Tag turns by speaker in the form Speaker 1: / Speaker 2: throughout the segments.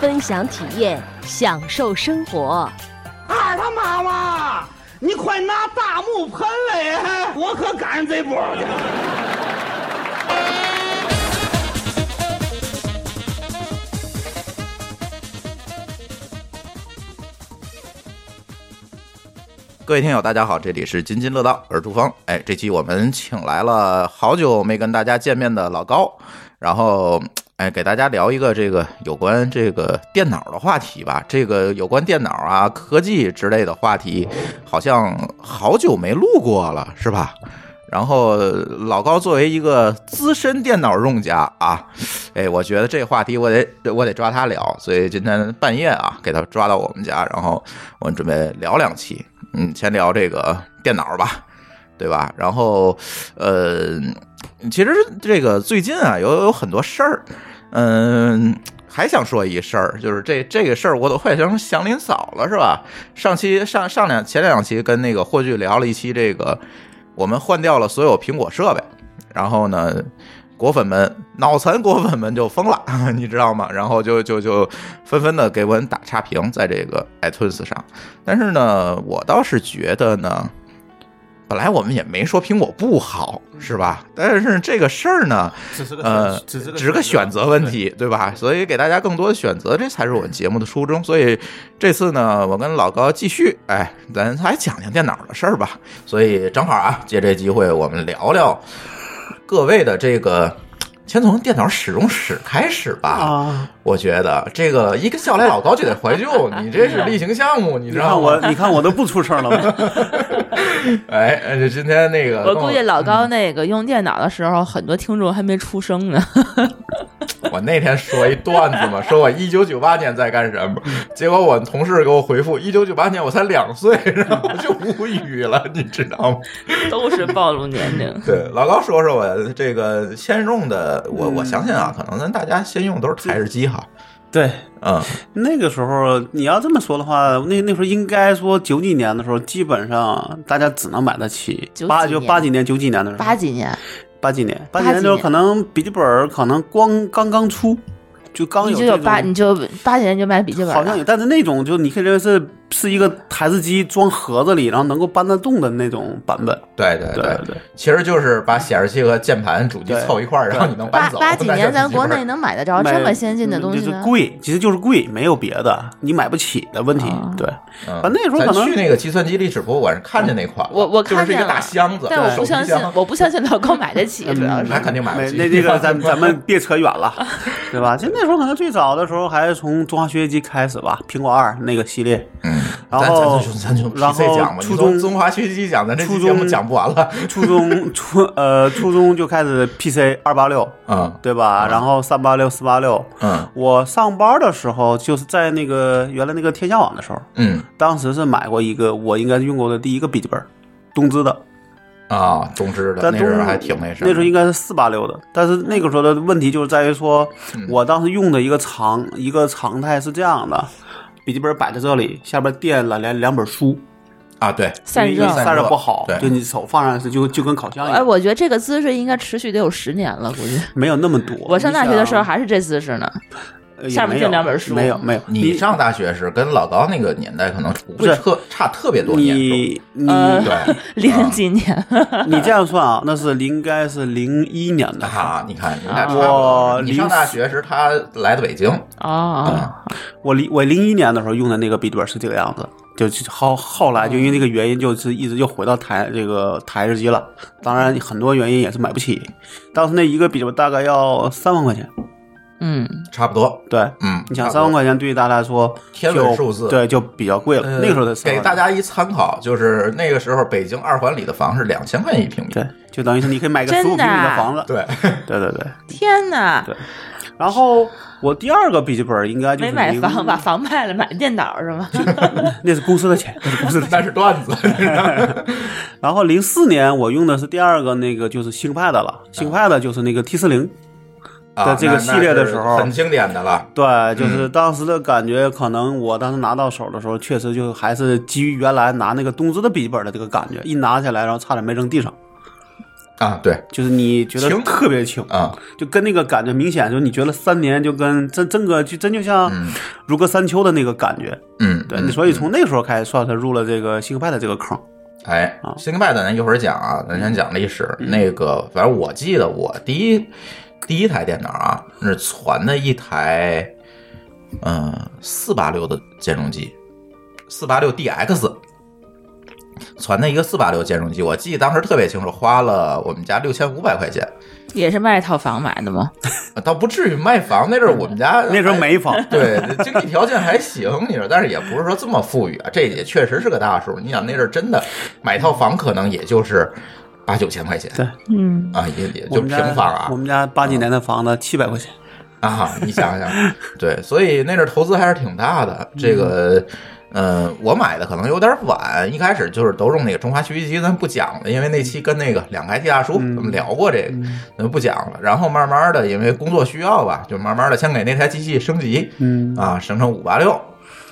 Speaker 1: 分享体验，享受生活。
Speaker 2: 二他啊妈妈，你快拿大木盆来，我可赶上这波去了。
Speaker 3: 各位听友，大家好，这里是津津乐道，我是朱峰。哎，这期我们请来了好久没跟大家见面的老高，然后哎，给大家聊一个这个有关这个电脑的话题吧。这个有关电脑啊、科技之类的话题，好像好久没录过了，是吧？然后老高作为一个资深电脑用家啊，哎，我觉得这话题我得我得抓他聊，所以今天半夜啊给他抓到我们家，然后我们准备聊两期。嗯，先聊这个电脑吧，对吧？然后，呃，其实这个最近啊，有有很多事儿，嗯、还想说一事儿，就是这这个事儿，我都快成祥林嫂了，是吧？上期上上两前两期跟那个霍炬聊了一期这个，我们换掉了所有苹果设备，然后呢，果粉们脑残果粉们就疯了， 你知道吗？然后就就就纷纷的给我们打差评，在这个 iTunes 上。但是呢，我倒是觉得呢，本来我们也没说苹果不好，是吧？但是这个事儿呢，
Speaker 4: 只是个
Speaker 3: 呃，
Speaker 4: 选只是
Speaker 3: 只是个选择问题，对吧？所以给大家更多的选择，这才是我们节目的初衷。所以这次呢，我跟老高继续，哎，咱还讲讲电脑的事儿吧。所以正好啊，借这机会，我们聊聊各位的这个，先从电脑使用史开始吧。
Speaker 5: 啊，
Speaker 3: 我觉得这个一个笑来老高就得怀旧，你这是例行项目，你
Speaker 5: 你
Speaker 3: 知道
Speaker 5: 看
Speaker 3: 吗
Speaker 5: 我，？你看我都不出声 了吗？
Speaker 3: 哎，哎这今天那个，
Speaker 6: 我估计老高那个用电脑的时候，很多听众还没出生呢。
Speaker 3: 我那天说一段子嘛，说我一九九八年在干什么，结果我同事给我回复一九九八年我才两岁，然后我就无语了，你知道吗？
Speaker 6: 都是暴露年龄。
Speaker 3: 对，老高说说我这个先用的，我
Speaker 5: 嗯
Speaker 3: 我相信啊，可能咱大家先用都是台式机哈，
Speaker 5: 对，
Speaker 3: 嗯，
Speaker 5: 那个时候你要这么说的话，那那时候应该说九几年的时候，基本上大家只能买得起
Speaker 6: 九几
Speaker 5: 八
Speaker 6: 年
Speaker 5: 就八几年九几年的时候，
Speaker 6: 八几年，
Speaker 5: 八几年八
Speaker 6: 八
Speaker 5: 几
Speaker 6: 几
Speaker 5: 年
Speaker 6: 年
Speaker 5: 的时候可能笔记本儿可能光刚刚出，就刚
Speaker 6: 你
Speaker 5: 有
Speaker 6: 就
Speaker 5: 这
Speaker 6: 有
Speaker 5: 种
Speaker 6: 八，你就八几年就买笔记本
Speaker 5: 好像
Speaker 6: 了
Speaker 5: 有，但是那种就你可以认为是是一个台式机装盒子里，然后能够搬得动的那种版本。
Speaker 3: 对对
Speaker 5: 对对，
Speaker 3: 其实就是把显示器和键盘、主机凑一块儿，然后你能搬
Speaker 6: 八
Speaker 3: 走。
Speaker 6: 八几
Speaker 3: 那叫
Speaker 6: 年，
Speaker 3: 笔
Speaker 6: 咱
Speaker 3: 记本
Speaker 6: 国内能买得着这
Speaker 5: 买嗯
Speaker 6: 么先进的东西
Speaker 5: 就是
Speaker 6: 呢？
Speaker 5: 贵，其实就是贵，没有别的，你买不起的问题。
Speaker 6: 哦
Speaker 5: 对，
Speaker 3: 嗯
Speaker 5: 啊那时候
Speaker 3: 咱
Speaker 5: 可能
Speaker 3: 去那个计算机历史博物馆是看见那款了，
Speaker 6: 我我
Speaker 3: 就是
Speaker 6: 看
Speaker 3: 这
Speaker 6: 见
Speaker 3: 个
Speaker 6: 了
Speaker 3: 大箱子，
Speaker 6: 但我
Speaker 3: 手
Speaker 6: 不
Speaker 3: 提
Speaker 6: 相信
Speaker 3: 箱，
Speaker 6: 我不相信老高买得起，主要
Speaker 5: 嗯
Speaker 6: 是
Speaker 3: 那肯定买不
Speaker 5: 没
Speaker 3: 起。
Speaker 5: 那 这个咱咱们别扯远 了，对吧？就那时候可能最早的时候还是从中华学习机开始吧，苹果二那个系列，
Speaker 3: 嗯，
Speaker 5: 然
Speaker 3: 咱
Speaker 5: 后
Speaker 3: 咱就咱就
Speaker 5: 然
Speaker 3: PC 讲吧，
Speaker 5: 后
Speaker 3: 你
Speaker 5: 初
Speaker 3: 从
Speaker 5: 中
Speaker 3: 中华学习机讲，咱这期
Speaker 5: 初
Speaker 3: 节目
Speaker 5: 中
Speaker 3: 讲不完了。
Speaker 5: 初中初呃初中就开始 PC 二八六，
Speaker 3: 嗯
Speaker 5: 对吧？然后三八六四八六，
Speaker 3: 嗯
Speaker 5: 我上班的时候就是在那个原来那个天下网的时候，
Speaker 3: 嗯
Speaker 5: 当时是买过一个我应该用过的第一个笔记本，东芝的，
Speaker 3: 啊，中之的
Speaker 5: 但
Speaker 3: 那
Speaker 5: 东
Speaker 3: 时候还挺那什么，
Speaker 5: 那时候应该是四八六的，但是那个时候的问题就是在于说，
Speaker 3: 嗯
Speaker 5: 我当时用的一个常一个常态是这样的，笔记本摆在这里，下边垫了两两本书，
Speaker 3: 啊对，
Speaker 6: 散
Speaker 5: 因为
Speaker 6: 热
Speaker 5: 你。散热不好
Speaker 3: 对，
Speaker 5: 就你手放上去就就跟烤箱一
Speaker 6: 哎，
Speaker 5: 样，
Speaker 6: 我觉得这个姿势应该持续得有十年了，估计。
Speaker 5: 没有那么多。
Speaker 6: 我上大学的时候
Speaker 5: 你
Speaker 6: 还是这姿势呢。
Speaker 5: 想，呃
Speaker 6: 下面
Speaker 5: 也没有
Speaker 6: 就两本书
Speaker 5: 没有没有，
Speaker 3: 你上大学时跟老高那个年代可能不
Speaker 5: 是
Speaker 3: 会特差特别多年数，
Speaker 5: 你你
Speaker 6: 呃
Speaker 3: 对
Speaker 5: 啊
Speaker 6: 零几年，
Speaker 5: 你这样算啊，那是零应该是零一年 的。
Speaker 3: 啊，你看你们俩差不
Speaker 5: 我
Speaker 3: 多。你上
Speaker 5: 零
Speaker 3: 大学时他来的北京，
Speaker 6: 哦，
Speaker 5: 我零我零一年的时候用的那个笔记本是这个样子，就就后后来就因为这个原因，就是一直就回到台这个台式机了。当然很多原因也是买不起，当时那一个笔记本大概要三万块钱。
Speaker 6: 嗯，
Speaker 3: 差不多，
Speaker 5: 对，
Speaker 3: 嗯，
Speaker 5: 你想
Speaker 3: 差不多
Speaker 5: 三万块钱对于大家来说，
Speaker 3: 天文
Speaker 5: 就
Speaker 3: 数字
Speaker 5: 对，就比较贵了。
Speaker 3: 呃
Speaker 5: 那个时候的3万
Speaker 3: 给大家一参考，就是那个时候北京二环里的房是两千块钱一平米。
Speaker 5: 对，就等于是你可以买个十五
Speaker 6: 真啊
Speaker 5: 平米
Speaker 6: 的
Speaker 5: 的房子。
Speaker 3: 对，
Speaker 5: 对对对，
Speaker 6: 天哪！
Speaker 5: 对然后我第二个笔记本应该就
Speaker 6: 没
Speaker 5: 是
Speaker 6: 买
Speaker 5: 零嗯
Speaker 6: 房，把房卖了买电脑是吗？
Speaker 5: 那是公司的钱，那是公 司的钱。
Speaker 7: 那是段子，
Speaker 5: 然后零四年我用的是第二个那个就是星 pad 了，星 pad 就是那个 T 四零，
Speaker 3: 啊
Speaker 5: 在这个
Speaker 3: 那
Speaker 5: 系列的时候
Speaker 3: 那是很经典的了。
Speaker 5: 对，就是当时的感觉，可能我当时拿到手的时候，确实就还是基于原来拿那个东芝的笔记本的这个感觉，一拿起来，然后差点没扔地上，
Speaker 3: 啊，对
Speaker 5: 就是你觉得
Speaker 3: 轻
Speaker 5: 特别轻，
Speaker 3: 啊，
Speaker 5: 就跟那个感觉明显，就你觉得三年就跟真真个就真就像如隔三秋的那个感觉，
Speaker 3: 嗯，
Speaker 5: 对，
Speaker 3: 嗯
Speaker 5: 所以从那时候开始算是入了这个星派的这个坑，
Speaker 3: 哎
Speaker 5: 啊嗯
Speaker 3: ，ThinkPad 咱一会儿讲啊，咱先讲历史。那个，反正我记得我第一第一台电脑啊，是传的一台，嗯、四八六的兼容机，四八六 DX，传的一个四八六兼容机。我记得当时特别清楚，花了我们家六千五百块钱，
Speaker 6: 也是卖一套房买的吗？
Speaker 3: 呃倒不至于卖房。那阵儿我们家 哎
Speaker 5: 那时候
Speaker 3: 还
Speaker 5: 没房，
Speaker 3: 对，经济条件还行，你说，但是也不是说这么富裕啊，这也确实是个大数。你想那阵儿真的买套房，可能也就是八九千块钱
Speaker 6: 嗯，
Speaker 3: 啊，也也
Speaker 5: 我
Speaker 3: 就
Speaker 5: 们
Speaker 3: 平
Speaker 5: 家
Speaker 3: 房啊嗯
Speaker 5: 我们家八几年的房子七百块钱，
Speaker 3: 啊，你想想，对，所以那阵儿投资还是挺大
Speaker 5: 嗯
Speaker 3: 的。这个，呃，我买的可能有点晚，一开始就是都用那个中华学习机，咱不讲了，因为那期跟那个两个 IT 大叔
Speaker 5: 嗯
Speaker 3: 咱们聊过这个，咱们不讲了。然后慢慢的，因为工作需要吧，就慢慢的先给那台机器升级，
Speaker 5: 嗯，
Speaker 3: 啊，生成五八六，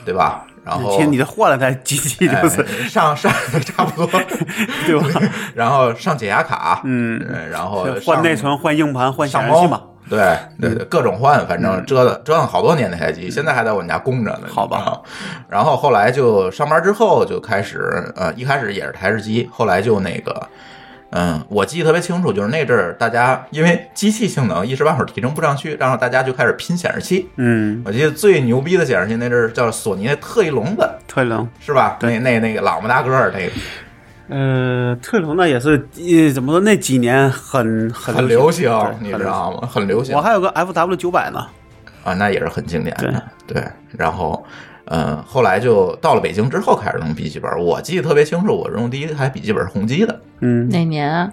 Speaker 3: 对吧？然后
Speaker 5: 其实你这换了台机器
Speaker 3: 哎
Speaker 5: 就是、
Speaker 3: 上上差不多，
Speaker 5: 对吧？
Speaker 3: 然后上解压卡，
Speaker 5: 嗯
Speaker 3: 呃，然后
Speaker 5: 换
Speaker 3: 上
Speaker 5: 内存、换硬盘、换显
Speaker 3: 上
Speaker 5: 示器
Speaker 3: 猫
Speaker 5: 嘛。，嗯
Speaker 3: 对对对，各种换，反正折腾折腾好多年那台机，现在还在我们家供着呢。
Speaker 5: 好吧
Speaker 3: 啊，然后后来就上班之后就开始，呃，一开始也是台式机，后来就那个。嗯，我记得特别清楚，就是那阵儿大家因为机器性能一时半会儿提升不上去，然后大家就开始拼显示器。
Speaker 5: 嗯，
Speaker 3: 我记得最牛逼的显示器那阵儿叫索尼的特异龙的，
Speaker 5: 特异龙，
Speaker 3: 是吧？那那那个老么大个儿那个
Speaker 5: 呃，特异龙那也是，呃，怎么说？那几年很很
Speaker 3: 很
Speaker 5: 流
Speaker 3: 流行，你
Speaker 5: 对很流行。
Speaker 3: 知
Speaker 5: 嗯
Speaker 3: 道吗？很流行
Speaker 5: 我还有个 FW 九百呢，
Speaker 3: 啊，那也是很经典的。对，然后嗯，后来就到了北京之后开始用笔记本，我记得特别清楚，我用第一台笔记本是宏基的，
Speaker 5: 嗯，
Speaker 6: 哪年啊？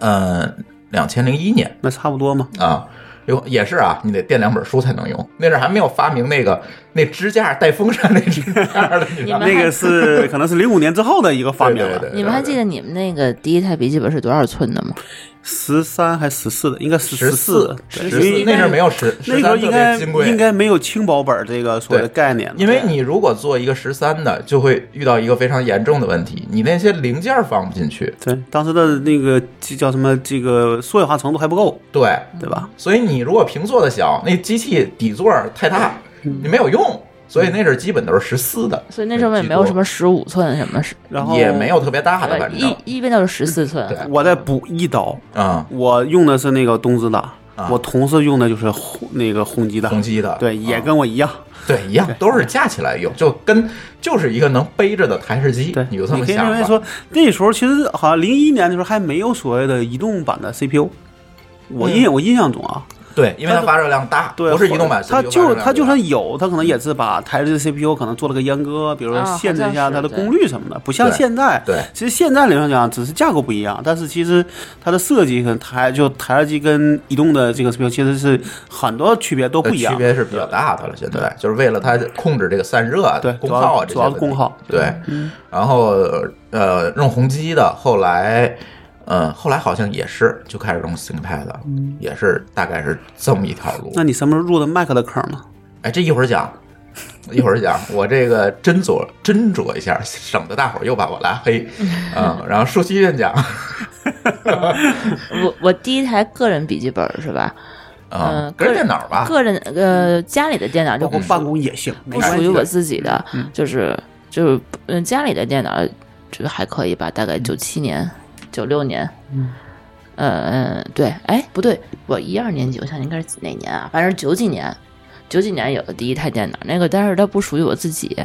Speaker 3: 嗯，两千零一年
Speaker 5: 那差不多嘛。
Speaker 3: 啊。有也是啊，你得垫两本书才能用。那阵儿还没有发明那个那支架带风扇那支架的，你知道吗？
Speaker 6: 你们
Speaker 5: 那个是可能是零五年之后的一个发明
Speaker 3: 对对
Speaker 5: 了，
Speaker 3: 对
Speaker 6: 你们还记得你们那个第一台笔记本是多少寸的吗？
Speaker 5: 十三还十四的，应该十
Speaker 3: 十
Speaker 5: 四
Speaker 3: 四，
Speaker 5: 对
Speaker 3: 十
Speaker 5: 因为
Speaker 3: 四那阵儿没有十，
Speaker 5: 那时候
Speaker 3: 13
Speaker 5: 应
Speaker 3: 特
Speaker 5: 该
Speaker 3: 别金贵
Speaker 5: 应该没有轻薄本这个所谓的
Speaker 3: 对
Speaker 5: 概念，
Speaker 3: 因为
Speaker 5: 对
Speaker 3: 你如果做一个十三的，就会遇到一个非常严重的问题，你那些零件放不进去。
Speaker 5: 对当时的那个这叫什么，这个缩小化程度还不够，
Speaker 3: 对，
Speaker 5: 对吧？
Speaker 3: 所以你如果屏做的小，那机器底座太大，
Speaker 5: 嗯
Speaker 3: 你没有用。所以那阵儿基本都是十四的，
Speaker 6: 所以那时候也没有什么十五寸什么是，呃
Speaker 5: 然后
Speaker 3: 也没有特别大的，反正
Speaker 6: 一一般都是十四寸。
Speaker 3: 对
Speaker 5: 我再补一刀，
Speaker 3: 啊，
Speaker 5: 我用的是那个东芝的，
Speaker 3: 啊
Speaker 5: 我同事用的就是轰那个宏基的，
Speaker 3: 宏基的嗯
Speaker 5: 对，也跟我一样，
Speaker 3: 对一样，都是架起来用，就跟就是一个能背着的台式机
Speaker 5: 对，，
Speaker 3: 你就这么
Speaker 5: 可以认为
Speaker 3: 想吧。
Speaker 5: 说，那时候其实好像零一年的时候还没有所谓的移动版的 CPU。我印、我印象中啊，
Speaker 3: 对，因为它发热量大，
Speaker 5: 对，
Speaker 3: 嗯不是移动版，
Speaker 5: 它
Speaker 3: 是发热
Speaker 5: 就
Speaker 3: 量大
Speaker 5: 它就算有，它可能也是把台式 CPU 可能做了个阉割，比如说
Speaker 6: 啊
Speaker 5: 限制一下
Speaker 6: 好像是
Speaker 5: 它的功率什么的，不像
Speaker 3: 对
Speaker 5: 现在。
Speaker 3: 对
Speaker 5: 其实现在理论上讲，只是架构不一样，但是其实它的设计跟台就台式机跟移动的这个 CPU 其实是很多区别都不一样
Speaker 3: 呃区。别是比较大的了。现在就是为了它控制这个散热啊、
Speaker 5: 对
Speaker 3: 功耗啊这些
Speaker 5: 主要主要
Speaker 3: 问题
Speaker 5: 是功耗
Speaker 3: 对，然后呃，用宏基的，后来呃，后来好像也是就开始用 ThinkPad，了也是大概是这么一条路。
Speaker 5: 那你什么时候入的 Mac 的坑呢？
Speaker 3: 哎，这一会儿讲。一会儿讲，我这个斟酌斟酌一下，省得大伙儿又把我拉黑，嗯，然后舒淇先讲，
Speaker 6: 我我第一台个人笔记本是吧？
Speaker 3: 嗯
Speaker 6: 嗯，
Speaker 3: 个人电脑吧，嗯
Speaker 6: 个人呃家里的电脑就
Speaker 5: 包
Speaker 6: 不
Speaker 5: 括
Speaker 6: 属
Speaker 5: 办公也行，没
Speaker 6: 不
Speaker 5: 关
Speaker 6: 属
Speaker 5: 系
Speaker 6: 于
Speaker 5: 的嗯
Speaker 6: 我自己的，就是就是嗯家里的电脑这还可以吧，大
Speaker 5: 嗯
Speaker 6: 概九七年、九六年，嗯嗯对，哎不对，我一二年级，我想应该是哪年啊？反正九几年。九几年有的第一台电脑，那个但是它不属于我自己，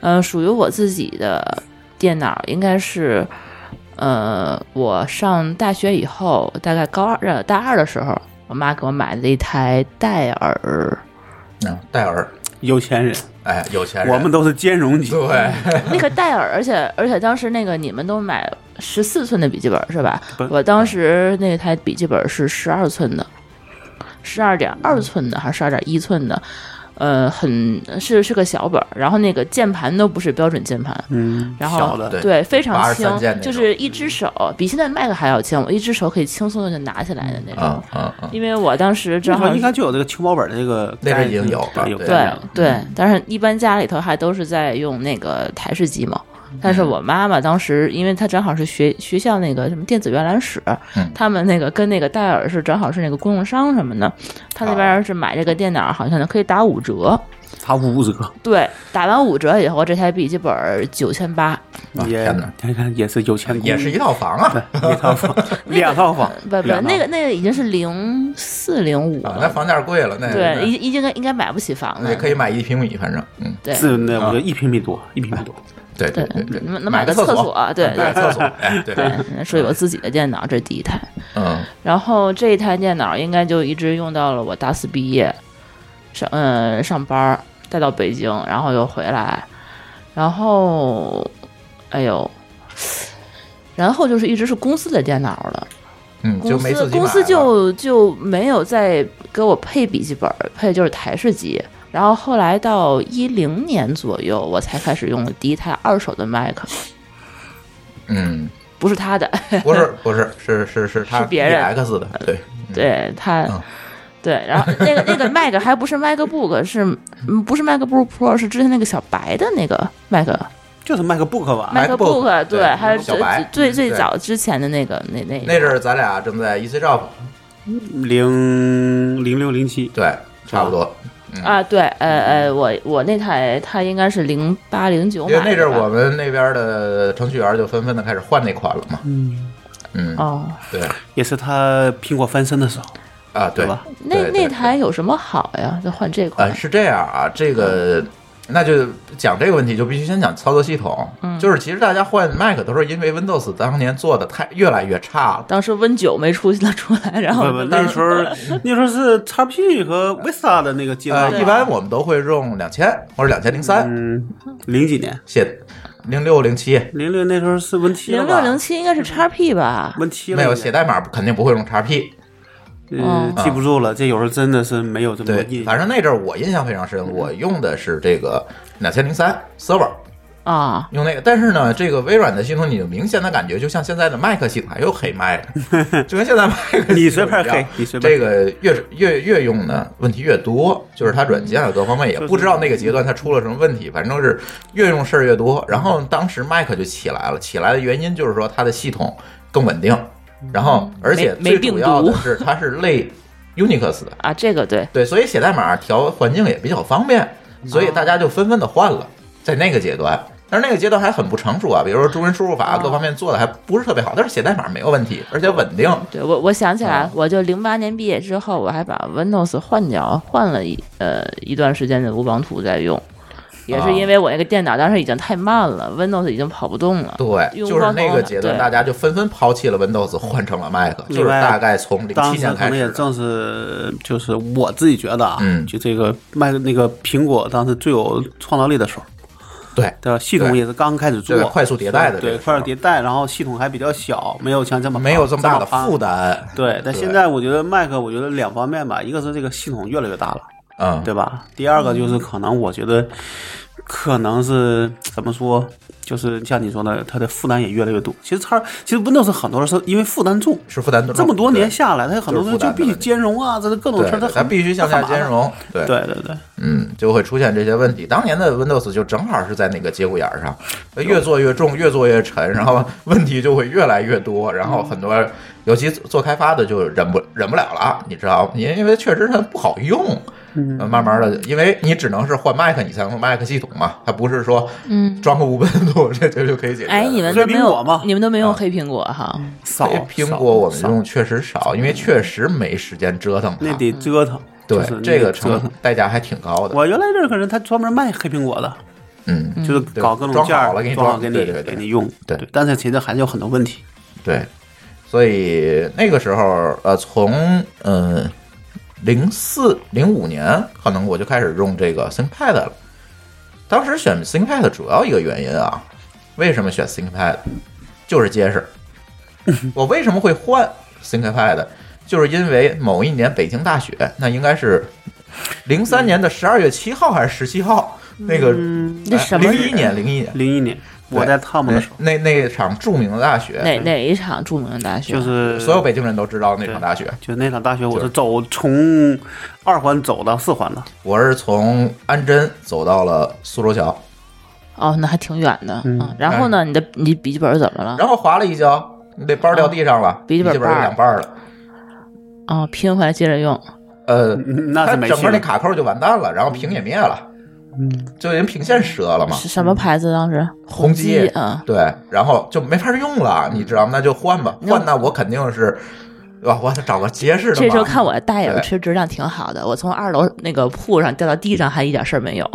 Speaker 6: 呃，属于我自己的电脑应该是，呃，我上大学以后，大概高二、呃、大二的时候，我妈给我买了一台戴尔，
Speaker 3: 嗯，戴尔，
Speaker 5: 有钱人，
Speaker 3: 哎，有钱人，
Speaker 5: 我们都是兼容机。
Speaker 3: 对，
Speaker 6: 那个戴尔，而且而且当时那个你们都买十四寸的笔记本是吧
Speaker 5: 不？
Speaker 6: 我当时那台笔记本是十二寸的，十二点二寸的还是十二点一寸的，呃，很是是个小本儿，然后那个键盘都不是标准键盘，
Speaker 5: 嗯，
Speaker 6: 然后
Speaker 5: 小的
Speaker 3: 对
Speaker 6: 对，非常
Speaker 3: 83键
Speaker 6: 轻，
Speaker 3: 那
Speaker 6: 就是一只手比现在 Mac 还要轻，我一只手可以轻松的就拿起来的那种
Speaker 3: 啊。啊啊！
Speaker 6: 因为我当时
Speaker 5: 那
Speaker 6: 正
Speaker 5: 时候
Speaker 6: 好
Speaker 5: 应该就有这个轻薄本这个
Speaker 3: 那
Speaker 5: 概
Speaker 3: 是已经
Speaker 5: 念
Speaker 3: 有了
Speaker 5: 对有
Speaker 3: 对
Speaker 5: 概念
Speaker 6: 对
Speaker 5: 了嗯
Speaker 6: 对，
Speaker 3: 嗯
Speaker 6: 但是一般家里头还都是在用那个台式机嘛。
Speaker 3: 嗯
Speaker 6: 但是我妈妈当时，因为她正好是学学校那个什么电子阅览室，
Speaker 3: 嗯
Speaker 6: 他们那个跟那个戴尔是正好是那个供应商什么的，她那
Speaker 3: 哦
Speaker 6: 边是买这个电脑好像可以打五折，
Speaker 5: 他五折，
Speaker 6: 对，打完五折以后，这台笔记本九千八，
Speaker 3: 啊
Speaker 5: 也
Speaker 3: 天哪
Speaker 5: 你看也是有钱公
Speaker 3: 也是一套房啊，
Speaker 5: 一套房， 两套房，
Speaker 6: 不不，
Speaker 5: 两套
Speaker 6: 那个那个已经是零四零五
Speaker 3: 啊，那
Speaker 6: 了，
Speaker 3: 房价贵了，那
Speaker 6: 对，已已经应该应该买不起房
Speaker 3: 那
Speaker 6: 了
Speaker 3: 也，可以买一平米，反正嗯，
Speaker 6: 对
Speaker 5: 是那我觉得一平米多，一平米多，
Speaker 3: 对
Speaker 6: 对
Speaker 3: 对对，
Speaker 6: 能能
Speaker 3: 买
Speaker 6: 买个
Speaker 3: 厕
Speaker 6: 厕所对
Speaker 3: 买个厕所，哎对，
Speaker 6: 对，是有自己的电脑，这是第一台。
Speaker 3: 嗯
Speaker 6: 然后这一台电脑应该就一直用到了我大四毕业，上嗯上班儿，带到北京，然后又回来，然后哎呦，然后就是一直是公司的电脑了，
Speaker 3: 嗯，就
Speaker 6: 公
Speaker 3: 没自
Speaker 6: 司
Speaker 3: 己
Speaker 6: 公
Speaker 3: 买
Speaker 6: 司
Speaker 3: 了
Speaker 6: 就就没有再给我配笔记本儿，配就是台式机。然后后来到一零年左右，我才开始用第一台二手的麦克，
Speaker 3: 嗯，
Speaker 6: 不是他的，
Speaker 3: 不是不是是是是他
Speaker 6: 是别人
Speaker 3: X 的，对，
Speaker 6: 对他，
Speaker 3: 嗯
Speaker 6: 对，然后那个那个 Mac 还不是 MacBook，是嗯不是 MacBook Pro，是之前那个小白的那个 Mac
Speaker 3: 啊
Speaker 5: 就是 MacBook 吧，
Speaker 3: MacBook，
Speaker 6: MacBook，
Speaker 3: 对
Speaker 6: 还有
Speaker 3: 小白嗯
Speaker 6: 最最
Speaker 3: 对
Speaker 6: 最早之前的那个那那
Speaker 3: 那阵儿咱俩正在 E EC Job，
Speaker 5: 零零六零七，
Speaker 3: 对，差不多，嗯
Speaker 6: 啊，对，呃呃，我我那台它应该是零八零九
Speaker 3: 因为
Speaker 6: 买
Speaker 3: 那阵
Speaker 6: 的
Speaker 3: 儿我
Speaker 6: 吧，
Speaker 3: 们那边的程序员就纷纷的开始换那款了嘛，
Speaker 5: 嗯，
Speaker 3: 嗯，
Speaker 6: 哦，
Speaker 3: 对
Speaker 5: 也是他苹果翻身的时候，
Speaker 3: 啊对
Speaker 5: 对吧
Speaker 6: 那
Speaker 3: 对对
Speaker 6: 那台有什么好呀？就换这款
Speaker 3: 呃，，是这样啊，这个那就讲这个问题，就必须先讲操作系统。嗯，就是其实大家换 Mac 都是因为 Windows 当年做的太越来越差了。
Speaker 6: 当时 Win 九没出出来，然
Speaker 5: 不
Speaker 6: 后
Speaker 5: 不，那时候那时候是 XP 和 Vista 的那个阶段
Speaker 3: 呃，
Speaker 5: 吧，
Speaker 3: 一般我们都会用两千或者两千零三，
Speaker 5: 嗯，零几年，
Speaker 3: 写零六零七，
Speaker 5: 零六那时候是 Win 七了
Speaker 6: 零
Speaker 5: 吧
Speaker 6: 六零七应该是 x P 吧？
Speaker 5: ，Win 七了
Speaker 3: 没有
Speaker 5: 应该
Speaker 3: 写代码肯定不会用 XP。
Speaker 5: 嗯，
Speaker 6: 哦
Speaker 5: 记不住了，这有时候真的是没有这么
Speaker 3: 对，
Speaker 5: 印，
Speaker 3: 反正那阵儿我印象非常深，我用的是这个两千零三 Server，
Speaker 6: 啊，
Speaker 3: 用那个，但是呢，这个微软的系统，你就明显的感觉，就像现在的 Mac 系统，还有黑 Mac，就跟现在 Mac 系统一样
Speaker 5: 你随便黑你随便
Speaker 3: 这个越越越用呢，问题越多，就是它软件啊各方面也不知道那个阶段它出了什么问题，反正是越用事儿越多。然后当时 Mac 就起来了，起来的原因就是说它的系统更稳定，然后而且最
Speaker 6: 没没病
Speaker 3: 主要的
Speaker 6: 毒
Speaker 3: 是它是类 Unix 的，
Speaker 6: 啊，这个对，
Speaker 3: 对，所以写代码调环境也比较方便，所以大家就纷纷的换了，在那个阶段。但是那个阶段还很不成熟啊，比如说中文输入
Speaker 5: 哦
Speaker 3: 法各方面做的还不是特别好，但是写代码没有问题，而且稳定。
Speaker 6: 对我，我想起来
Speaker 3: 啊，
Speaker 6: 我就零八年毕业之后，我还把 Windows 换掉，换了一呃一段时间的乌邦图在用，也
Speaker 3: 啊
Speaker 6: 是因为我那个电脑当时已经太慢了，Windows 已经跑不动了。
Speaker 3: 对，
Speaker 6: 用
Speaker 3: 就是那个阶
Speaker 6: 方
Speaker 3: 段，
Speaker 6: 法
Speaker 3: 大家就纷纷抛弃了 Windows，换成了 Mac，就是大概从零
Speaker 5: 当
Speaker 3: 七
Speaker 5: 时
Speaker 3: 年
Speaker 5: 可
Speaker 3: 开
Speaker 5: 能
Speaker 3: 始
Speaker 5: 也
Speaker 3: 的。
Speaker 5: 正是就是我自己觉得啊，
Speaker 3: 嗯
Speaker 5: 就这个卖那个苹果当时最有创造力的时候，
Speaker 3: 对
Speaker 5: 对吧？系统
Speaker 3: 对
Speaker 5: 也是刚开始
Speaker 3: 对
Speaker 5: 做，
Speaker 3: 快速迭代的这
Speaker 5: 对，
Speaker 3: 个
Speaker 5: 快速
Speaker 3: 时
Speaker 5: 迭代，然后系统还比较小，没有像这么
Speaker 3: 没有这么大的
Speaker 5: 庞
Speaker 3: 负担。
Speaker 5: 对，但现在我觉得 Mac，我觉得两方面吧，一个是这个系统越来越大了，
Speaker 3: 嗯，
Speaker 5: 对吧？第二个就是可能我觉得，可能是怎么说，就是像你说的，它的负担也越来越多。其实它其实 Windows 很多是因为负担重，
Speaker 3: 是负担
Speaker 5: 这么多年
Speaker 3: 对
Speaker 5: 下来，它很多东西
Speaker 3: 就是
Speaker 5: 就
Speaker 3: 负担的
Speaker 5: 必须兼容啊，这是各种事
Speaker 3: 对
Speaker 5: 儿，它
Speaker 3: 对，它
Speaker 5: 很
Speaker 3: 必须向下兼。容。对
Speaker 5: 它很麻烦啊对对对，
Speaker 3: 嗯，就会出现这些问题。当年的 Windows 就正好是在那个节骨眼儿上，越做越重，越做越沉，然后 问题就会越来越多，然后很多，尤其做开发的就忍不忍不了了啊，你知道吗？因因为确实它不好用，
Speaker 5: 嗯
Speaker 3: 呃慢慢的，因为你只能是换 Mac，你才能用 Mac 系统嘛，它不是说
Speaker 6: 嗯，
Speaker 3: 装个无本土这这就可以解决了。
Speaker 6: 哎，你们都没
Speaker 5: 黑苹果嘛
Speaker 6: 有，你们都没用
Speaker 3: 啊
Speaker 6: 黑苹果哈？
Speaker 5: 少
Speaker 3: 苹
Speaker 5: 少
Speaker 3: 果我们
Speaker 5: 少
Speaker 3: 用确实少，因为确实没时间折腾它。
Speaker 5: 那得折腾，
Speaker 3: 嗯对
Speaker 5: 就是那
Speaker 3: 这个
Speaker 5: 得折
Speaker 3: 成
Speaker 5: 腾。
Speaker 3: 代价还挺高的。
Speaker 5: 我原来认识个人，他专门卖黑苹果的，
Speaker 3: 嗯，
Speaker 5: 就是
Speaker 3: 对
Speaker 5: 搞各种
Speaker 3: 装
Speaker 5: 件儿
Speaker 3: 好了给你
Speaker 5: 装好
Speaker 3: 装
Speaker 5: 给
Speaker 3: 对
Speaker 5: 你
Speaker 3: 对对
Speaker 5: 给你用。
Speaker 3: 对，
Speaker 5: 但是其实还是有很多问题。
Speaker 3: 对，所以那个时候，呃，从嗯零四零五年，可能我就开始用这个 ThinkPad 了。当时选 ThinkPad 主要一个原因啊，为什么选 ThinkPad？就是结实。我为什么会换 ThinkPad？就是因为某一年北京大雪，那应该是零三年的十二月七号还是十七号？那个
Speaker 6: 嗯那什么
Speaker 3: 零一年，零一年，
Speaker 5: 零一年我在汤姆的时候，
Speaker 3: 那那那场著名的大雪，
Speaker 6: 哪哪一场著名的大学？
Speaker 5: 就是
Speaker 3: 所有北京人都知道那场大雪。
Speaker 5: 就那场大学，我是走从二环走到四环的，
Speaker 3: 我是从安贞走到了苏州桥，
Speaker 6: 哦，那还挺远的。嗯，然后呢，你的你笔记本怎么了？
Speaker 3: 哎然后滑了一跤，那包掉地上了，
Speaker 6: 哦笔记
Speaker 3: 记
Speaker 6: 本
Speaker 3: 本
Speaker 6: 瓣儿
Speaker 3: 两半儿了。
Speaker 6: 哦，拼回来接着用。
Speaker 3: 呃，
Speaker 5: 嗯那
Speaker 3: 它
Speaker 5: 是没
Speaker 3: 整
Speaker 5: 戏
Speaker 3: 个那
Speaker 5: 了。
Speaker 3: 卡扣就完蛋了，然后屏也灭了，嗯，就人屏线折了嘛。嗯
Speaker 6: 是什么牌子？当时
Speaker 3: 宏基
Speaker 6: 啊，
Speaker 3: 对，然后就没法用了，你知道吗？那就换吧，换那我肯定是，哇，我得找个结实的嘛。
Speaker 6: 这时候看我大眼
Speaker 3: 对
Speaker 6: 吃质量挺好的，我从二楼那个铺上掉到地上还一点事儿没有。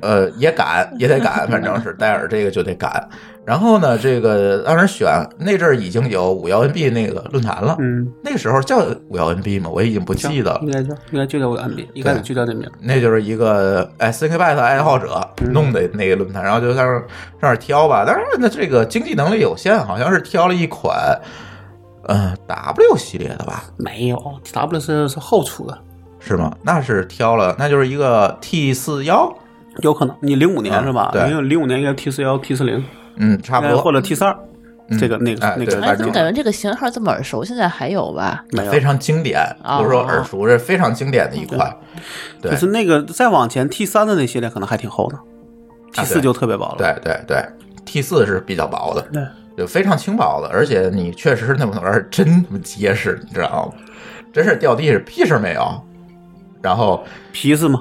Speaker 3: 呃，也赶，也得 赶，反正是戴尔这个就得赶。然后呢，这个当时选那阵儿已经有五幺 NB 那个论坛了，
Speaker 5: 嗯，
Speaker 3: 那时候叫五幺 NB 吗？我已经不记得了
Speaker 5: 应。该是应该就叫我 MB，应该是就叫这名儿。
Speaker 3: 那就是一个哎 CKBet 爱好者
Speaker 5: 嗯
Speaker 3: 弄的那个论坛，然后就在那儿在那儿挑吧。但是那这个经济能力有限，好像是挑了一款，呃 W 系列的吧，
Speaker 5: 没有，W 是是后出的，
Speaker 3: 是吗？那是挑了，那就是一个 T 四幺，
Speaker 5: 有可能你零五年
Speaker 3: 嗯
Speaker 5: 是吧？
Speaker 3: 对
Speaker 5: 因为零五年应该 T 四幺、T 四零，
Speaker 3: 嗯，差不
Speaker 5: 应该或
Speaker 3: 多，
Speaker 5: 者 T 三二，这个那个
Speaker 3: 哎
Speaker 5: 那
Speaker 3: 对
Speaker 5: 个
Speaker 6: 哎，
Speaker 3: 反
Speaker 6: 怎
Speaker 3: 正
Speaker 6: 么感觉这个型号这么耳熟？现在还有吧？
Speaker 5: 没有啊
Speaker 3: 非。常经典，
Speaker 6: 哦
Speaker 3: 不是说耳熟，这非常经典的一款。对
Speaker 5: 就是那个再往前 T 三的那系列可能还挺厚的，T 四
Speaker 3: 啊对
Speaker 5: 就特别薄了。
Speaker 3: 对对对，T 四是比较薄的，
Speaker 5: 对，
Speaker 3: 就非常轻薄的，而且你确实那玩意儿真他妈结实，你知道吗？真是掉地上屁事儿没有。然后，
Speaker 5: 皮是吗？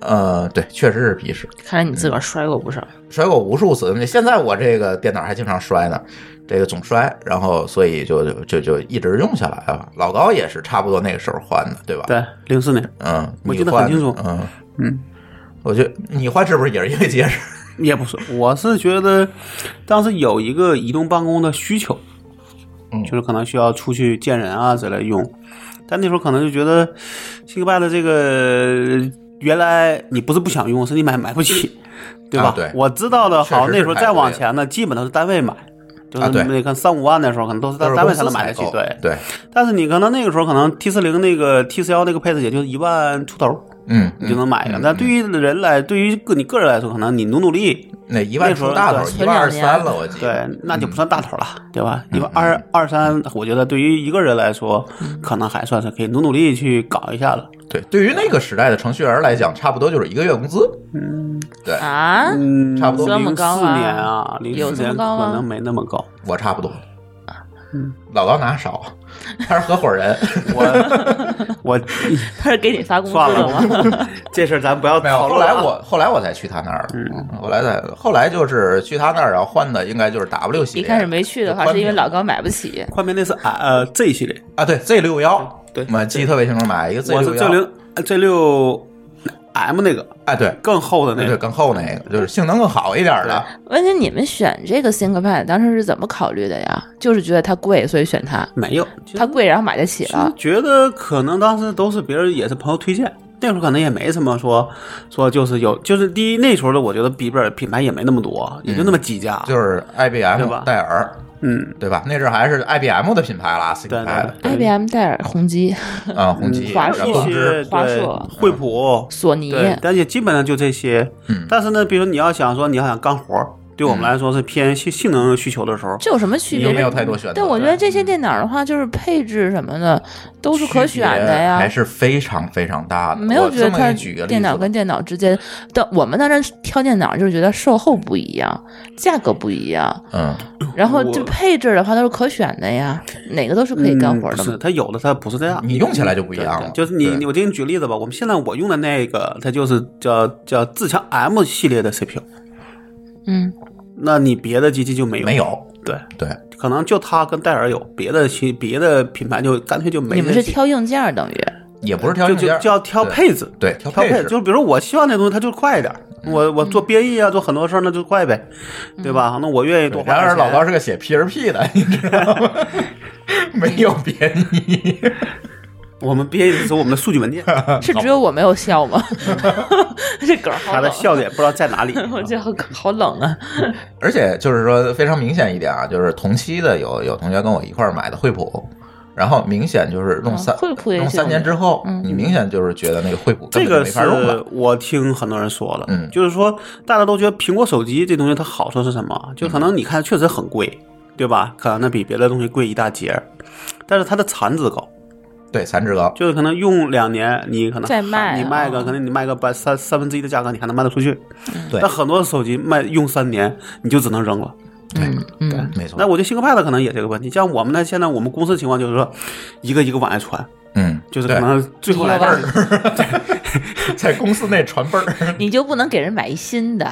Speaker 3: 呃，对，确实是皮实，
Speaker 6: 看来你自个儿摔过不少。
Speaker 3: 摔过无数次。现在我这个电脑还经常摔呢，这个总摔，然后所以就就就就一直用下来了。老高也是差不多那个时候换的，对吧？，
Speaker 5: 对，零四年
Speaker 3: 嗯，
Speaker 5: 我
Speaker 3: 你
Speaker 5: 记得
Speaker 3: 换
Speaker 5: 很清楚
Speaker 3: 嗯嗯，我觉得你换是不是也是因为结实？
Speaker 5: 也不是，我是觉得当时有一个移动办公的需求，
Speaker 3: 嗯
Speaker 5: 就是可能需要出去见人啊之类用，但那时候可能就觉得 ThinkPad 这个原来你不是不想用，是你买买不起，对吧？
Speaker 3: 啊对
Speaker 5: 我知道的
Speaker 3: 确实
Speaker 5: 好，
Speaker 3: 是
Speaker 5: 那时候
Speaker 3: 太
Speaker 5: 再
Speaker 3: 贵
Speaker 5: 往
Speaker 3: 了
Speaker 5: 前呢，基本都是单位买。就是
Speaker 3: 啊对
Speaker 5: 那看三五万的时候，可能都是
Speaker 3: 都
Speaker 5: 在
Speaker 3: 是
Speaker 5: 单位
Speaker 3: 公
Speaker 5: 才
Speaker 3: 司
Speaker 5: 能买得
Speaker 3: 采
Speaker 5: 起
Speaker 3: 购，，
Speaker 5: 对。
Speaker 3: 对，
Speaker 5: 但是你可能那个时候可能 T 四零那个 T 四幺那个配置也就一万出头，
Speaker 3: 嗯，
Speaker 5: 你就能买一个。
Speaker 3: 嗯
Speaker 5: 那对于人来，对于个你个人来说，可能你努努力，
Speaker 3: 那一万
Speaker 5: 那时候
Speaker 3: 出大头，
Speaker 5: 对
Speaker 3: 一万二三了，我记得。
Speaker 5: 对，那就不算大头了，对吧？
Speaker 3: 嗯
Speaker 5: 因为二二三，我觉得对于一个人来说，
Speaker 3: 嗯
Speaker 5: 可能还算是可以努努力去搞一下了。
Speaker 3: 对，对于那个时代的程序员来讲，差不多就是一个月工资。对
Speaker 6: 啊，
Speaker 5: 嗯，
Speaker 3: 差不多
Speaker 6: 这么
Speaker 5: 零四
Speaker 6: 高啊
Speaker 5: 年啊，零
Speaker 6: 有
Speaker 5: 四
Speaker 6: 这么
Speaker 5: 年
Speaker 6: 高吗
Speaker 5: 可能没那么高。
Speaker 3: 我差不多。
Speaker 5: 啊嗯
Speaker 3: 老高拿少，他是合 伙人，
Speaker 5: 我我
Speaker 6: 他是给你发工资
Speaker 5: 算
Speaker 6: 的吗？
Speaker 5: 了，这事儿咱不要
Speaker 3: 没有。
Speaker 5: 讨
Speaker 3: 后
Speaker 5: 论
Speaker 3: 来
Speaker 5: 了啊。
Speaker 3: 我后来我才去他那儿了，嗯后来才后来就是去他那儿，然后换的应该就是 W 系
Speaker 6: 一
Speaker 3: 列。
Speaker 6: 开始没去的话，
Speaker 3: 宽
Speaker 6: 是因为
Speaker 3: 屏
Speaker 6: 老高买不起。
Speaker 5: 宽屏那是啊呃 Z 系列，
Speaker 3: 啊，对 Z 六幺，
Speaker 5: 嗯对
Speaker 3: 我记得特别清楚，买一个 Z
Speaker 5: 我
Speaker 3: 六
Speaker 5: 是 Z
Speaker 3: 幺，
Speaker 5: 零 Z 六 M 那个
Speaker 3: 哎，对，
Speaker 5: 更厚的那
Speaker 3: 对
Speaker 5: 个
Speaker 3: 对，。更厚那个，就是性能更好一点的。
Speaker 6: 问题你们选这个 ThinkPad 当时是怎么考虑的呀？就是觉得它贵，所以选它。
Speaker 5: 没有，其实
Speaker 6: 它贵，然后买得起
Speaker 5: 其实
Speaker 6: 了。
Speaker 5: 觉得可能当时都是别人也是朋友推荐，那时候可能也没什么说说就是有，就是第一那时候的我觉得笔记本品牌也没那么多，也就那么几家，
Speaker 3: 就是 IBM
Speaker 5: 吧
Speaker 3: 戴尔，
Speaker 5: 嗯，
Speaker 3: 对吧？那阵儿还是 IBM 的品牌啦，新
Speaker 5: 对
Speaker 3: 品牌
Speaker 5: 对
Speaker 3: 的
Speaker 5: 对
Speaker 6: IBM、戴尔、宏基、
Speaker 3: 啊，
Speaker 5: 嗯
Speaker 3: 红旗、
Speaker 6: 华
Speaker 3: 然后
Speaker 6: 硕
Speaker 3: 东
Speaker 5: 是
Speaker 3: 芝，
Speaker 6: 华硕
Speaker 5: 惠普，
Speaker 6: 索尼，
Speaker 5: 对，但也基本上就这些。
Speaker 3: 嗯
Speaker 5: 但是呢，比如你要想说你要想干活儿，对我们
Speaker 3: 嗯
Speaker 5: 来说是偏性性能需求的时候，
Speaker 6: 这有什么区
Speaker 3: 你就
Speaker 6: 别？
Speaker 3: 没有太多选择。
Speaker 6: 但我觉得这些电脑的话，就是配置什么的都是可选
Speaker 3: 嗯区
Speaker 6: 的
Speaker 3: 别还
Speaker 6: 呀。
Speaker 3: 是非常非常大的。
Speaker 6: 没有
Speaker 3: 我
Speaker 6: 觉得
Speaker 3: 这么给
Speaker 6: 它
Speaker 3: 你举个例子吧
Speaker 6: 电脑跟电脑之间，但我们当时挑电脑就是觉得售后不一样，价格不一样，
Speaker 3: 嗯，
Speaker 6: 然后这
Speaker 5: 哎我
Speaker 6: 配置的话都是可选的呀，哪个都是可以干
Speaker 5: 嗯
Speaker 6: 活
Speaker 5: 不
Speaker 6: 的嘛
Speaker 5: 是，。它有的它不是这样，
Speaker 3: 你用起来就不一
Speaker 5: 对
Speaker 3: 样
Speaker 5: 对
Speaker 3: 了。
Speaker 5: 就是你
Speaker 3: 对
Speaker 5: 你，我给你举例子吧。我们现在我用的那个，它就是叫叫自强 M 系列的 CPU，
Speaker 6: 嗯，
Speaker 5: 那你别的机器就没有，
Speaker 3: 没有
Speaker 5: 对，
Speaker 3: 对，
Speaker 5: 可能就它跟戴尔有，别的其别的品牌就干脆就没
Speaker 6: 你
Speaker 5: 这些。
Speaker 6: 们是挑硬件儿等于
Speaker 3: 也不是挑
Speaker 5: 就
Speaker 3: 硬件
Speaker 5: 就
Speaker 3: 儿，
Speaker 5: 就要挑
Speaker 3: 对
Speaker 5: 配置，
Speaker 3: 对挑
Speaker 5: 挑
Speaker 3: 配嗯
Speaker 5: 配
Speaker 3: 置
Speaker 5: 就是比如说我希望那东西它就快一点儿，我我
Speaker 6: 嗯
Speaker 5: 做编译啊，做很多事儿那就快呗，对吧？那我愿意多
Speaker 3: 对
Speaker 5: 花
Speaker 3: 然
Speaker 5: 点
Speaker 3: 而
Speaker 5: 钱。
Speaker 3: 老高是个写 PRP 的，你知道吗？ 没有别你，
Speaker 5: 我们编译的时候，我们的数据文件，
Speaker 6: 是只有我没有 笑吗？这梗儿好
Speaker 5: 它的
Speaker 6: 冷，啊
Speaker 5: 笑点不知道在哪里。
Speaker 6: 我觉得好好冷啊。
Speaker 3: 而且就是说非常明显一点啊，就是同期的有有同学跟我一块儿买的惠普，然后明显就是弄三
Speaker 6: 嗯惠普也
Speaker 3: 弄
Speaker 6: 是
Speaker 3: 三年之后，
Speaker 6: 嗯
Speaker 3: 你明显就是觉得那个惠普根
Speaker 5: 这
Speaker 3: 本就
Speaker 5: 个
Speaker 3: 没法用
Speaker 5: 是
Speaker 3: 了。
Speaker 5: 我听很多人说了，
Speaker 3: 嗯
Speaker 5: 就是说大家都觉得苹果手机这东西它好处是什么？就可
Speaker 3: 嗯
Speaker 5: 能你看确实很贵，对吧？可能它比别的东西贵一大截儿，但是它的产值高，
Speaker 3: 对，残值高，
Speaker 5: 就是可能用两年，你可能
Speaker 6: 再卖
Speaker 5: 你卖个
Speaker 6: 啊
Speaker 5: 可能你卖个百三三分之一的价格，你还能卖得出去。
Speaker 3: 对
Speaker 5: 但很多手机卖用三年，你就只能扔了。
Speaker 6: 嗯嗯，
Speaker 3: 没错。
Speaker 5: 那我觉得 ThinkPad 可能也这个问题。像我们呢，现在我们公司情况就是说，一个一个往外传，
Speaker 3: 嗯，
Speaker 5: 就是
Speaker 3: 对
Speaker 5: 可能最后来
Speaker 6: 一个
Speaker 5: 儿
Speaker 6: 往，
Speaker 3: 在公司内传 辈儿，
Speaker 6: 你就不能给人买一新的？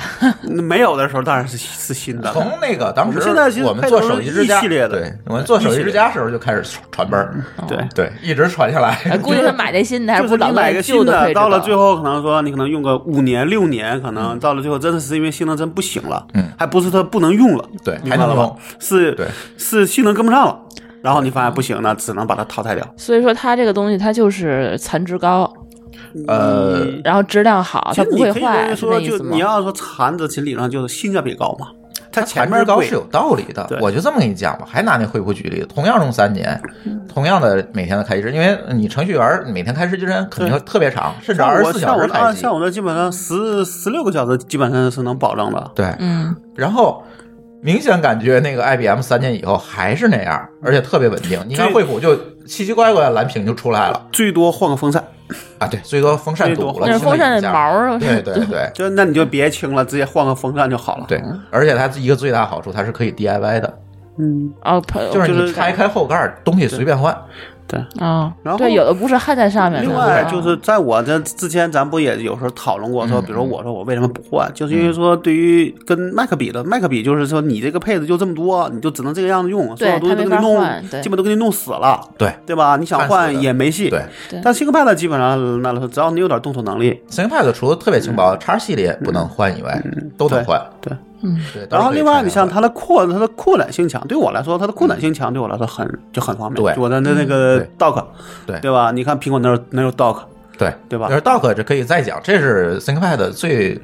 Speaker 5: 没有的时候当然是是新的。
Speaker 3: 从那个当时
Speaker 5: 我们现在其实
Speaker 3: 我们做手机支
Speaker 5: 配都
Speaker 3: 架
Speaker 5: 是一系列嗯的
Speaker 3: 对，我们做手机支架时候就开始传辈儿，
Speaker 5: 对，
Speaker 3: 对，一直传下来。
Speaker 6: 哎估计他买那新的哦还
Speaker 5: 就是
Speaker 6: 不
Speaker 5: 你
Speaker 6: 老
Speaker 5: 买
Speaker 6: 那
Speaker 5: 个
Speaker 6: 旧
Speaker 5: 新
Speaker 6: 的配
Speaker 5: 的，
Speaker 6: 置
Speaker 5: 到了
Speaker 6: 高
Speaker 5: 最后可能说你可能用个五年六年，可能到了最后真的是因为性能真不行了，
Speaker 3: 嗯
Speaker 5: 还不是它不能用了，
Speaker 3: 对
Speaker 5: 明白了
Speaker 3: 还能
Speaker 5: 吧
Speaker 3: 用？
Speaker 5: 是
Speaker 3: 对，嗯
Speaker 5: 是性能跟不上了，然后你发现不行了，只能把它淘汰掉。
Speaker 6: 所以说它这个东西它就是残值高，
Speaker 3: 呃，
Speaker 5: 嗯
Speaker 6: 然后质量好，
Speaker 5: 其
Speaker 6: 它
Speaker 5: 实
Speaker 6: 不
Speaker 5: 啊你
Speaker 6: 会
Speaker 5: 可以跟
Speaker 6: 坏，
Speaker 5: 人
Speaker 6: 是那
Speaker 5: 说，
Speaker 6: 意
Speaker 5: 就
Speaker 6: 思吗
Speaker 5: 你？要说残值，其实理论上就是性价比高嘛，它前
Speaker 3: 前
Speaker 5: 面
Speaker 3: 面高
Speaker 5: 贵
Speaker 3: 是有道理的
Speaker 5: 对，
Speaker 3: 我就这么跟你讲吧，还拿那惠普举例，同样用三年，
Speaker 5: 嗯
Speaker 3: 同样的每天的开机时间，因为你程序员每天开时间肯定会特别长，甚至
Speaker 5: 像
Speaker 3: 二十
Speaker 5: 我
Speaker 3: 四
Speaker 5: 像
Speaker 3: 小
Speaker 5: 我
Speaker 3: 时
Speaker 5: 那
Speaker 3: 开机
Speaker 5: 像。我那基本上十十六个小时基本上是能保证的。
Speaker 3: 对，
Speaker 6: 嗯，
Speaker 3: 然后明显感觉那个 IBM 三年以后还是那样，而且特别稳定。你看
Speaker 5: 对
Speaker 3: 惠普就奇奇怪怪的蓝屏就出来了
Speaker 5: 最多换个风扇，
Speaker 3: 啊，对，最多风扇
Speaker 5: 最多
Speaker 3: 堵了，
Speaker 6: 那是
Speaker 3: 清理
Speaker 6: 风
Speaker 3: 一
Speaker 6: 扇的
Speaker 3: 下
Speaker 6: 毛儿 啊，
Speaker 3: 对对对
Speaker 5: 就那你就别清了，直接换个风扇就好
Speaker 6: 嗯
Speaker 5: 了。，
Speaker 3: 对，而且它一个最大好处，它是可以 DIY 的，
Speaker 5: 嗯，
Speaker 6: 哦，朋友
Speaker 3: 就是
Speaker 5: 就
Speaker 3: 你
Speaker 5: 是
Speaker 3: 拆开后盖儿，东西随便换。
Speaker 6: 啊
Speaker 5: 然，后
Speaker 6: 对，有的不是焊在上面的，啊
Speaker 5: 另外
Speaker 6: 吧
Speaker 5: 就是在我这之前，咱不也有时候讨论过说，
Speaker 3: 嗯
Speaker 5: 比如我说我为什么不换，就是
Speaker 6: 嗯
Speaker 5: 因为说对于跟麦克比的麦克比，就是说你这个配置就这么多，你就只能这个样子用，所有东西都给你
Speaker 6: 它没法换对
Speaker 5: 弄，基本都给你弄死了，
Speaker 3: 对
Speaker 5: 对吧？你想
Speaker 3: 焊死
Speaker 5: 换
Speaker 3: 的
Speaker 5: 也没戏。
Speaker 3: 对，
Speaker 6: 对
Speaker 5: 但 ThinkPad 基本上那只要你有点动手能力，
Speaker 3: ThinkPad 除了特别轻薄叉系列不能换以外，都能换。
Speaker 5: 嗯对。
Speaker 6: 嗯，
Speaker 3: 对，都是
Speaker 5: 然后
Speaker 3: 可以
Speaker 5: 另外，
Speaker 3: 拆
Speaker 5: 你
Speaker 3: 开
Speaker 5: 像
Speaker 3: 换
Speaker 5: 它的扩它的扩展性强，对我来说，它的扩展性强对我来说很就很方便。
Speaker 3: 对嗯
Speaker 5: 就我的那那个
Speaker 3: 对
Speaker 5: dock，
Speaker 3: 对
Speaker 5: 对吧？你看苹果那儿那有 dock，
Speaker 3: 对
Speaker 5: 对吧
Speaker 3: 就是 Dock 这可以再讲，这是 ThinkPad 最，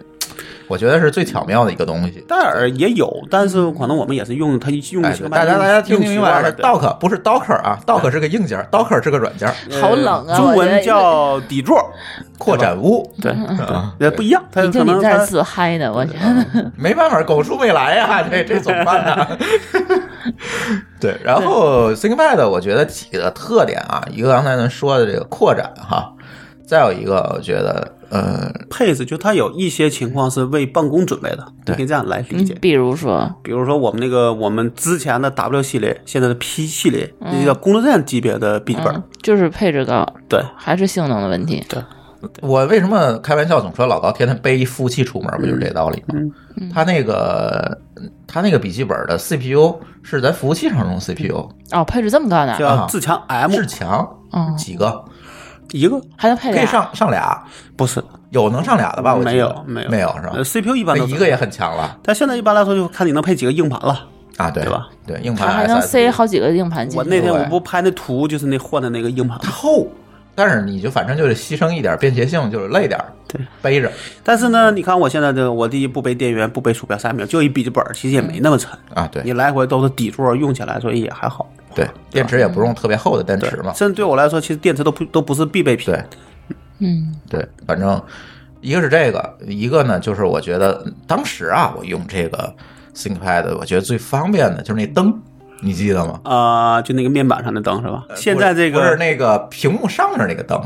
Speaker 3: 我觉得是最巧妙的一个东西。
Speaker 5: 戴尔也有，但是
Speaker 6: 嗯
Speaker 5: 可能我们也是用它用
Speaker 3: 哎，
Speaker 5: 这
Speaker 3: 对
Speaker 5: 个
Speaker 3: 大家大家听明白了
Speaker 5: 了
Speaker 3: ，Dock 不是 Docker 啊，Dock 是个硬件，Docker 是个软件，
Speaker 6: 好冷啊，
Speaker 5: 呃中
Speaker 6: 我觉得嗯
Speaker 5: 文叫底座，
Speaker 3: 扩展屋。
Speaker 5: 对，
Speaker 3: 啊，
Speaker 5: 也不一样，它
Speaker 6: 你
Speaker 5: 可
Speaker 6: 听
Speaker 5: 能
Speaker 6: 你在
Speaker 5: 它嗯
Speaker 6: 这自嗨呢，我觉得
Speaker 3: 没办法，狗叔没来呀、这这怎么办呢、 对，然后 ThinkPad 我觉得几个特点啊，一个刚才咱说的这个扩展哈，再有一个我觉得，呃，
Speaker 5: 配置就它有一些情况是为办公准备的，你
Speaker 3: 对
Speaker 5: 可以这样来理
Speaker 6: 嗯
Speaker 5: 解。
Speaker 6: 比如说，
Speaker 5: 比如说我们那个我们之前的 W 系列，现在的 P 系列，那叫工作站级别的笔记本
Speaker 6: 嗯，，就是配置高，
Speaker 5: 对，
Speaker 6: 还是性能的问题，
Speaker 3: 我为什么开玩笑总说老高天天背一服务器出门，不就是这道理吗？他那个他那个笔记本的 CPU 是在服务器上用 CPU，
Speaker 6: 哦，配置这么高呢，
Speaker 5: 叫自强 M
Speaker 3: 至强
Speaker 6: 嗯，
Speaker 3: 几个
Speaker 5: 一个
Speaker 6: 还能配
Speaker 3: 可以
Speaker 6: 俩，
Speaker 3: 上上俩，
Speaker 5: 不是啊
Speaker 3: 有能上俩的吧？我记得
Speaker 5: 没有没有
Speaker 3: 没有是吧
Speaker 5: 呃？CPU 一般
Speaker 3: 那
Speaker 5: 都
Speaker 3: 一个也，很强了
Speaker 5: 但现在一般来说就看你能配几个硬盘了。
Speaker 3: 啊，对
Speaker 5: 对吧？
Speaker 3: 对，硬
Speaker 6: 它
Speaker 3: 盘
Speaker 6: 还能
Speaker 3: SSD
Speaker 6: 塞好几个硬盘进
Speaker 5: 我
Speaker 6: 去，
Speaker 5: 那天
Speaker 3: 对
Speaker 5: 我不拍那图，就是那换的那个硬盘。
Speaker 3: 厚，但是你就反正就是牺牲一点便携性，就是累点儿，
Speaker 5: 对，
Speaker 3: 背着
Speaker 5: 但是呢，你看我现在这，我第一不背电源，不背鼠标，啥也没有，就一笔记本，其实也没那么沉。
Speaker 3: 啊，
Speaker 5: 你
Speaker 3: 对
Speaker 5: 来回都是底座，用起来所以也还好。
Speaker 3: 对，电池也不
Speaker 5: 嗯
Speaker 3: 用特别厚的电池嘛，
Speaker 5: 甚至对我来说，其实电池都不都不是必备品。
Speaker 3: 对，
Speaker 6: 嗯，
Speaker 3: 对，反正一个是这个，一个呢就是我觉得当时啊，我用这个 ThinkPad，我觉得最方便的就是那灯，你记得吗？
Speaker 5: 啊、就那个面板上的灯是吧？现在这
Speaker 3: 不是不是
Speaker 5: 个
Speaker 3: 那个屏幕上面那个灯，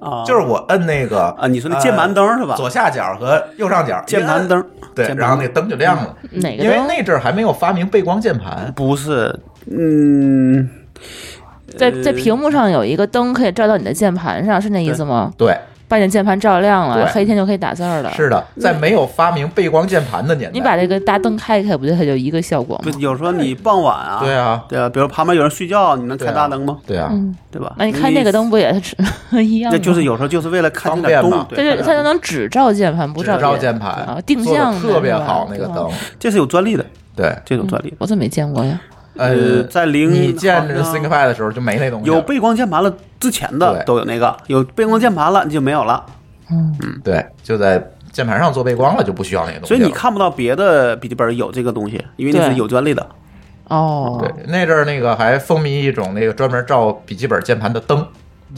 Speaker 5: 啊，
Speaker 3: 就是我摁那个
Speaker 5: 啊，
Speaker 3: 啊
Speaker 5: 你说那键盘灯是吧？
Speaker 3: 左下角和右上角
Speaker 5: 键盘，
Speaker 3: 一
Speaker 5: 灯
Speaker 3: 摁，对，
Speaker 5: 键盘嗯
Speaker 3: 然后那灯就亮了。
Speaker 6: 哪个
Speaker 3: 因为
Speaker 6: 灯
Speaker 3: 那阵儿还没有发明背光键盘，
Speaker 5: 不是，嗯，
Speaker 6: 在在屏幕上有一个灯可以照到你的键盘上，是那意思吗？
Speaker 3: 对，
Speaker 6: 把你的键盘照亮了，
Speaker 3: 对
Speaker 6: 黑天就可以打字儿了。
Speaker 3: 是的，在没有发明背光键盘的年代，
Speaker 6: 啊你把这个大灯开开，不就它就一个效果
Speaker 5: 不
Speaker 6: 吗？
Speaker 5: 有时候你傍晚啊，
Speaker 3: 嗯对啊，
Speaker 5: 对啊，比如旁边有人睡觉，你能
Speaker 3: 对
Speaker 5: 开
Speaker 3: 啊
Speaker 5: 大灯吗？
Speaker 3: 对啊，
Speaker 6: 嗯
Speaker 5: 对吧？
Speaker 6: 那你开那个灯不也是 一样
Speaker 5: 那
Speaker 6: 吗？
Speaker 5: 就是有时候就是为了看
Speaker 3: 方
Speaker 5: 这点
Speaker 3: 便
Speaker 5: 东
Speaker 3: 嘛
Speaker 5: 西，
Speaker 6: 它
Speaker 5: 对
Speaker 6: 就它就能只照键盘，不
Speaker 3: 只
Speaker 6: 照
Speaker 3: 照键盘
Speaker 6: 啊，定
Speaker 3: 做得
Speaker 6: 向的
Speaker 3: 特别
Speaker 6: 是吧
Speaker 3: 好那个
Speaker 6: 对吧
Speaker 3: 灯，
Speaker 5: 这是有专利的，
Speaker 3: 对，
Speaker 5: 这种专利的。
Speaker 6: 我怎么没见过呀？
Speaker 3: 呃，
Speaker 5: 在零
Speaker 3: 你见着
Speaker 5: 好像
Speaker 3: ThinkPad 的时候就没那东西了，
Speaker 5: 有背光键盘了之前的
Speaker 3: 对
Speaker 5: 都有那个，有背光键盘了你就没有了，
Speaker 3: 对，就在键盘上做背光了，就不需要那个东西
Speaker 5: 所
Speaker 3: 了。
Speaker 5: 以你看不到别的笔记本有这个东西，因为那
Speaker 6: 对
Speaker 5: 是有专利的。
Speaker 6: 哦，
Speaker 3: 对，那阵儿那个还风靡一种那个专门照笔记本键盘的灯，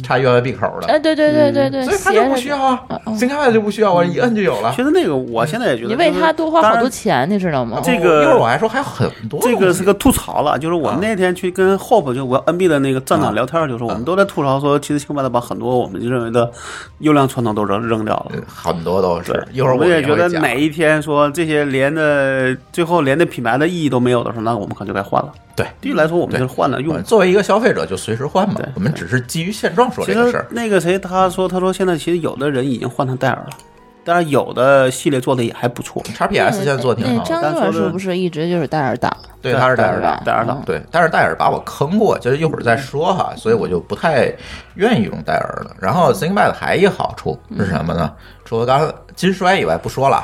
Speaker 3: 插 USB 口
Speaker 6: 哎，
Speaker 3: 的，
Speaker 6: 嗯对对对对对，
Speaker 3: 嗯所以它
Speaker 6: 斜
Speaker 3: 就
Speaker 6: 着
Speaker 3: 不需要啊，新开发就不需要啊，一摁就有了
Speaker 5: 其。实那个我现在也觉得，
Speaker 6: 嗯你为
Speaker 5: 就是
Speaker 6: 它多花
Speaker 5: 当
Speaker 6: 好
Speaker 5: 然
Speaker 6: 多钱，你知道吗？
Speaker 5: 这
Speaker 3: 一会儿我
Speaker 5: 个
Speaker 3: 还说还有很多东
Speaker 5: 这
Speaker 3: 西，
Speaker 5: 个是个吐槽了，就是我
Speaker 3: 啊
Speaker 5: 们那天去跟 Hope 就我 NB 的那个站长聊天，就是我们都在吐槽说，
Speaker 3: 啊
Speaker 5: 其实星巴克把很多我们认为的优良传统都扔扔掉了。
Speaker 3: 呃很多都是
Speaker 5: 对，，
Speaker 3: 一会儿
Speaker 5: 我们也
Speaker 3: 也
Speaker 5: 觉得
Speaker 3: 会讲
Speaker 5: 哪一天说这些连的最后连的品牌的意义都没有的时候，那我们可能就该换了。
Speaker 3: 对
Speaker 5: 对于来说，我们
Speaker 3: 对
Speaker 5: 就是换了
Speaker 3: 我
Speaker 5: 用
Speaker 3: 们。作为一个消费者就随时换嘛
Speaker 5: 对，
Speaker 3: 我们只是基于现状说
Speaker 5: 其
Speaker 3: 这个事
Speaker 5: 实
Speaker 3: 儿。
Speaker 5: 那个谁他说他说现在其实有的人已经换成戴尔了，但是有的系列做的也还不错。
Speaker 3: x PS 现在做挺好
Speaker 6: 那
Speaker 3: 的，
Speaker 6: 嗯张
Speaker 5: 但
Speaker 6: 若
Speaker 5: 说的
Speaker 6: 是不是一直就是戴尔打？
Speaker 3: 对，他是戴尔的，
Speaker 5: 戴尔党。
Speaker 3: 对，但是戴尔把我坑过，就是一会儿再说哈，所以我就不太愿意用戴尔了。然后 ThinkPad 还一个好处是什么呢？除了刚刚金衰以外不说了，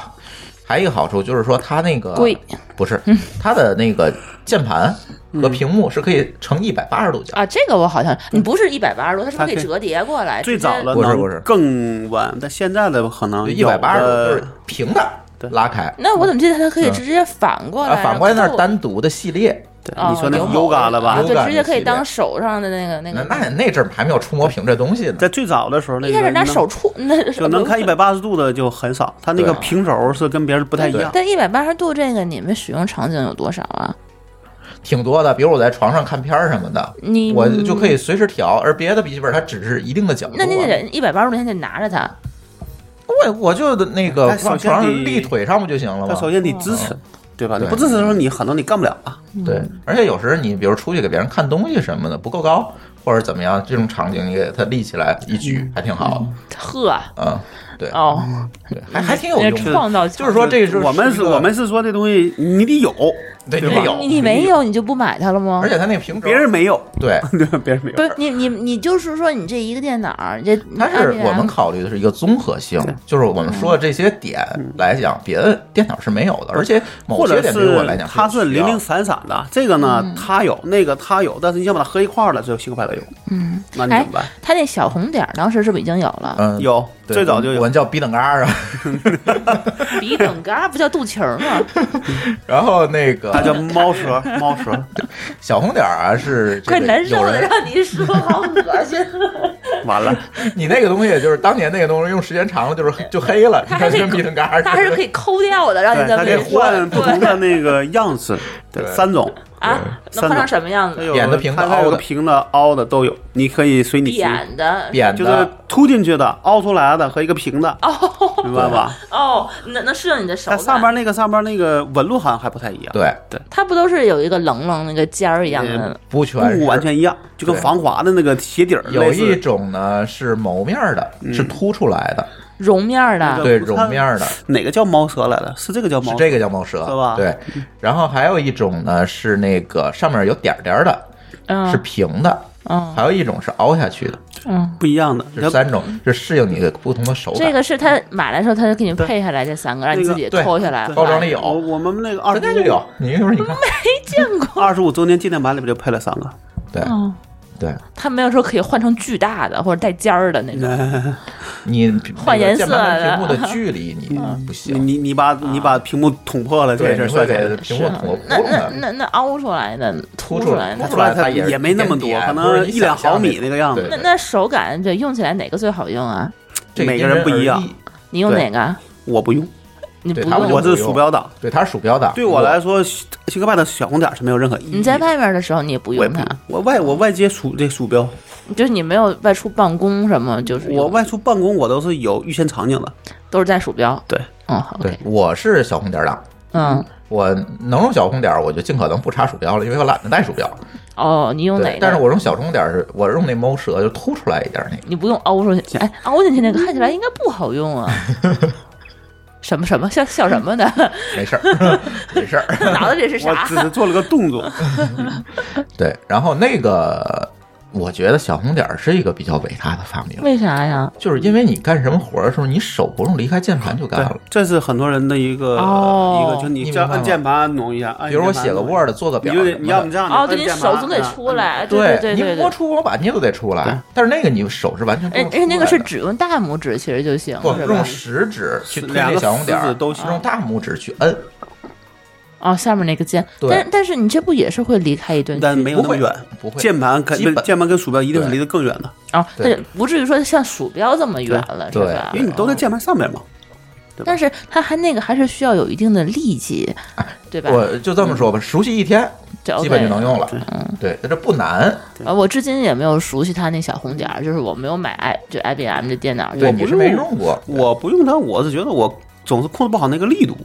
Speaker 3: 还一个好处就是说它那个
Speaker 6: 贵嗯
Speaker 3: 不是它的那个键盘
Speaker 5: 嗯
Speaker 3: 和屏幕是可以成一百八十度角。
Speaker 6: 啊，这个我好
Speaker 3: 嗯
Speaker 6: 像你不是一百八十度，它是
Speaker 5: 它
Speaker 6: 可以
Speaker 5: 可以
Speaker 6: 折叠过来。
Speaker 5: 最
Speaker 6: 直接
Speaker 5: 早的
Speaker 3: 不是
Speaker 5: 能
Speaker 3: 不是
Speaker 5: 更弯，但现在的可能
Speaker 3: 一百八十度
Speaker 5: 有
Speaker 3: 就
Speaker 5: 的
Speaker 3: 是平的
Speaker 5: 对
Speaker 3: 拉开，
Speaker 6: 那我怎么记得它可以直接反过
Speaker 3: 嗯啊，
Speaker 6: 来？
Speaker 3: 反过来那
Speaker 6: 然
Speaker 3: 儿
Speaker 6: 后
Speaker 3: 单独的系列，
Speaker 5: 对
Speaker 6: 哦
Speaker 5: 你说那
Speaker 6: 有某
Speaker 5: Yoga 了吧
Speaker 6: 啊？对，
Speaker 3: Yoga
Speaker 6: 直接可以
Speaker 3: 那
Speaker 6: 当
Speaker 3: 系
Speaker 6: 手上的那个那
Speaker 3: 那
Speaker 6: 个。
Speaker 3: 那那阵儿还没有触摸屏这东西呢。
Speaker 5: 在最早的时候，那
Speaker 6: 一开
Speaker 5: 个
Speaker 6: 始拿
Speaker 5: 能
Speaker 6: 手触，那
Speaker 5: 就能看一百八十度的就很少，它那个
Speaker 3: 对啊
Speaker 5: 平轴是跟别人不太一样。
Speaker 6: 但一百八十度这个你们使用场景有多少啊？
Speaker 3: 挺多的，比如我在床上看片儿什么的，
Speaker 6: 你
Speaker 3: 我就可以随时调，而别的笔记本它只是一定的角度啊。
Speaker 6: 那你得一百八十度，你得拿着它。
Speaker 3: 我我就那个
Speaker 5: 但首
Speaker 3: 往
Speaker 5: 先
Speaker 3: 床上
Speaker 5: 得
Speaker 3: 立腿上不就行了吗
Speaker 5: 但？首先得支持，对吧？你
Speaker 3: 哦对
Speaker 5: 不支持的时候，你很多你干不了啊。
Speaker 3: 对，而且有时你比如出去给别人看东西什么的不够高，或者怎么样，这种场景你给它立起来一
Speaker 5: 嗯
Speaker 3: 举，还挺好。
Speaker 6: 呵，
Speaker 3: 嗯，对，
Speaker 6: 哦，
Speaker 3: 对，还还挺有
Speaker 6: 那
Speaker 3: 用的。
Speaker 6: 创造
Speaker 3: 就是说，这是
Speaker 5: 我们是，我们是说这东西你得有，
Speaker 6: 嗯
Speaker 3: 对
Speaker 5: 对
Speaker 3: 你
Speaker 5: 吧
Speaker 3: 得有，
Speaker 6: 你你没有你就不买它了吗
Speaker 3: 而？且它那屏
Speaker 5: 别人没有，
Speaker 3: 对，
Speaker 5: 对吧？别人没有
Speaker 6: 不。是你你你就是说你这一个电脑，你这
Speaker 3: 它是
Speaker 6: 你按这
Speaker 3: 我们
Speaker 6: 两
Speaker 3: 考虑的是一个综合性，就是我们说的这些点来讲，别的电脑是没有的，而且某
Speaker 5: 嗯或
Speaker 3: 些
Speaker 5: 者
Speaker 3: 点对于我来
Speaker 5: 是
Speaker 3: 讲
Speaker 5: 它
Speaker 3: 是
Speaker 5: 是
Speaker 3: 有需要
Speaker 5: 零零散散的，这个
Speaker 6: 嗯
Speaker 5: 呢它有，那个它有，但是你想把它合一块儿了，只有星派的有。嗯，那你
Speaker 6: 哎
Speaker 5: 怎么办？
Speaker 6: 它那小红点儿当时是不是已经有了？
Speaker 3: 嗯
Speaker 5: 有，
Speaker 3: 对
Speaker 5: 最早就
Speaker 3: 我
Speaker 5: 有
Speaker 3: 们。叫逼等嘎儿啊，
Speaker 5: 嗯
Speaker 6: 笔等杆不叫肚脐儿吗？
Speaker 3: 然后那个
Speaker 5: 它叫猫舌，猫舌，
Speaker 3: 小红点儿啊是这
Speaker 6: 快
Speaker 3: 个
Speaker 6: 难受
Speaker 3: 有
Speaker 6: 的，
Speaker 3: 人
Speaker 6: 让你说好 恶心。
Speaker 5: 完 了，
Speaker 3: 你那个东西就是当年那个东西用时间长了就是 就黑了，
Speaker 6: 它还是
Speaker 3: 你看跟逼等嘎儿
Speaker 6: 它还是可
Speaker 3: 以
Speaker 6: 以抠掉的，让你
Speaker 5: 对，
Speaker 6: 再
Speaker 5: 它可以换不同的那个样式，对，
Speaker 3: 对
Speaker 5: 三种。
Speaker 6: 啊，
Speaker 5: 对
Speaker 6: 能换成什么样
Speaker 5: 它
Speaker 6: 子？
Speaker 5: 有
Speaker 3: 扁的平的
Speaker 5: 它还
Speaker 3: 凹
Speaker 5: 有个
Speaker 3: 的
Speaker 5: 平的、凹的都有，你可以随你心，
Speaker 6: 扁的
Speaker 3: 扁的，
Speaker 5: 就是凸进去的、凹出来的和一个平的，
Speaker 6: 哦
Speaker 5: 明白 吧？
Speaker 6: 哦，能能适应你的手
Speaker 5: 它
Speaker 6: 感。
Speaker 5: 上面那个上面那个纹路好像还不太一样，
Speaker 3: 对，
Speaker 6: 它不都是有一个棱棱那个尖儿一样
Speaker 5: 呃
Speaker 6: 的？
Speaker 3: 不全
Speaker 5: 不完全一样，就跟
Speaker 3: 对
Speaker 5: 防滑的那个鞋底儿
Speaker 3: 是。有
Speaker 5: 类似嗯
Speaker 3: 一种呢是谋面儿的，是凸出来的，
Speaker 6: 绒面儿
Speaker 5: 那
Speaker 6: 的，
Speaker 5: 个
Speaker 3: 对，
Speaker 5: 不太
Speaker 3: 绒面儿的，
Speaker 5: 哪个叫猫舌来的？是这个叫猫
Speaker 3: 是
Speaker 5: 舌？
Speaker 3: 这个叫猫舌，
Speaker 5: 是吧
Speaker 3: 对，然后还有一种呢是那个上面有点儿点儿的，
Speaker 6: 嗯
Speaker 3: 是平的，
Speaker 6: 嗯
Speaker 3: 还有一种是凹下去的，
Speaker 6: 嗯，
Speaker 5: 不一样的，
Speaker 3: 这是三种，是适应你的不同的手
Speaker 6: 这
Speaker 3: 感。
Speaker 6: 个是他买来的时候，他就给你配下来这三个，让你自己
Speaker 3: 对
Speaker 6: 抠下来。
Speaker 5: 对
Speaker 3: 包装里
Speaker 5: 我
Speaker 3: 有，
Speaker 5: 我们那个二
Speaker 3: 人
Speaker 5: 十
Speaker 3: 家就有，你一会儿你看，
Speaker 6: 嗯见过。
Speaker 5: 二十五周年纪念版里边就配了三 个，
Speaker 3: 对
Speaker 6: 嗯，
Speaker 3: 对，
Speaker 6: 他没有说可以换成巨大的或者带尖儿的那种。
Speaker 3: 你
Speaker 6: 换颜色
Speaker 3: 那个键盘和
Speaker 6: 的嗯
Speaker 3: 屏 幕的距离你不
Speaker 5: 你
Speaker 3: 行，
Speaker 5: 你你把你把屏幕捅破了，这
Speaker 3: 啊对，
Speaker 5: 事儿
Speaker 3: 你
Speaker 5: 算
Speaker 3: 会
Speaker 5: 谁
Speaker 3: 给
Speaker 5: 的？
Speaker 3: 屏幕捅个窟
Speaker 6: 嗯啊那那
Speaker 3: 窿的。
Speaker 6: 那那凹出来的，
Speaker 3: 凸
Speaker 6: 凸出
Speaker 3: 出
Speaker 6: 来
Speaker 3: 来，
Speaker 6: 的
Speaker 3: 凸，出来，它
Speaker 5: 它也
Speaker 3: 也
Speaker 5: 没那么多可能一两毫米那个样子
Speaker 6: 那
Speaker 3: 那
Speaker 6: 那手感对用起来哪个最好用啊？
Speaker 5: 每个人不一样，
Speaker 6: 你用
Speaker 3: 对
Speaker 6: 哪个？
Speaker 5: 我不用，
Speaker 6: 你不
Speaker 3: 对他们就
Speaker 6: 用
Speaker 5: 我
Speaker 3: 不。用啊
Speaker 5: 是鼠标党。
Speaker 3: 对，它是鼠标的。
Speaker 5: 对我来说，星克帕的小红点儿是没有任何意义的。
Speaker 6: 你在外面的时候你也不
Speaker 5: 我也
Speaker 6: 用
Speaker 5: 不
Speaker 6: 它，
Speaker 5: 我外我外接鼠这鼠标，
Speaker 6: 就是你没有外出办公什么，就是
Speaker 5: 我外出办公我都是有预先场景的。
Speaker 6: 都是带鼠标。
Speaker 5: 对，
Speaker 6: 嗯
Speaker 3: 对
Speaker 6: ，OK，，
Speaker 3: 我是小红点儿党，
Speaker 6: 嗯，
Speaker 3: 我能用小红点儿，我就尽可能不插鼠标了，因为我懒得带鼠标。
Speaker 6: 哦，你用哪
Speaker 3: 对
Speaker 6: 个？，
Speaker 3: 但是我用小红点儿是，我用那猫舌就凸出来一点儿那个，
Speaker 6: 你不用凹出去，哎，凹进去那个看起来应该不好 用啊。什么什么笑笑什么呢？
Speaker 3: 没事儿， 没事儿。
Speaker 6: 脑子里是
Speaker 5: 我
Speaker 6: 啥
Speaker 5: 只？是做了个动作，
Speaker 3: 对，然后那个，我觉得小红点儿是一个比较伟大的发明，
Speaker 6: 为啥呀？
Speaker 3: 就是因为你干什么活儿的时候，你手不用离开键盘就干了
Speaker 5: 对。，这是很多人的一个
Speaker 6: 哦
Speaker 5: 一个，就
Speaker 3: 哎你
Speaker 5: 你
Speaker 3: 明
Speaker 5: 这样
Speaker 3: 白吗
Speaker 5: 按键盘挪一下，按
Speaker 3: 比如我
Speaker 5: 键盘
Speaker 3: 写个
Speaker 5: 挪一下
Speaker 3: Word，做个
Speaker 5: 哎你
Speaker 3: 表什
Speaker 5: 就
Speaker 3: 么
Speaker 5: 得
Speaker 3: 的，
Speaker 5: 你要么这样，
Speaker 6: 哦，对，
Speaker 5: 对，
Speaker 6: 你手总得
Speaker 5: 啊
Speaker 6: 出来，
Speaker 5: 嗯
Speaker 6: 对对对
Speaker 3: 你
Speaker 6: 对
Speaker 3: 摸。出我把捏都得出来，但是那个你手是完全不
Speaker 6: 而
Speaker 3: 用出
Speaker 6: 而且哎那个
Speaker 3: 来
Speaker 6: 是
Speaker 3: 的
Speaker 6: 只用大拇指其实就行，
Speaker 3: 不
Speaker 6: 是吧
Speaker 3: 用？食指去推
Speaker 5: 两
Speaker 3: 那
Speaker 5: 个
Speaker 3: 小红点
Speaker 5: 食
Speaker 3: 儿，
Speaker 5: 指都行
Speaker 3: 用大拇指去摁，
Speaker 6: 哦，下面那个键，
Speaker 3: 对
Speaker 6: 但但是你这不也是会离开一段距
Speaker 5: 但
Speaker 6: 离
Speaker 5: 没有那
Speaker 3: 不
Speaker 5: 么
Speaker 3: 会
Speaker 5: 远，
Speaker 3: 不会
Speaker 5: 键盘肯
Speaker 3: 基本
Speaker 5: 键盘跟鼠标一定是
Speaker 3: 对
Speaker 5: 离得更远的，
Speaker 6: 哦，但
Speaker 3: 对
Speaker 6: 是不至于说像鼠标这么远了，是
Speaker 3: 对
Speaker 6: 吧哦
Speaker 5: 因？为你都在键盘上面嘛。
Speaker 6: 但是它还那个还是需要有一定的力气，对吧？
Speaker 3: 啊我就这么说吧，熟悉一天
Speaker 6: 这 OK 嗯
Speaker 3: 基本就能用了。对，但这不难，
Speaker 6: 啊，我至今也没有熟悉它那小红点儿，就是我没有买 i 就 IBM 的电脑，
Speaker 3: 对，
Speaker 6: 就
Speaker 3: 你
Speaker 6: 不
Speaker 3: 是没用过，
Speaker 5: 我不用它，我是觉得我总是控制不好那个力度，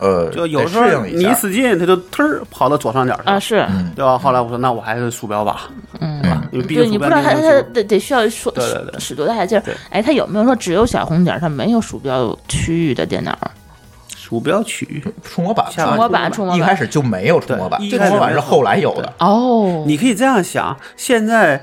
Speaker 3: 呃，
Speaker 5: 就有
Speaker 3: 得
Speaker 5: 时候
Speaker 3: 适应
Speaker 5: 你
Speaker 3: 一
Speaker 5: 一
Speaker 3: 下。嗯
Speaker 5: 使劲，它就呲儿跑到左上角去了
Speaker 6: 啊，是，
Speaker 5: 对吧？后来我说，那我还是鼠标吧，
Speaker 6: 嗯
Speaker 5: 对吧？因为毕
Speaker 6: 对
Speaker 5: 竟
Speaker 6: 你
Speaker 5: 鼠
Speaker 6: 不
Speaker 5: 标
Speaker 6: 知道它
Speaker 5: 那个
Speaker 6: 它
Speaker 5: 东西
Speaker 6: 得得需要说
Speaker 5: 对对对
Speaker 6: 使多大劲儿
Speaker 5: 对？
Speaker 6: 哎，它有没有说只有小红点儿，它没有鼠标区域的电脑？
Speaker 5: 鼠标区，
Speaker 3: 触摸板吧，
Speaker 5: 触
Speaker 6: 触摸板，触摸板，
Speaker 3: 一开始就没有触摸板，
Speaker 5: 对
Speaker 3: 这触摸板是后来有的。
Speaker 6: 哦，
Speaker 5: 你可以这样想，现在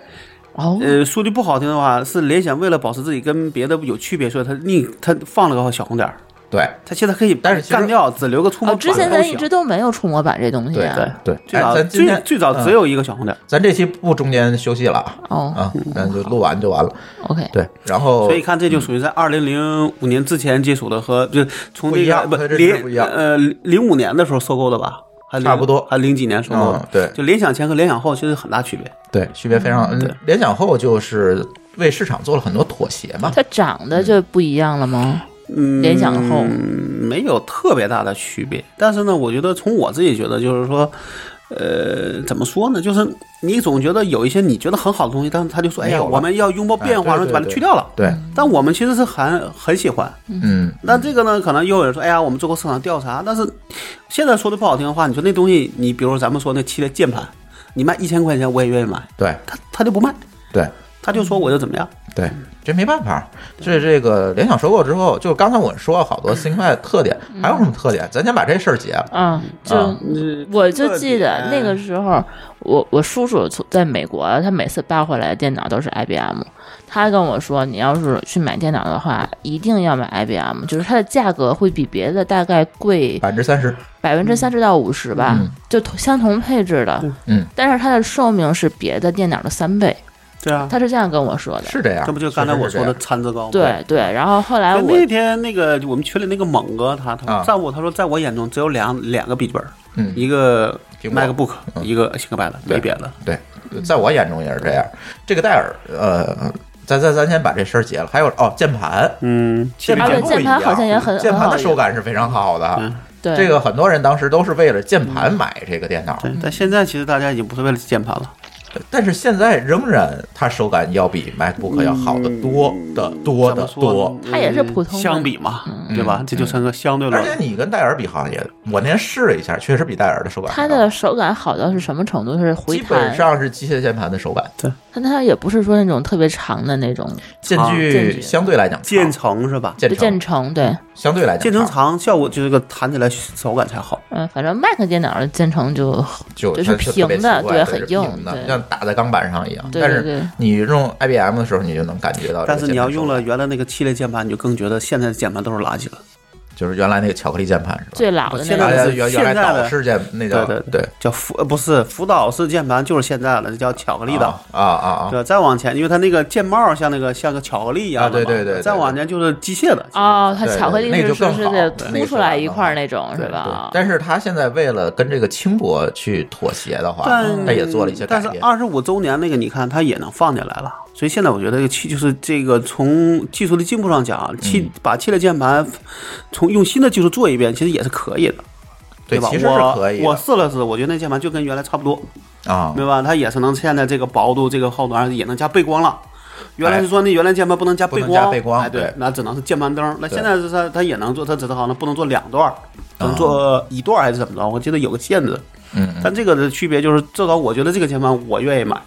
Speaker 6: 哦，
Speaker 5: 呃，说句不好听的话，是联想为了保持自己跟别的有区别，所以它另它放了个小红点儿，
Speaker 3: 对
Speaker 5: 它现在可以
Speaker 3: 但是其实
Speaker 5: 干掉，只留个触摸
Speaker 6: 哦，
Speaker 5: 板
Speaker 6: 之
Speaker 5: 呃都
Speaker 6: 前
Speaker 5: 行。
Speaker 6: 咱一直都没有触摸板这东西
Speaker 3: 对
Speaker 6: 啊。
Speaker 3: 对，
Speaker 5: 最
Speaker 3: 哎
Speaker 5: 早
Speaker 3: 咱今
Speaker 5: 最
Speaker 3: 天
Speaker 5: 最早只
Speaker 3: 嗯
Speaker 5: 有一个小红点儿，
Speaker 3: 咱这期不中间休息了啊
Speaker 6: 哦
Speaker 3: 啊，咱就录完就完了。
Speaker 6: ，OK，
Speaker 3: 对，然后
Speaker 5: 所以看这就属于在二零零五年之前接触的和就是从
Speaker 3: 不一
Speaker 5: 那
Speaker 3: 样
Speaker 5: 个
Speaker 3: 它这是
Speaker 5: 零
Speaker 3: 不一样
Speaker 5: 呃零五年的时候收购的吧，还是
Speaker 3: 差不多
Speaker 5: 还零几年收购的
Speaker 3: 嗯，对
Speaker 5: 就联想前和联想后其实很大区别。
Speaker 3: 对区别非常，嗯联想后就是为市场做了很多妥协嘛。
Speaker 6: 它长得就不一样了吗？
Speaker 5: 嗯，
Speaker 6: 联想后
Speaker 5: 没有特别大的区别，但是呢，我觉得从我自己觉得就是说，呃，怎么说呢？就是你总觉得有一些你觉得很好的东西，但是他就说，哎
Speaker 3: 没
Speaker 5: 呀，
Speaker 3: 有了
Speaker 5: 我们要拥抱变化，然
Speaker 3: 哎对
Speaker 5: 后就把它
Speaker 3: 对
Speaker 5: 去掉了。
Speaker 3: 对，
Speaker 5: 但我们其实是很很喜欢，
Speaker 3: 嗯，
Speaker 5: 那这个呢，可能又有人说，哎呀，我们做过市场调查，但是现在说的不好听的话，你说那东西，你比如说咱们说那七的键盘，你卖一千块钱，我也愿意买，
Speaker 3: 对
Speaker 5: 他他就不卖，
Speaker 3: 对
Speaker 5: 他就说我就怎么样，
Speaker 3: 对，这没办法。这这个联想收购之后，就是刚才我说了好多 ThinkPad 特点，还有什么特点？咱先把这事儿结了。
Speaker 6: 啊，就
Speaker 3: 啊
Speaker 6: 我就记得那个时候，我我叔叔从在美国，他每次搬回来的电脑都是 IBM。他跟我说，你要是去买电脑的话，一定要买 IBM，就是它的价格会比别的大概贵
Speaker 3: 百分之三十，
Speaker 6: 百分之三十到五十吧，
Speaker 3: 嗯
Speaker 6: 就同相同配置的，
Speaker 3: 嗯，
Speaker 6: 但是它的寿命是别的电脑的三倍，
Speaker 5: 对啊，
Speaker 6: 他是这样跟我说的。
Speaker 3: 是这样。
Speaker 5: 这不就刚才我说的
Speaker 3: 确实是
Speaker 5: 参差高吗？
Speaker 6: 对对，然后后来
Speaker 5: 所以
Speaker 6: 哎我
Speaker 5: 那天那个我们群里那个猛哥，他他
Speaker 3: 啊
Speaker 5: 在我他说在我眼中只有两两个笔记本，
Speaker 3: 嗯
Speaker 5: 一个
Speaker 3: 苹果
Speaker 5: MacBook，一个 ThinkPad，
Speaker 3: 嗯对
Speaker 5: 没别的。
Speaker 3: 这样？对，在我眼中也是这样。这个戴尔，呃，咱咱咱先把这事儿结了。还有哦，键盘，
Speaker 5: 嗯，
Speaker 3: 其实
Speaker 6: 啊
Speaker 3: 键盘
Speaker 6: 对
Speaker 3: 不一
Speaker 6: 键盘好像也很
Speaker 3: 样嗯键
Speaker 6: 很
Speaker 3: 盘
Speaker 6: 好
Speaker 3: 的
Speaker 6: 用
Speaker 3: 手感是非常好的。
Speaker 6: 对嗯
Speaker 3: 这个很多人当时都是为了键盘买这个电脑，
Speaker 5: 对，但现在其实大家已经不是为了键盘了，
Speaker 3: 但是现在仍然它手感要比 MacBook 要好的多
Speaker 6: 嗯
Speaker 3: 的多
Speaker 5: 怎
Speaker 3: 的
Speaker 5: 么说嗯
Speaker 3: 多。？嗯
Speaker 6: 它也是普通的嗯
Speaker 5: 相比嘛，对吧？这就成个相对
Speaker 3: 而
Speaker 5: 论。
Speaker 3: 且你跟戴尔比，好像也，我那天试了一下，确实比戴尔的手感
Speaker 6: 它
Speaker 3: 还好
Speaker 6: 的手感好到是什么程度？是回
Speaker 3: 基本
Speaker 6: 弹，啊
Speaker 3: 上是机械键盘的手感，
Speaker 6: 但它也不是说那种特别长的那种
Speaker 3: 间
Speaker 6: 间距
Speaker 3: 距相对来讲长，
Speaker 5: 键程是吧？
Speaker 3: 键
Speaker 6: 建
Speaker 3: 程嗯
Speaker 6: 成，对，
Speaker 3: 相对来讲
Speaker 5: 键程长效果就是这个弹起来手感才好。
Speaker 6: 嗯，反正 Mac 电脑的建成就
Speaker 3: 就
Speaker 6: 就是
Speaker 3: 它特别
Speaker 6: 平的
Speaker 3: 奇怪对，
Speaker 6: 对很
Speaker 3: 是
Speaker 6: 硬
Speaker 3: 平的，
Speaker 6: 对
Speaker 3: 像打在钢板上一样。
Speaker 6: 对
Speaker 3: 但
Speaker 6: 对
Speaker 3: 是
Speaker 6: 对
Speaker 3: 你用 IBM 的时候，你就能感觉到这个键盘手感。
Speaker 5: 但是你要用了原来那个七类键盘，你就更觉得现在的键盘都是垃圾了。
Speaker 3: 就是原来那个巧克力键盘是吧？
Speaker 6: 最老的那
Speaker 5: 现
Speaker 6: 种
Speaker 5: 在
Speaker 3: 大
Speaker 5: 的
Speaker 3: 家
Speaker 5: 是
Speaker 3: 原原来
Speaker 5: 现在
Speaker 3: 导
Speaker 5: 的
Speaker 3: 式键那
Speaker 5: 对
Speaker 3: 叫
Speaker 5: 对，叫辅呃不是辅导式键盘，就是现在的叫巧克力的。
Speaker 3: 啊啊啊啊！
Speaker 5: 对，再往前，因为它那个键帽像那个像个巧克力一样的嘛
Speaker 3: 啊对对对对啊
Speaker 5: 再往前就是机械的，
Speaker 6: 哦，它
Speaker 3: 对对
Speaker 6: 巧克力
Speaker 3: 那个
Speaker 6: 是
Speaker 3: 就是更
Speaker 6: 是
Speaker 3: 好
Speaker 6: 得
Speaker 3: 对那
Speaker 6: 凸
Speaker 3: 个
Speaker 6: 出
Speaker 3: 手
Speaker 6: 来
Speaker 3: 感
Speaker 6: 一
Speaker 3: 更
Speaker 6: 块儿
Speaker 3: 好
Speaker 6: 那种是吧？
Speaker 3: 但是他现在为了跟这个轻薄去妥协的话，
Speaker 5: 但
Speaker 3: 他也做了一些改
Speaker 5: 但是
Speaker 3: 变。
Speaker 5: 二十五周年那个，你看它也能放进来了。所以现在我觉得这个七就是这个从技术的进步上讲，七把七类键盘从用新的技术做一遍，其实也是可以的，
Speaker 3: 对，
Speaker 5: 吧？
Speaker 3: 其实是
Speaker 5: 我
Speaker 3: 可以
Speaker 5: 我
Speaker 3: 的
Speaker 5: 试了试，我觉得那键盘就跟原来差不多，
Speaker 3: 啊，
Speaker 5: 对吧？它也是能现在这个薄度、这个厚度，而且也能加背光了。原来是说那原来键盘不能加背
Speaker 3: 哎不能
Speaker 5: 光，
Speaker 3: 加背光
Speaker 5: 哎，对
Speaker 3: 对，
Speaker 5: 那只能是键盘灯。那现在是它它也能做，它只是好像不能做两段儿，只能做一段儿还是怎么着？我记得有个限制。
Speaker 3: 嗯嗯，
Speaker 5: 但这个的区别就是，至少我觉得这个键盘我愿意买，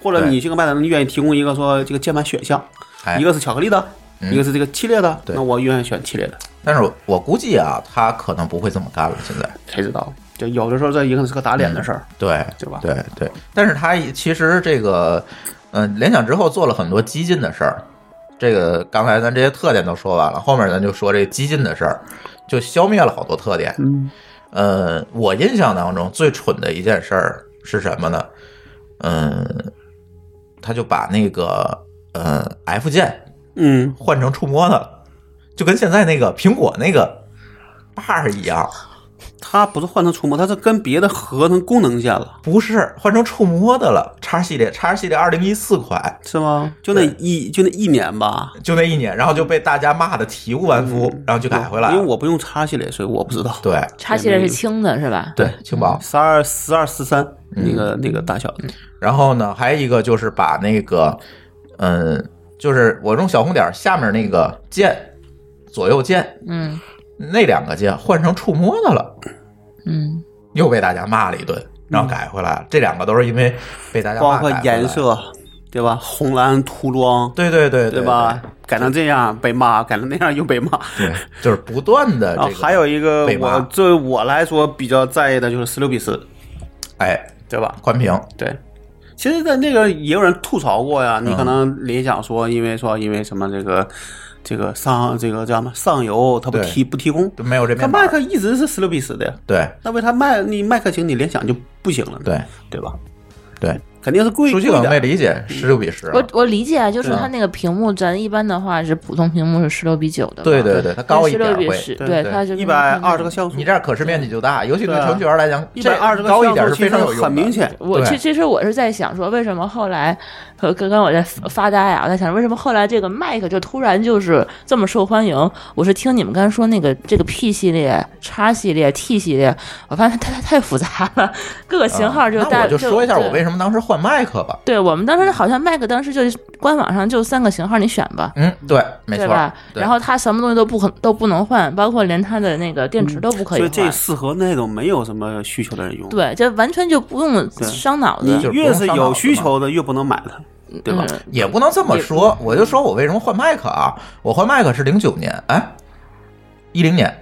Speaker 5: 或者
Speaker 3: 对
Speaker 5: 你这个卖的人愿意提供一个说这个键盘选项，
Speaker 3: 哎嗯
Speaker 5: 一个是巧克力的，一个是这个系列的，
Speaker 3: 对
Speaker 5: 那我愿意选系列的。
Speaker 3: 但是我估计啊，他可能不会这么干了。现在，
Speaker 5: 谁知道？就有的时候这也可能是个打脸的事儿。
Speaker 3: 对
Speaker 5: 对吧
Speaker 3: 嗯对对，但是他其实这个，嗯、联想之后做了很多激进的事儿。这个刚才咱这些特点都说完了，后面咱就说这激进的事儿，就消灭了好多特点。
Speaker 5: 嗯，
Speaker 3: 呃，我印象当中最蠢的一件事儿是什么呢？嗯、他就把那个呃 F 键
Speaker 5: 嗯，
Speaker 3: 换成触摸的，就跟现在那个苹果那个 bar 一样。
Speaker 5: 它不是换成触摸，它是跟别的合成功能键了，
Speaker 3: 不是换成触摸的了。叉系列，叉系列二零一四款，
Speaker 5: 是吗？就那一就那一年吧，
Speaker 3: 就那一年，然后就被大家骂的体无完肤，嗯然后就改回来
Speaker 5: 嗯
Speaker 3: 了。
Speaker 5: 因为我不用叉系列，所以我不知道。
Speaker 3: 对
Speaker 6: 叉系列是轻的是吧？
Speaker 3: 对轻薄，
Speaker 5: 十二十二十三
Speaker 3: 嗯
Speaker 5: 那个那个大小的，
Speaker 3: 然后呢，还有一个就是把那个，嗯，就是我用小红点儿下面那个键，左右键
Speaker 6: 嗯
Speaker 3: 那两个键换成触摸的了，
Speaker 6: 嗯，
Speaker 3: 又被大家骂了一顿，然后改回来了。这两个都是因为被大家
Speaker 5: 包
Speaker 3: 骂
Speaker 5: 括
Speaker 3: 改回来
Speaker 5: 颜，色，对吧？红蓝涂装，
Speaker 3: 对对对
Speaker 5: 对吧？？改成这样被骂，改成那样又被骂。
Speaker 3: 对，就是不断的
Speaker 5: 然后
Speaker 3: 这个，
Speaker 5: 还有一个
Speaker 3: 被骂
Speaker 5: 我对我来说比较在意的就是十六比十，
Speaker 3: 哎，
Speaker 5: 对吧？
Speaker 3: 宽屏，
Speaker 5: 对。其实，在那个也有人吐槽过
Speaker 3: 嗯
Speaker 5: 呀，你可能联想说，因为说因为什么这个这个上这个叫什么上游它不
Speaker 3: 对
Speaker 5: 提不提供，
Speaker 3: 就没有这
Speaker 5: 它
Speaker 3: 面板
Speaker 5: 麦
Speaker 3: 儿，
Speaker 5: 克一直是十六比十的呀，
Speaker 3: 对
Speaker 5: 那为啥麦你麦克型你联想就不行了呢？
Speaker 3: 对
Speaker 5: 对吧？
Speaker 3: 对，
Speaker 5: 肯定是贵
Speaker 3: 书
Speaker 5: 贵
Speaker 3: 记可能没
Speaker 5: 的，
Speaker 3: 理解十六比十啊，
Speaker 6: 我我理解啊，就是
Speaker 3: 对
Speaker 6: 它那个屏幕，咱一般的话是普通屏幕是十六比九的嘛，
Speaker 3: 对对对，它高一
Speaker 6: 十
Speaker 3: 点
Speaker 6: 六
Speaker 3: 儿
Speaker 6: 比
Speaker 3: 会。
Speaker 6: 十，
Speaker 5: 对
Speaker 6: 对，
Speaker 3: 对
Speaker 6: 它是
Speaker 5: 一百二十个。像素，
Speaker 3: 你这样可视面积就大，尤其对程序员来讲，
Speaker 5: 一
Speaker 3: 这
Speaker 5: 百二十个
Speaker 3: 高一
Speaker 5: 像
Speaker 3: 点
Speaker 5: 素
Speaker 3: 是非常有
Speaker 5: 其
Speaker 3: 用
Speaker 5: 实
Speaker 3: 的。
Speaker 5: 很明显，
Speaker 6: 我
Speaker 3: 对
Speaker 6: 其其实我是在想说，为什么后来，呃，刚刚我在发发呆啊，我在想为什么后来这个 Mac 就突然就是这么受欢迎？我是听你们刚才说那个这个 P 系列、X 系列、T 系列，我发现它它太复杂了，各个型号就
Speaker 3: 啊那
Speaker 6: 带。
Speaker 3: 我就说一下
Speaker 6: 对
Speaker 3: 我为什么当时换麦克吧。
Speaker 6: 对我们当时好像 Mac 当时就官网上就三个型号，你选吧。
Speaker 3: 嗯，对，没错
Speaker 6: 对吧？。
Speaker 3: 对
Speaker 6: 然后它什么东西都不可都不能换，包括连它的那个电池都不可以
Speaker 5: 嗯所以
Speaker 6: 换。
Speaker 5: 这适合那种没有什么需求的人用。
Speaker 6: 对，这完全就不用伤脑子
Speaker 5: 你。
Speaker 3: 就是不用
Speaker 5: 越是
Speaker 3: 上脑
Speaker 5: 有
Speaker 3: 子
Speaker 5: 需
Speaker 3: 嘛
Speaker 5: 求的，越不能买它，对吧？
Speaker 6: 嗯
Speaker 3: 也不能这么说，我就说我为什么换麦克啊？我换麦克是零九年，哎，一零年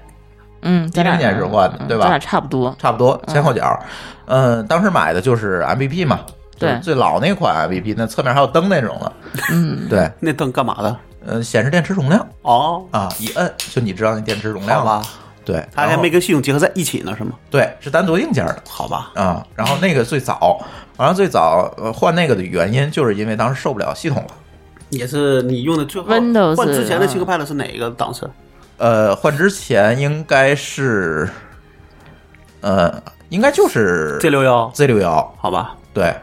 Speaker 6: 嗯，咱俩
Speaker 3: 10年是换的对吧
Speaker 6: 咱俩差不多。
Speaker 3: 差不多前后脚。嗯，当时买的就是 MVP 嘛，就是
Speaker 6: 对
Speaker 3: 最老那款 MVP，那侧面还有灯那种的。
Speaker 6: 嗯，
Speaker 3: 对，
Speaker 5: 那灯干嘛的？
Speaker 3: 呃，显示电池容量
Speaker 5: 哦，
Speaker 3: 啊，一摁就你知道那电池容量
Speaker 5: 好吧
Speaker 3: 了。，对，
Speaker 5: 它还
Speaker 3: 然后
Speaker 5: 没跟系统结合在一起呢，是吗？
Speaker 3: 对，是单独硬件的。
Speaker 5: 好吧，
Speaker 3: 啊、然后那个最早，完了最早呃换那个的原因，就是因为当时受不了系统了。
Speaker 5: 也是你用的最后
Speaker 6: Windows，
Speaker 5: 换之前的
Speaker 6: 嗯
Speaker 5: ThinkPad 是哪一个档次？
Speaker 3: 呃，换之前应该是，呃，应该就是
Speaker 5: Z 六幺，
Speaker 3: Z 六幺，
Speaker 5: 好吧，
Speaker 3: 对，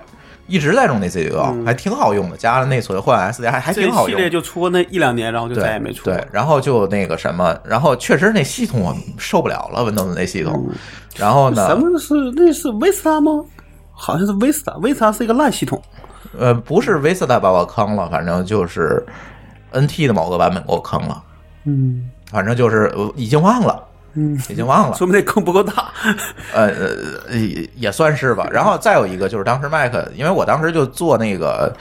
Speaker 3: 一直在用那 Z 六幺，
Speaker 5: 嗯
Speaker 3: 还挺好用的，加了内存换 SSD 还还
Speaker 5: 这
Speaker 3: 挺好
Speaker 5: 系
Speaker 3: 用
Speaker 5: 列
Speaker 3: 的。
Speaker 5: 就出过那一两年，然后就
Speaker 3: 对，
Speaker 5: 再也没出过。
Speaker 3: 对，然后就那个什么，然后确实那系统我受不了了，Windows 那系统。然后
Speaker 5: 嗯什
Speaker 3: 呢，
Speaker 5: 么是那是 Vista 吗？好像是 Vista，Vista 是一个烂系统。
Speaker 3: 呃，不是 Vista 把我坑了，反正就是 NT 的某个版本给我坑了，
Speaker 5: 嗯
Speaker 3: 反正就是呃已经忘了，
Speaker 5: 嗯，
Speaker 3: 已经忘了。
Speaker 5: 说明那坑不够大。
Speaker 3: 呃，呃也也算是吧。然后再有一个就是当时麦克，因为我当时就做那个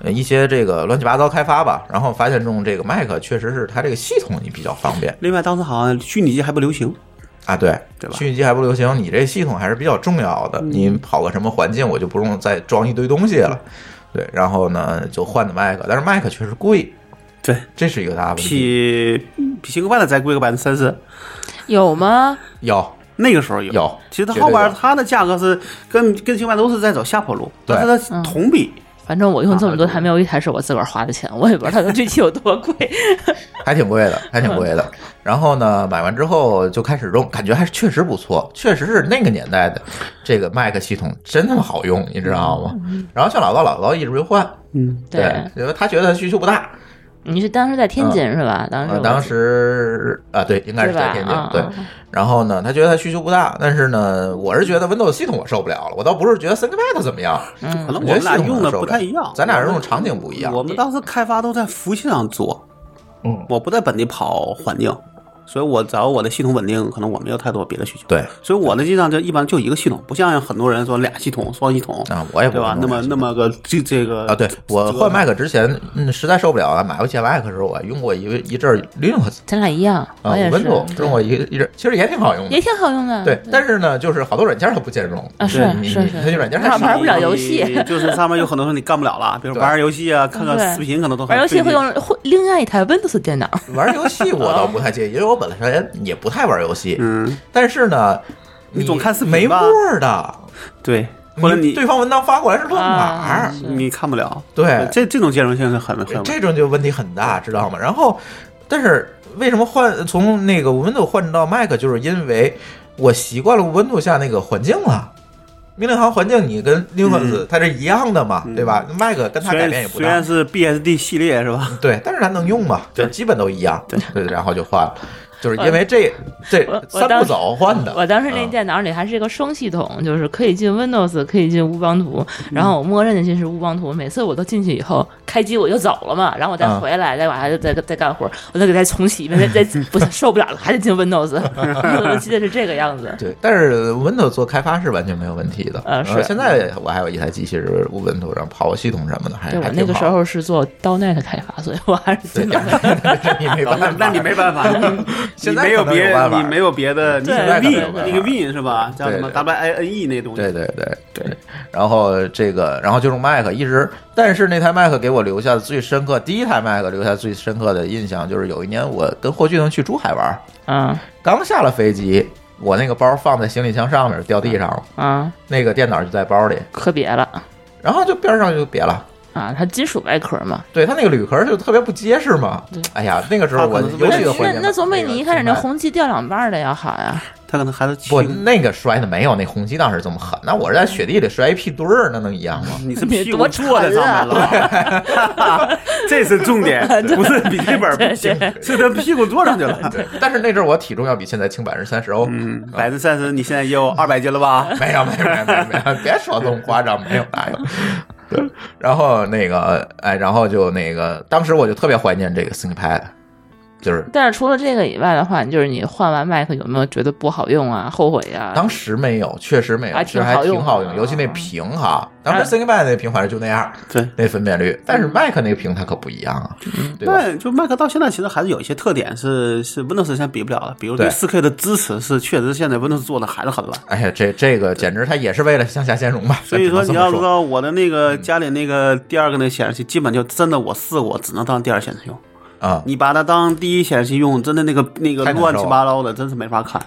Speaker 3: 呃一些这个乱七八糟开发吧，然后发现用这个麦克确实是它这个系统你比较方便
Speaker 5: 另外，当时好像虚拟机还不流行。
Speaker 3: 啊，对
Speaker 5: 对吧嗯
Speaker 3: 虚拟机还不流行，你这系统还是比较重要的。你跑个什么环境，我就不用再装一堆东西了。对，然后呢就换的麦克，但是麦克确实贵，
Speaker 5: 对，
Speaker 3: 这是一个大问题。
Speaker 5: 比比 ThinkPad 再贵个百分之三十，
Speaker 6: 有吗？
Speaker 3: 有
Speaker 5: 那个时候有。
Speaker 3: 有，
Speaker 5: 其实它
Speaker 3: 绝
Speaker 5: 后
Speaker 3: 对
Speaker 5: 边
Speaker 3: 有
Speaker 5: 它的价格是跟跟 ThinkPad 都是在走下坡路，
Speaker 3: 对
Speaker 5: 但是
Speaker 6: 嗯
Speaker 5: 它同比
Speaker 6: 反正我用这么多，
Speaker 5: 啊
Speaker 6: 还没有一台是我自个儿花的钱，我也不知道它的具体有多 贵。
Speaker 3: 还挺贵的，还挺贵的。然后呢，买完之后就开始用，感觉还是确实不错，确实是那个年代的这个 Mac 系统真他妈好用，你知道吗？然后像老高，老高一直没换，嗯
Speaker 5: 嗯
Speaker 3: 对，因为他觉得需求不大。
Speaker 6: 你是当时在天津是吧？当时
Speaker 3: 呃，
Speaker 6: 我
Speaker 3: 当时啊，对，应该是嗯
Speaker 6: 对
Speaker 3: 在
Speaker 6: 吧
Speaker 3: 天津
Speaker 6: 啊，
Speaker 3: 对
Speaker 6: 啊。
Speaker 3: 然后呢，他觉得他需求不大，但是呢，我是觉得 Windows 系统我受不了了，我倒不是觉得 ThinkPad 怎么样，
Speaker 5: 可
Speaker 6: 嗯
Speaker 5: 能
Speaker 3: 我
Speaker 5: 我
Speaker 3: 觉
Speaker 5: 们
Speaker 3: 得系
Speaker 5: 俩
Speaker 3: 统
Speaker 5: 用
Speaker 3: 我
Speaker 5: 的
Speaker 3: 受
Speaker 5: 不
Speaker 3: 不了
Speaker 5: 太一样，
Speaker 3: 咱俩用的场景不一样
Speaker 5: 我们当时开发都在服务器上做，
Speaker 3: 嗯
Speaker 5: 我不在本地跑环境，所以我只要我的系统稳定，可能我没有太多别的需求。，
Speaker 3: 对
Speaker 5: 所以我的机上就一般就一个系统，不像很多人说俩系统、双系统，
Speaker 3: 啊，我也不
Speaker 5: 对吧？
Speaker 3: 用
Speaker 5: 那么
Speaker 3: 这
Speaker 5: 那么个这这个
Speaker 3: 啊，对我
Speaker 5: 这个
Speaker 3: 换 Mac 之前，嗯，实在受不了啊，买回前 Mac 的时候，我还用过一一阵儿 Linux
Speaker 6: 咱俩一样，
Speaker 3: 啊，
Speaker 6: 也
Speaker 3: 我
Speaker 6: 是，
Speaker 3: Windows 用过一一阵儿，其实也挺好用
Speaker 6: 也
Speaker 3: 的。
Speaker 6: 挺好用的。
Speaker 3: 对，但是呢，就是好多软件儿它不兼容
Speaker 6: 啊是
Speaker 3: 对你
Speaker 6: 是
Speaker 3: 你
Speaker 6: 是
Speaker 3: 它这软件儿
Speaker 6: 玩
Speaker 3: 太
Speaker 6: 玩
Speaker 3: 少
Speaker 6: 不了游戏
Speaker 5: 你就是上面有很多说你干不了了，比如
Speaker 3: 对
Speaker 5: 玩玩游戏啊、看看
Speaker 6: 对
Speaker 5: 视频，可能都很
Speaker 6: 玩游戏
Speaker 5: 费
Speaker 6: 会
Speaker 5: 劲
Speaker 6: 用会另外一台 Windows 电脑。
Speaker 3: 玩游戏我倒不太介意，因为我本身也不太玩游戏。
Speaker 5: 嗯，
Speaker 3: 但是呢，
Speaker 5: 你总看视频
Speaker 3: 没
Speaker 5: 吧
Speaker 3: 沫儿的，
Speaker 5: 对，或者你
Speaker 3: 对方文档发过来是乱码儿
Speaker 6: 啊，
Speaker 5: 你看不了，
Speaker 3: 对
Speaker 5: 这这种兼容性是很很
Speaker 3: 哎这种就问题很大，知道吗？然后，但是为什么换从那个 Windows 换到 Mac，就是因为我习惯了 Ubuntu 下那个环境了。
Speaker 6: 嗯
Speaker 3: 命令行环境你跟 Linux 它是一样的
Speaker 6: 嗯
Speaker 3: 嘛，对吧？Mac 跟它
Speaker 5: 虽
Speaker 3: 改变也
Speaker 5: 然
Speaker 3: 不
Speaker 5: 虽
Speaker 3: 大
Speaker 5: 然，是 BSD 系列是吧？
Speaker 3: 对，但是它能用嘛，就基本都一样。对，然后就换了，就是因为这这
Speaker 6: 我我
Speaker 3: 三
Speaker 6: 当
Speaker 3: 步
Speaker 6: 时
Speaker 3: 走换的。
Speaker 6: 我当时那
Speaker 3: 嗯
Speaker 6: 电脑里还是一个双系统，就是可以进 Windows，可以进乌邦图，
Speaker 3: 嗯
Speaker 6: 然后我默认的进是乌邦图。每次我都进去以后，开机我就走了嘛，然后我再
Speaker 3: 啊
Speaker 6: 回来，再往下再再干活，我再给它重启一遍， 再再不行受不了了，还得进 Windows。我记得是这个样 子。
Speaker 3: 对，但是 Windows 做开发是完全没有问题的。
Speaker 6: 呃是
Speaker 3: 呃现在我还有一台机器是 Ubuntu 上跑个系统什么的，还
Speaker 6: 对我
Speaker 3: 还
Speaker 6: 那
Speaker 3: 挺
Speaker 6: 个时
Speaker 3: 好。
Speaker 6: 候是做 .NET 开发，所以我还是
Speaker 3: 对，
Speaker 6: 进
Speaker 3: 点儿 这你没办
Speaker 5: 那
Speaker 3: 法，
Speaker 5: 哦那你没办 法，
Speaker 3: 现
Speaker 5: 你
Speaker 3: 在
Speaker 5: 没有
Speaker 3: 可能有
Speaker 5: 别
Speaker 3: 办法
Speaker 5: 你没有别的，你
Speaker 6: 对
Speaker 5: 那
Speaker 6: 现在可能
Speaker 5: Win
Speaker 6: 有办法
Speaker 5: 那个 Win 是吧？叫什么
Speaker 3: 对对
Speaker 5: W I N E 那东西？
Speaker 3: 对对对对，然后这个，然后就用 Mac，一直，但是那台 Mac 给我留下的最深刻，第一台 Mac 留下最深刻的印象就是有一年我跟霍炬能去珠海玩，
Speaker 6: 啊
Speaker 3: 刚下了飞机，我那个包放在行李箱上面掉地上了，
Speaker 6: 啊，
Speaker 3: 那个电脑就在包里，
Speaker 6: 可别了
Speaker 3: 然后就边上就别
Speaker 5: 嗯
Speaker 3: 了。
Speaker 6: 啊，它金属外壳嘛。
Speaker 3: 对它那个铝壳就特别不结实嘛，哎呀，那个时候我
Speaker 5: 它可能是为
Speaker 3: 尤
Speaker 5: 了
Speaker 3: 其的
Speaker 5: 会
Speaker 3: 回
Speaker 6: 那那总比你一开始那红旗掉两半儿的要好呀。
Speaker 5: 他可能还是轻
Speaker 3: 不，那个摔的没有那红旗当时这么狠，那我是在雪地里摔一屁墩儿，那能一样吗？
Speaker 5: 你是屁股
Speaker 6: 多啊沉啊
Speaker 5: 坐在上面了， 这是重 点，不是笔记本不行，是他屁股坐上去了。
Speaker 3: 但是那阵儿我体重要比现在轻百分之三十哦，
Speaker 5: 嗯，百分之三十，你现在也有二百斤了 吧？
Speaker 3: 没有没有没有没有，没有，别说这么夸张，没有哪有。对，然后那个，哎，然后就那个，当时我就特别怀念这个 ThinkPad，就是
Speaker 6: 但是除了这个以外的话，就是你换完麦克有没有觉得不好用啊、后悔呀、
Speaker 3: 当时没有，确实没有，
Speaker 6: 还
Speaker 3: 其实
Speaker 6: 挺
Speaker 3: 还
Speaker 6: 好用的
Speaker 3: 挺好用，尤其那屏哈，当时 ThinkPad 那屏反正就那样，
Speaker 5: 对，
Speaker 3: 那分辨率，但是 Mac 那个屏它可不一样啊，对吧？
Speaker 5: 那就 Mac 到现在其实还是有一些特点是是 Windows 现在比不了的，比如对
Speaker 3: 对
Speaker 5: 4K 的支持是确实现在 Windows 做的还是很烂。
Speaker 3: 哎呀，这这个简直它也是为了向下兼容吧？
Speaker 5: 所以说
Speaker 3: 咱只
Speaker 5: 你
Speaker 3: 能
Speaker 5: 要
Speaker 3: 这么
Speaker 5: 知
Speaker 3: 说，嗯
Speaker 5: 道我的那个家里那个第二个那显示器，基本就真的我试过，只能当第二显示器用。
Speaker 3: 啊、
Speaker 5: 你把它当第一显示器用，真的那个那个
Speaker 3: 太难受了
Speaker 5: 乱七八糟的，真是没法看。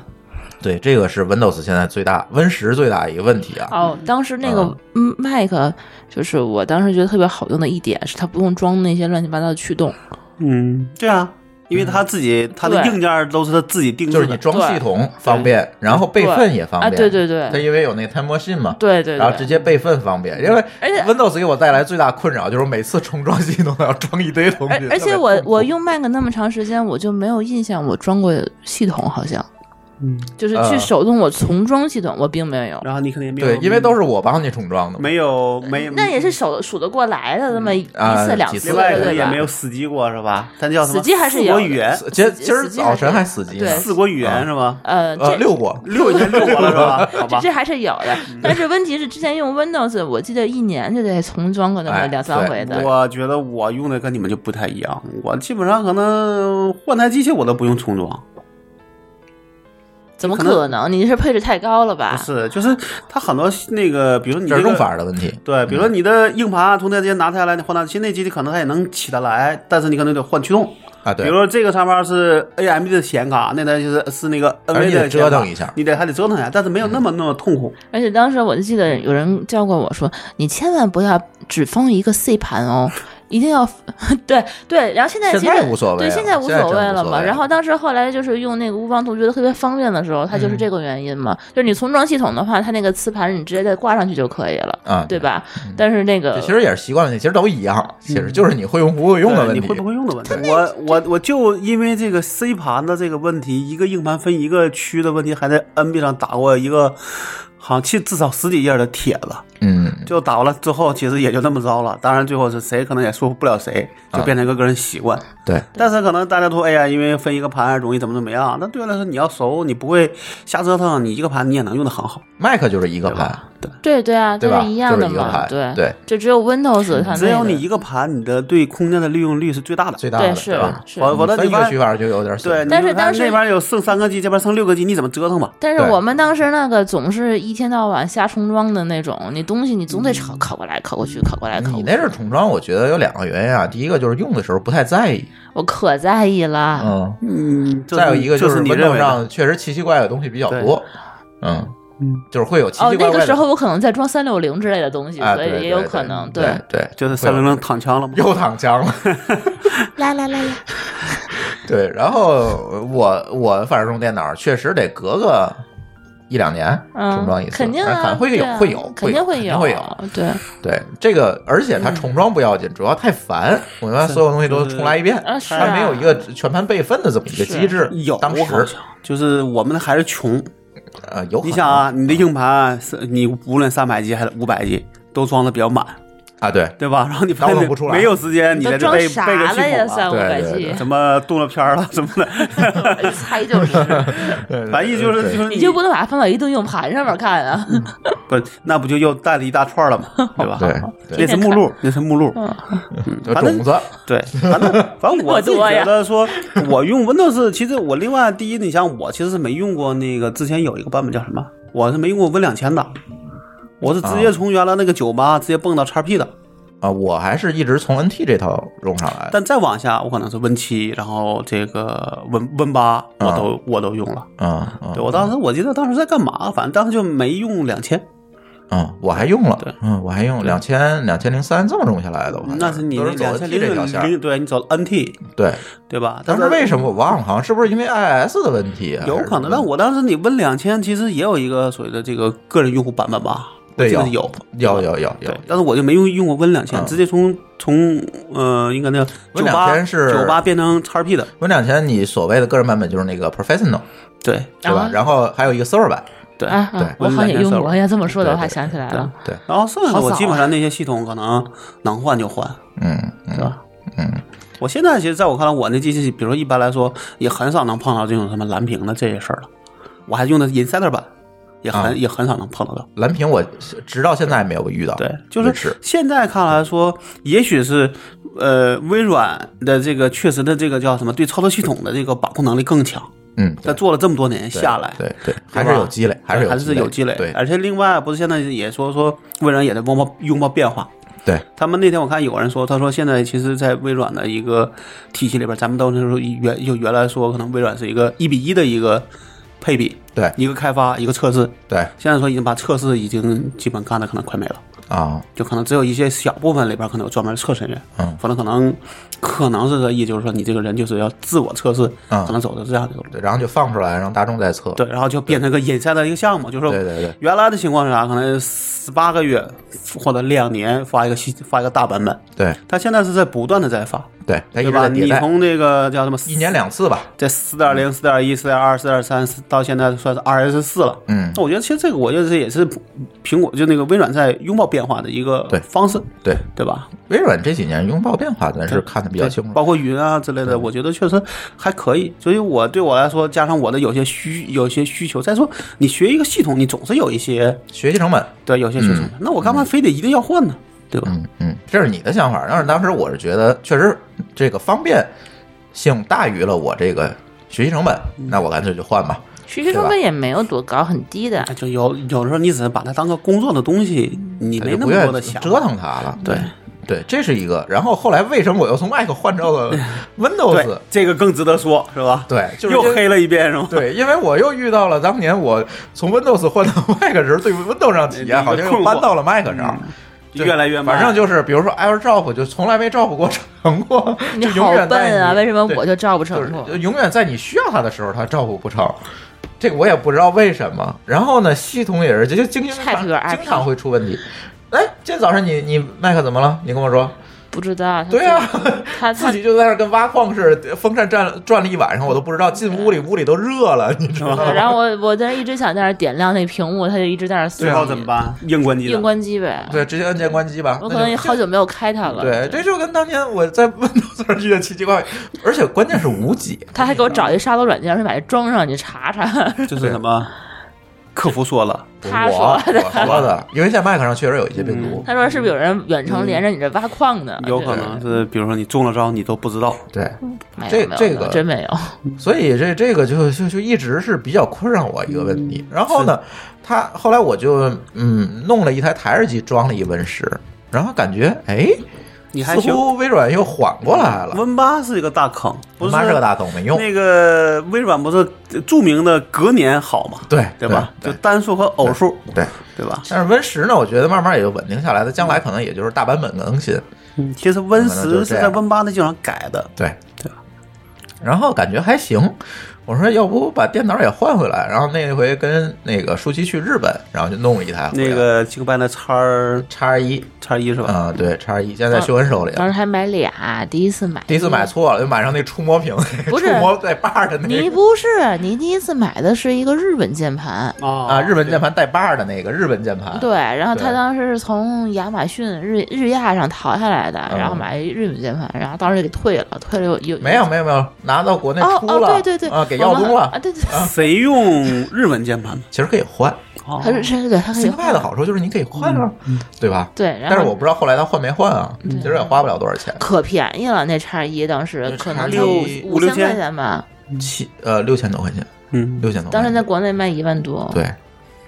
Speaker 3: 对，这个是 Windows 现在最大 Win 十最大一个问题啊，
Speaker 6: 哦，当时那个嗯麦克，就是我当时觉得特别好用的一点是它不用装那些乱七八糟的驱动，
Speaker 5: 嗯，对啊，因为他自己他的
Speaker 6: 对
Speaker 5: 硬件都是他自己定
Speaker 3: 就是
Speaker 5: 制
Speaker 3: 你
Speaker 5: 的，
Speaker 3: 装系统方便，然后备份也方便，
Speaker 6: 嗯啊对对对
Speaker 3: 它因为有那个 Time Machine 嘛，
Speaker 6: 对对
Speaker 3: 然后直
Speaker 6: 对，
Speaker 3: 接备份方便，因为
Speaker 6: 而且
Speaker 3: Windows 给我带来最大困扰就是每次重装系统要装一堆东
Speaker 6: 而
Speaker 3: 西，
Speaker 6: 而且 我
Speaker 3: 特别痛苦
Speaker 6: 我用麦克那么长时间，我就没有印象我装过系统，好像，
Speaker 5: 嗯，
Speaker 6: 就是
Speaker 3: 啊
Speaker 6: 去手动我重装系统，我并没有。
Speaker 5: 然后你肯定也没有，
Speaker 3: 对，因为都是我帮你重装的嘛，
Speaker 5: 没有没
Speaker 6: 呃那也是手数得过来的，那么一
Speaker 3: 啊
Speaker 6: 次两
Speaker 3: 几
Speaker 6: 次，
Speaker 5: 嗯
Speaker 3: 次
Speaker 5: 另外可能
Speaker 6: 对
Speaker 5: 也
Speaker 6: 吧
Speaker 5: 没？有死机过是吧？咱叫什么？
Speaker 6: 死机还是
Speaker 5: 四
Speaker 6: 有
Speaker 5: 国
Speaker 6: 的
Speaker 5: 语言，
Speaker 3: 今
Speaker 6: 死机
Speaker 3: 今儿
Speaker 6: 死机还
Speaker 3: 早晨
Speaker 6: 是
Speaker 3: 哦还死机呢
Speaker 6: 对
Speaker 5: 四国语言是吧？
Speaker 6: 呃，
Speaker 3: 呃
Speaker 6: 这
Speaker 3: 六过，
Speaker 5: 六已经六国了是
Speaker 3: 哦
Speaker 5: 吧？好吧
Speaker 6: 这，这还是有的，
Speaker 3: 嗯
Speaker 6: 但是问题是之前用 Windows，我记得一年就得重装过那
Speaker 3: 哎
Speaker 6: 么两三
Speaker 3: 对
Speaker 6: 回的。
Speaker 5: 我觉得我用的跟你们就不太一样，我基本上可能换台机器我都不用重装，
Speaker 6: 怎么
Speaker 5: 可能
Speaker 6: 可能？你是配置太高了
Speaker 5: 不
Speaker 6: 吧？
Speaker 5: 是，就是它很多那个，比如你
Speaker 3: 这是
Speaker 5: 这个
Speaker 3: 用法的问题。
Speaker 5: 对，比如说你的硬盘啊从那机拿下来，你换到新那机器可能它也能起得来，但是你可能得换驱动。
Speaker 3: 啊，
Speaker 5: 比
Speaker 3: 对
Speaker 5: 如，说这个上面是 AMD 的显卡，那台就是是那个
Speaker 3: 而
Speaker 5: NVIDIA
Speaker 3: 且
Speaker 5: 的显
Speaker 3: 折
Speaker 5: 卡
Speaker 3: 腾一下
Speaker 5: 你得还得折腾一下，但是没有那么那么痛苦。
Speaker 6: 而且当时我就记得有人教过我说，你千万不要只封一个 C 盘哦， 一定要对对。然后现在
Speaker 3: 现
Speaker 6: 其实
Speaker 3: 在无所谓
Speaker 6: 对，
Speaker 3: 了
Speaker 6: 现在无
Speaker 3: 现在
Speaker 6: 所
Speaker 3: 真
Speaker 6: 谓
Speaker 3: 无
Speaker 6: 了
Speaker 3: 所
Speaker 6: 嘛。
Speaker 3: 谓了
Speaker 6: 然后当时后来就是用那个乌邦图觉得特别方便的时候，它就是这个原因
Speaker 3: 嗯
Speaker 6: 嘛。就是你重装系统的话，它那个磁盘你直接再挂上去就可以了，
Speaker 3: 啊，
Speaker 6: 对吧？但是那
Speaker 3: 这
Speaker 6: 个
Speaker 3: 其实也是习惯问题，其实都一样，其实就是你会用不会用的
Speaker 5: 嗯对
Speaker 3: 问题。
Speaker 5: 你会不会用的问题？我我我就因为这个 C 盘的这个问题，一个硬盘分一个区的问题，还在 NB 上打过一个，好像至至少十几页的帖子，
Speaker 3: 嗯，
Speaker 5: 就打完了之后，其实也就那么着了。当然最后是谁可能也说服不了谁，
Speaker 6: 啊
Speaker 5: 就变成一个个人习惯。
Speaker 6: 嗯
Speaker 3: 对，
Speaker 5: 但是可能大家都哎呀，因为分一个盘容易怎么怎么样。那对我来说，你要熟，你不会瞎折腾，你一个盘你也能用的很好。
Speaker 3: Mac 就是一个盘，
Speaker 6: 对对啊，
Speaker 3: 对
Speaker 6: 都
Speaker 3: 吧？
Speaker 6: 是一样
Speaker 3: 就
Speaker 6: 的
Speaker 3: 是一个
Speaker 6: 嘛
Speaker 3: 盘，，
Speaker 6: 对
Speaker 3: 对，
Speaker 6: 就只有 Windows 它
Speaker 5: 只
Speaker 6: 那
Speaker 5: 有
Speaker 6: 个
Speaker 5: 你一个盘，你的对空间的利用率是最大的。
Speaker 3: 最大的
Speaker 6: 对
Speaker 3: 对
Speaker 6: 是
Speaker 3: 吧？
Speaker 6: 是。
Speaker 5: 我我的
Speaker 3: 分
Speaker 5: 地
Speaker 3: 一个
Speaker 5: 方
Speaker 3: 区块就有点损
Speaker 5: 对，
Speaker 3: 失
Speaker 5: 你
Speaker 6: 但是
Speaker 5: 看
Speaker 6: 当时
Speaker 5: 那边有剩三个 G，这边剩六个 G，你怎么折腾吧？
Speaker 6: 但是
Speaker 3: 对
Speaker 6: 我们当时那个总是一天到晚瞎重装的那种，你东西你总得拷拷过来、拷过去、拷过来、拷过
Speaker 3: 嗯你
Speaker 6: 去。
Speaker 3: 那是重装，我觉得有两个原因啊。第一个就是用的时候不太在意，
Speaker 6: 我可在意了。
Speaker 3: 嗯，
Speaker 5: 嗯，这
Speaker 3: 再有一个
Speaker 5: 就是你
Speaker 3: Windows
Speaker 5: 认为的
Speaker 3: 上确实奇奇怪怪的东西比较多，嗯
Speaker 5: 嗯，
Speaker 3: 就是会有奇
Speaker 6: 啊哦
Speaker 3: 奇，怪
Speaker 6: 那
Speaker 3: 怪
Speaker 6: 个
Speaker 3: 的。
Speaker 6: 时候我可能在装三六零之类的东西，
Speaker 3: 啊，
Speaker 6: 所以
Speaker 3: 对对
Speaker 6: 也有
Speaker 3: 对
Speaker 6: 可能
Speaker 3: 对对，
Speaker 5: 就是三零零躺枪了吗？
Speaker 3: 又躺枪了。
Speaker 6: 来 来来来，
Speaker 3: 对，然后我我反正用电脑确实得隔个一两年
Speaker 6: 嗯，
Speaker 3: 重装一次，哎
Speaker 6: 肯定
Speaker 3: 反正
Speaker 6: 啊，
Speaker 3: 很会有
Speaker 6: 对啊
Speaker 3: 会有
Speaker 6: 肯定
Speaker 3: 会
Speaker 6: 有，啊
Speaker 3: 会有。
Speaker 6: 对，
Speaker 3: 对这个，而且它重装不要
Speaker 5: 嗯
Speaker 3: 紧，主要太烦，我们把所有东西都重来一遍
Speaker 6: 啊，是啊
Speaker 3: 它没有一个全盘备份的这么一个机制。
Speaker 5: 有
Speaker 3: 当
Speaker 5: 好
Speaker 3: 时
Speaker 5: 像就是我们还是穷，
Speaker 3: 呃有可
Speaker 5: 你
Speaker 3: 能
Speaker 5: 想啊，你的硬盘是你无论三百 G 还是五百 G 都装的比较满，
Speaker 3: 啊，对
Speaker 5: 对吧？然后你发
Speaker 3: 倒腾
Speaker 5: 现
Speaker 3: 不出来
Speaker 5: 没有时间，你在
Speaker 6: 都
Speaker 5: 这
Speaker 6: 装
Speaker 5: 背
Speaker 6: 啥
Speaker 5: 背个
Speaker 6: 了呀？
Speaker 5: 系统
Speaker 6: 三
Speaker 5: 啊
Speaker 6: 五
Speaker 3: 对
Speaker 6: 百
Speaker 3: 对
Speaker 6: G，
Speaker 5: 什么动了片儿了什么的，
Speaker 6: 猜就是，
Speaker 5: 反正就是就是
Speaker 6: 你就不能把它放到移动硬盘上面看啊？
Speaker 3: 嗯
Speaker 5: 不那不就又带了一大串了吗？对吧？
Speaker 3: 对
Speaker 5: 那是目 录，那是目录。
Speaker 6: 嗯
Speaker 5: 嗯
Speaker 3: 有
Speaker 5: 反正
Speaker 3: 种子，
Speaker 5: 对，反正反正 我自己
Speaker 6: 多
Speaker 5: 觉
Speaker 6: 呀
Speaker 5: 得说，我用 Windows，其实我另外第一，你像我其实是没用过那个之前有一个版本叫什么，我是没用过 Win 两千的，我是直接从原来那个九八直接蹦到 x P 的，
Speaker 3: 啊，我还是一直从 NT 这套用上来的。
Speaker 5: 但再往下我可能是 Win 七，然后这个 Win Win 八我都、
Speaker 3: 啊
Speaker 5: 我都用了。
Speaker 3: 嗯
Speaker 5: 对
Speaker 3: 嗯
Speaker 5: 我当时我记得当时在干嘛，反正当时就没用两千，
Speaker 3: 嗯，我还用
Speaker 5: 对
Speaker 3: 了，嗯，我还用两千两千零三这么用下来的，我还
Speaker 5: 那是你
Speaker 3: 都
Speaker 5: 那
Speaker 3: 是走
Speaker 5: 两
Speaker 3: 的
Speaker 5: 千
Speaker 3: T
Speaker 5: 零
Speaker 3: 这条线儿。
Speaker 5: 零，对你走了 NT，
Speaker 3: 对，
Speaker 5: 对吧？
Speaker 3: 当时
Speaker 5: 但是
Speaker 3: 为什么我忘了？好像是不是因为 IS 的问题啊？
Speaker 5: 嗯有可能，但我当时你 Win 两千其实也有一个所谓的这个个人用户版本吧，
Speaker 3: 对
Speaker 5: 这
Speaker 3: 有
Speaker 5: 个有
Speaker 3: 有有有有
Speaker 5: 对，，但是我就没用用过 Win 两千，
Speaker 3: 嗯
Speaker 5: 直接从从呃应该那个
Speaker 3: Win
Speaker 5: 九八
Speaker 3: 2000是
Speaker 5: 九八变成 x P 的，
Speaker 3: 我两千你所谓的个人版本就是那个 professional
Speaker 5: 对
Speaker 3: 对吧
Speaker 6: 啊？
Speaker 3: 然后还有一个 server 版，
Speaker 5: 对。
Speaker 6: 啊，
Speaker 3: 对
Speaker 6: 我好像也用
Speaker 5: 我
Speaker 6: 过。哎呀，这么说的，我还
Speaker 3: 对对
Speaker 6: 想起来了，
Speaker 3: 对，
Speaker 5: 然后剩下的
Speaker 6: 好
Speaker 5: 我
Speaker 6: 早啊
Speaker 5: 基本上那些系统可能能换就换，
Speaker 3: 嗯嗯
Speaker 5: 对吧？
Speaker 3: 嗯，
Speaker 5: 我现在其实在我看来，我那机器，比如说一般来说也很少能碰到这种什么蓝屏的这些事儿了，我还用的 Insider 版，也很、
Speaker 3: 啊
Speaker 5: 也很少能碰到的。
Speaker 3: 蓝屏我直到现在没有遇到，
Speaker 5: 对，啊就
Speaker 3: 为
Speaker 5: 是
Speaker 3: 止
Speaker 5: 现在看来说，也许是呃微软的这个确实的这个叫什么对操作系统的这个把控能力更强，
Speaker 3: 嗯，
Speaker 5: 在
Speaker 3: 对
Speaker 5: 做了这么多年下来，
Speaker 3: 对对，还是有积累，还是
Speaker 5: 还是有积累。
Speaker 3: 对
Speaker 5: 而且另外不是现在也说说微软也在拥抱拥抱变化。
Speaker 3: 对，
Speaker 5: 他们那天我看有人说，他说现在其实，在微软的一个体系里边，咱们都是说原就原来说可能微软是一个一比一的一个配比，
Speaker 3: 对
Speaker 5: 一个开发一个测试，
Speaker 3: 对
Speaker 5: 现在说已经把测试已经基本干的可能快没了。
Speaker 3: 啊，
Speaker 5: 就可能只有一些小部分里边可能有专门测试人，
Speaker 3: 嗯
Speaker 5: 反正可能可能是这意，就是说你这个人就是要自我测试，
Speaker 3: 嗯
Speaker 5: 可能走的这样的路。
Speaker 3: 对，然后就放出来让大众再测，
Speaker 5: 对，然后就变成一个引赛的一个项目，就是
Speaker 3: 对对对
Speaker 5: 原来的情况是啥？可能十八个月或者两年发一个新发一个大版本，
Speaker 3: 对
Speaker 5: 它现在是在不断的在发，
Speaker 3: 对，它
Speaker 5: 对
Speaker 3: 一直
Speaker 5: 吧？
Speaker 3: 在迭
Speaker 5: 你
Speaker 3: 代，
Speaker 5: 从这个叫什么
Speaker 3: 一年两次吧，
Speaker 5: 这四点零、四点一、四点二、四点三，到现在算是 RS 四了。
Speaker 3: 嗯
Speaker 5: 那我觉得其实这个，我觉得这也是苹果就那个微软在拥抱变化的一个
Speaker 3: 对
Speaker 5: 方式，
Speaker 3: 对，
Speaker 5: 对吧？
Speaker 3: 微软这几年拥抱变化，咱是看的比较
Speaker 5: 对，
Speaker 3: 清楚，
Speaker 5: 包括云啊之类的，我觉得确实还可以。所以我对我来说，加上我的有些需有些需求，再说你学一个系统，你总是有一些
Speaker 3: 学习成本，
Speaker 5: 对有些需求的，那我干嘛非得一定要换呢？对吧？
Speaker 3: 嗯嗯，这是你的想法，但是当时我是觉得确实这个方便性大于了我这个学习成本，
Speaker 5: 嗯
Speaker 3: 那我干脆就换吧，
Speaker 6: 学习成本也没有多高，很低的
Speaker 5: 那。哎就有有的时候你只是把它当个工作的东西，你
Speaker 3: 他
Speaker 5: 没
Speaker 3: 哎就
Speaker 5: 那
Speaker 3: 不
Speaker 5: 么
Speaker 3: 愿
Speaker 5: 多
Speaker 3: 意
Speaker 5: 的想法
Speaker 3: 折。腾它了，嗯
Speaker 5: 对
Speaker 3: 对，这是一个。然后后来为什么我又从 Mac 换到了 Windows？
Speaker 5: 对，这个更值得说，是吧？
Speaker 3: 对就是
Speaker 5: 又
Speaker 3: 这
Speaker 5: 黑了一遍，是吗？
Speaker 3: 对，因为我又遇到了当年我从 Windows 换到 Mac 时，对 Windows 上体验好像又搬到了 Mac 上，
Speaker 5: 就嗯越来越慢。
Speaker 3: 反正就是比如说 AirDrop 就从来没 drop 过 成过，
Speaker 6: 你
Speaker 3: 就
Speaker 6: 好
Speaker 3: 永远在
Speaker 6: 笨啊！
Speaker 3: 你
Speaker 6: 为什么
Speaker 3: 对
Speaker 6: 我就照不
Speaker 3: 就
Speaker 6: 成
Speaker 3: 是
Speaker 6: 过？
Speaker 3: 就永远在你需要它的时候它照顾不成，这个我也不知道为什么。然后呢，系统也是，就就经经
Speaker 6: Type your
Speaker 3: 常
Speaker 6: IP
Speaker 3: 经常会出问题。哎，今天早上你你麦克怎么了？你跟我说，
Speaker 6: 不知道。他
Speaker 3: 对啊
Speaker 6: 自己，他
Speaker 3: 自
Speaker 6: 他
Speaker 3: 己就在那儿跟挖矿似的，风扇转转了一晚上，我都不知道进屋里，屋里都热了，你知道吗？
Speaker 6: 然后我我在那一直想在那儿点亮那屏幕，他就一直在那儿
Speaker 5: 最
Speaker 6: 最
Speaker 5: 后怎么？办？
Speaker 3: 嗯
Speaker 5: 硬关机的
Speaker 6: 硬关机呗。
Speaker 3: 对，直接按键关机吧。
Speaker 6: 我可能也
Speaker 3: 那就
Speaker 6: 好久没有开它了。
Speaker 3: 对，这就跟当年我在 Windows 上遇见奇奇怪怪，而且关键是无解。
Speaker 6: 他还给我找一杀毒软件，让你把这装上，你查 查。
Speaker 5: 就是什么？客服说了，
Speaker 6: 他
Speaker 3: 我
Speaker 6: 说
Speaker 3: 我说的，因为现在麦克上确实有一些病毒。
Speaker 6: 他说是不是有人远
Speaker 3: 嗯
Speaker 6: 程连着你这挖矿呢？
Speaker 5: 有可能是比如说你中了招，你都不知道。
Speaker 3: 对，
Speaker 6: 没有
Speaker 3: 这
Speaker 6: 没有
Speaker 3: 这
Speaker 6: 没有
Speaker 3: 个
Speaker 6: 真 没有。
Speaker 3: 所以这这个就就就一直是比较困扰我一个问题。
Speaker 5: 嗯
Speaker 3: 然后呢，他后来我就嗯弄了一台台式机装了一 Win 十，然后感觉哎，
Speaker 5: 你还
Speaker 3: 似
Speaker 5: 行。
Speaker 3: 乎微软又缓过来了。
Speaker 5: Win 八是一个大坑，不
Speaker 3: 妈是个大坑，没用。
Speaker 5: 那个微软不是著名的隔年好嘛？
Speaker 3: 对
Speaker 5: 对吧？
Speaker 3: 对
Speaker 5: 就单数和偶数，
Speaker 3: 对，
Speaker 5: 对吧？
Speaker 3: 但是 Win 十呢，我觉得慢慢也就稳定下来了，将来可能也就是大版本更新。
Speaker 5: 嗯其实 Win
Speaker 3: 可能
Speaker 5: 十
Speaker 3: 就是
Speaker 5: 是
Speaker 3: 这样
Speaker 5: 在 Win 八的基础上改的，
Speaker 3: 对
Speaker 5: 对吧。
Speaker 3: 然后感觉还行，我说要不把电脑也换回来，然后那回跟那个舒淇去日本，然后就弄了一台
Speaker 5: 那个这个办的叉儿
Speaker 3: 叉一
Speaker 5: 叉一是吧？
Speaker 3: 啊、对叉一，现在在修恩手里了。
Speaker 6: 当时还买俩，第一次买，
Speaker 3: 第一次买。错了，就买上那触摸屏，
Speaker 6: 嗯不是
Speaker 3: 触摸带把儿的那
Speaker 6: 你
Speaker 3: 个
Speaker 6: 不是，啊你第一次买的是一个日本键盘，
Speaker 5: 啊
Speaker 3: 啊，日本键盘带把儿的那个日本键盘。
Speaker 6: 对，然后他
Speaker 3: 啊对
Speaker 6: 当时是从亚马逊日日亚上淘下来的，
Speaker 3: 嗯
Speaker 6: 然后买日本键盘，然后当时就给退了，退了又又
Speaker 3: 没有没有没有，拿到国内
Speaker 6: 哦
Speaker 3: 出了，
Speaker 6: 哦对对对
Speaker 3: 啊，给耀东
Speaker 6: 啊
Speaker 3: 了，
Speaker 6: 对对，
Speaker 5: 谁用日文键盘？
Speaker 3: 其实可以换。
Speaker 5: 哦
Speaker 6: 他是是对，他可以
Speaker 3: ThinkPad 的好处就是你可以换啊，对吧？
Speaker 6: 对，嗯然
Speaker 3: 但是我
Speaker 6: 后
Speaker 3: 不知道后来他换没换啊，其实也花不了多少钱，
Speaker 6: 可便宜了那叉一，当时
Speaker 3: 那
Speaker 6: 可
Speaker 3: 叉
Speaker 6: 能
Speaker 3: 一
Speaker 6: 就
Speaker 5: 五
Speaker 6: 五
Speaker 5: 六
Speaker 6: 千
Speaker 5: 千
Speaker 6: 块钱吧，
Speaker 3: 七呃六千多块钱，
Speaker 5: 嗯，
Speaker 3: 六千多块钱。
Speaker 6: 当时在国内卖一万多，
Speaker 3: 对，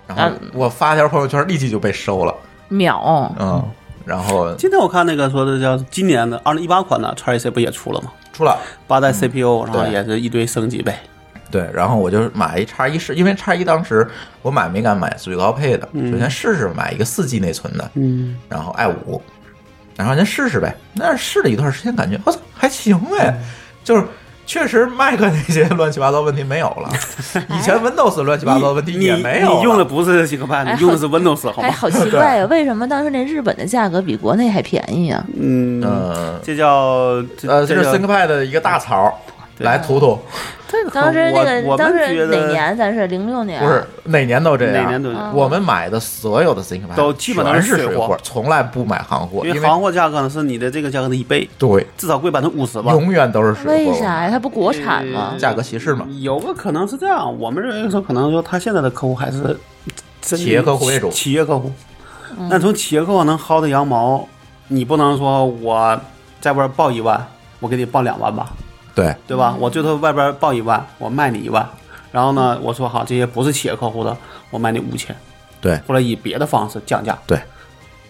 Speaker 3: 然后
Speaker 6: 嗯
Speaker 3: 我发条朋友圈立即就被收了，
Speaker 6: 秒
Speaker 3: 嗯，然后
Speaker 5: 今天我看那个说的叫今年的二零一八款的叉 S 不也出了吗？
Speaker 3: 出了。
Speaker 5: 八代 CPU，然后
Speaker 3: 嗯对
Speaker 5: 也是一堆升级呗。
Speaker 3: 对，然后我就买一叉一试，因为叉一当时我买没敢买最高配的，首先试试买一个四 G 内存的，
Speaker 5: 嗯，
Speaker 3: 然后 i 五，然后先试试呗。那试了一段时间，感觉我操还行
Speaker 5: 嗯
Speaker 3: 哎，就是确实 Mac 那些乱七八糟问题没有 了，以前 Windows 乱七八糟问题也没有
Speaker 5: 你
Speaker 3: 了
Speaker 5: 用的不是 ThinkPad，你用的是 Windows 好
Speaker 6: 哎，
Speaker 5: 吗？
Speaker 6: 好奇怪呀，为什么当时那日本的价格比国内还便宜啊？
Speaker 5: 嗯，
Speaker 3: 呃
Speaker 5: 这叫这
Speaker 3: 呃，这是
Speaker 5: 叫
Speaker 3: ThinkPad 的一个大槽，来图图
Speaker 6: 当时那
Speaker 5: 我
Speaker 6: 个
Speaker 5: 我
Speaker 6: 当
Speaker 5: 们觉
Speaker 6: 时哪
Speaker 5: 得
Speaker 6: 年？咱是零六年，
Speaker 3: 不是哪年都这样，
Speaker 5: 哪年都这样
Speaker 3: 我们买的所有的 ThinkPad
Speaker 5: 都基本都
Speaker 3: 全
Speaker 5: 是
Speaker 3: 是
Speaker 5: 水
Speaker 3: 货
Speaker 5: 货，
Speaker 3: 从来不买行货，
Speaker 5: 因为
Speaker 3: 因
Speaker 5: 行货价格呢是你的这个价格的一倍，
Speaker 3: 对，
Speaker 5: 至少贵百分之五十吧。
Speaker 3: 永远都是水货。
Speaker 6: 为啥呀？它不国产吗？
Speaker 3: 价格歧视嘛？
Speaker 5: 呃有个可能是这样，我们认为说，可能说他现在的客户还是真
Speaker 3: 企业客户为主
Speaker 5: 企业客户。
Speaker 6: 嗯
Speaker 5: 那从企业客户能薅的羊毛，你不能说我在外边报一万，我给你报两万吧，
Speaker 3: 对，
Speaker 5: 对吧？
Speaker 6: 嗯
Speaker 5: 我最多外边报一万，我卖你一万，然后呢，我说好这些不是企业客户的，我卖你五千，
Speaker 3: 对，
Speaker 5: 或者以别的方式降价，
Speaker 3: 对，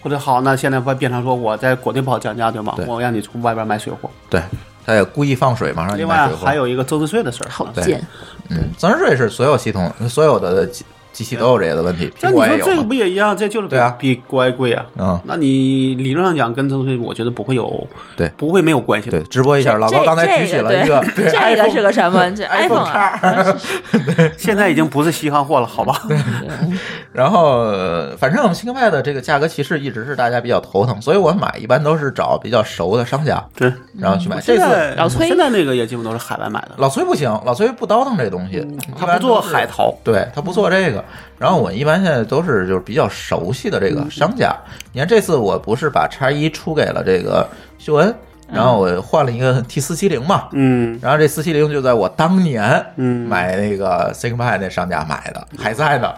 Speaker 5: 或者好，那现在变成说我在国内不好降价，对吗？
Speaker 3: 对
Speaker 5: 我让你从外边买水货。
Speaker 3: 对，他也故意放水嘛，让你
Speaker 5: 另
Speaker 3: 买
Speaker 5: 外
Speaker 3: 水货。
Speaker 5: 还，有一个增值税的事儿，啊
Speaker 6: 好
Speaker 3: 对
Speaker 6: 贱，
Speaker 3: 嗯，增值税是所有系统、所有的机机器都有这些的问题，
Speaker 5: 那
Speaker 3: 苹
Speaker 5: 你
Speaker 3: 果
Speaker 5: 说
Speaker 3: 也
Speaker 5: 这
Speaker 3: 有
Speaker 5: 个
Speaker 3: 嘛。
Speaker 5: 不也一样？这就是比
Speaker 3: 对啊
Speaker 5: 比国外贵啊。
Speaker 3: 嗯，
Speaker 5: 那你理论上讲，跟增值税，我觉得不会有，
Speaker 3: 对
Speaker 5: 不会没有关系的。
Speaker 3: 对，直播一下，老高
Speaker 6: 这
Speaker 3: 刚才
Speaker 6: 这
Speaker 3: 举起
Speaker 6: 个
Speaker 3: 了一
Speaker 6: 对
Speaker 3: 个， 对
Speaker 6: 这个是个什么？这
Speaker 3: iPhone
Speaker 6: iPhone 啊，
Speaker 3: 叉，
Speaker 5: 现在已经不是稀罕货了，好吧？
Speaker 3: 然后呃反正我们 ThinkPad 的这个价格歧视一直是大家比较头疼，所以我买一般都是找比较熟的商家，
Speaker 5: 对，
Speaker 3: 然后去买。
Speaker 5: 嗯现
Speaker 3: 这次
Speaker 5: 在
Speaker 6: 老崔
Speaker 5: 现在那个也基本都是海外买的，
Speaker 3: 老崔不行，老崔不倒腾这东西，一
Speaker 5: 嗯他
Speaker 3: 般
Speaker 5: 不做
Speaker 3: 都是
Speaker 5: 海淘，
Speaker 3: 对他
Speaker 5: 嗯
Speaker 3: 不做这个，然后我一般现在都是就是比较熟悉的这
Speaker 5: 嗯
Speaker 3: 个商家。你看这次我不是把叉一出给了这个秀恩，然后我换了一个 T 四七零嘛，
Speaker 5: 嗯，
Speaker 3: 然后这四七零就在我当年
Speaker 5: 嗯
Speaker 3: 买那个 ThinkPad 那商家买的，还在呢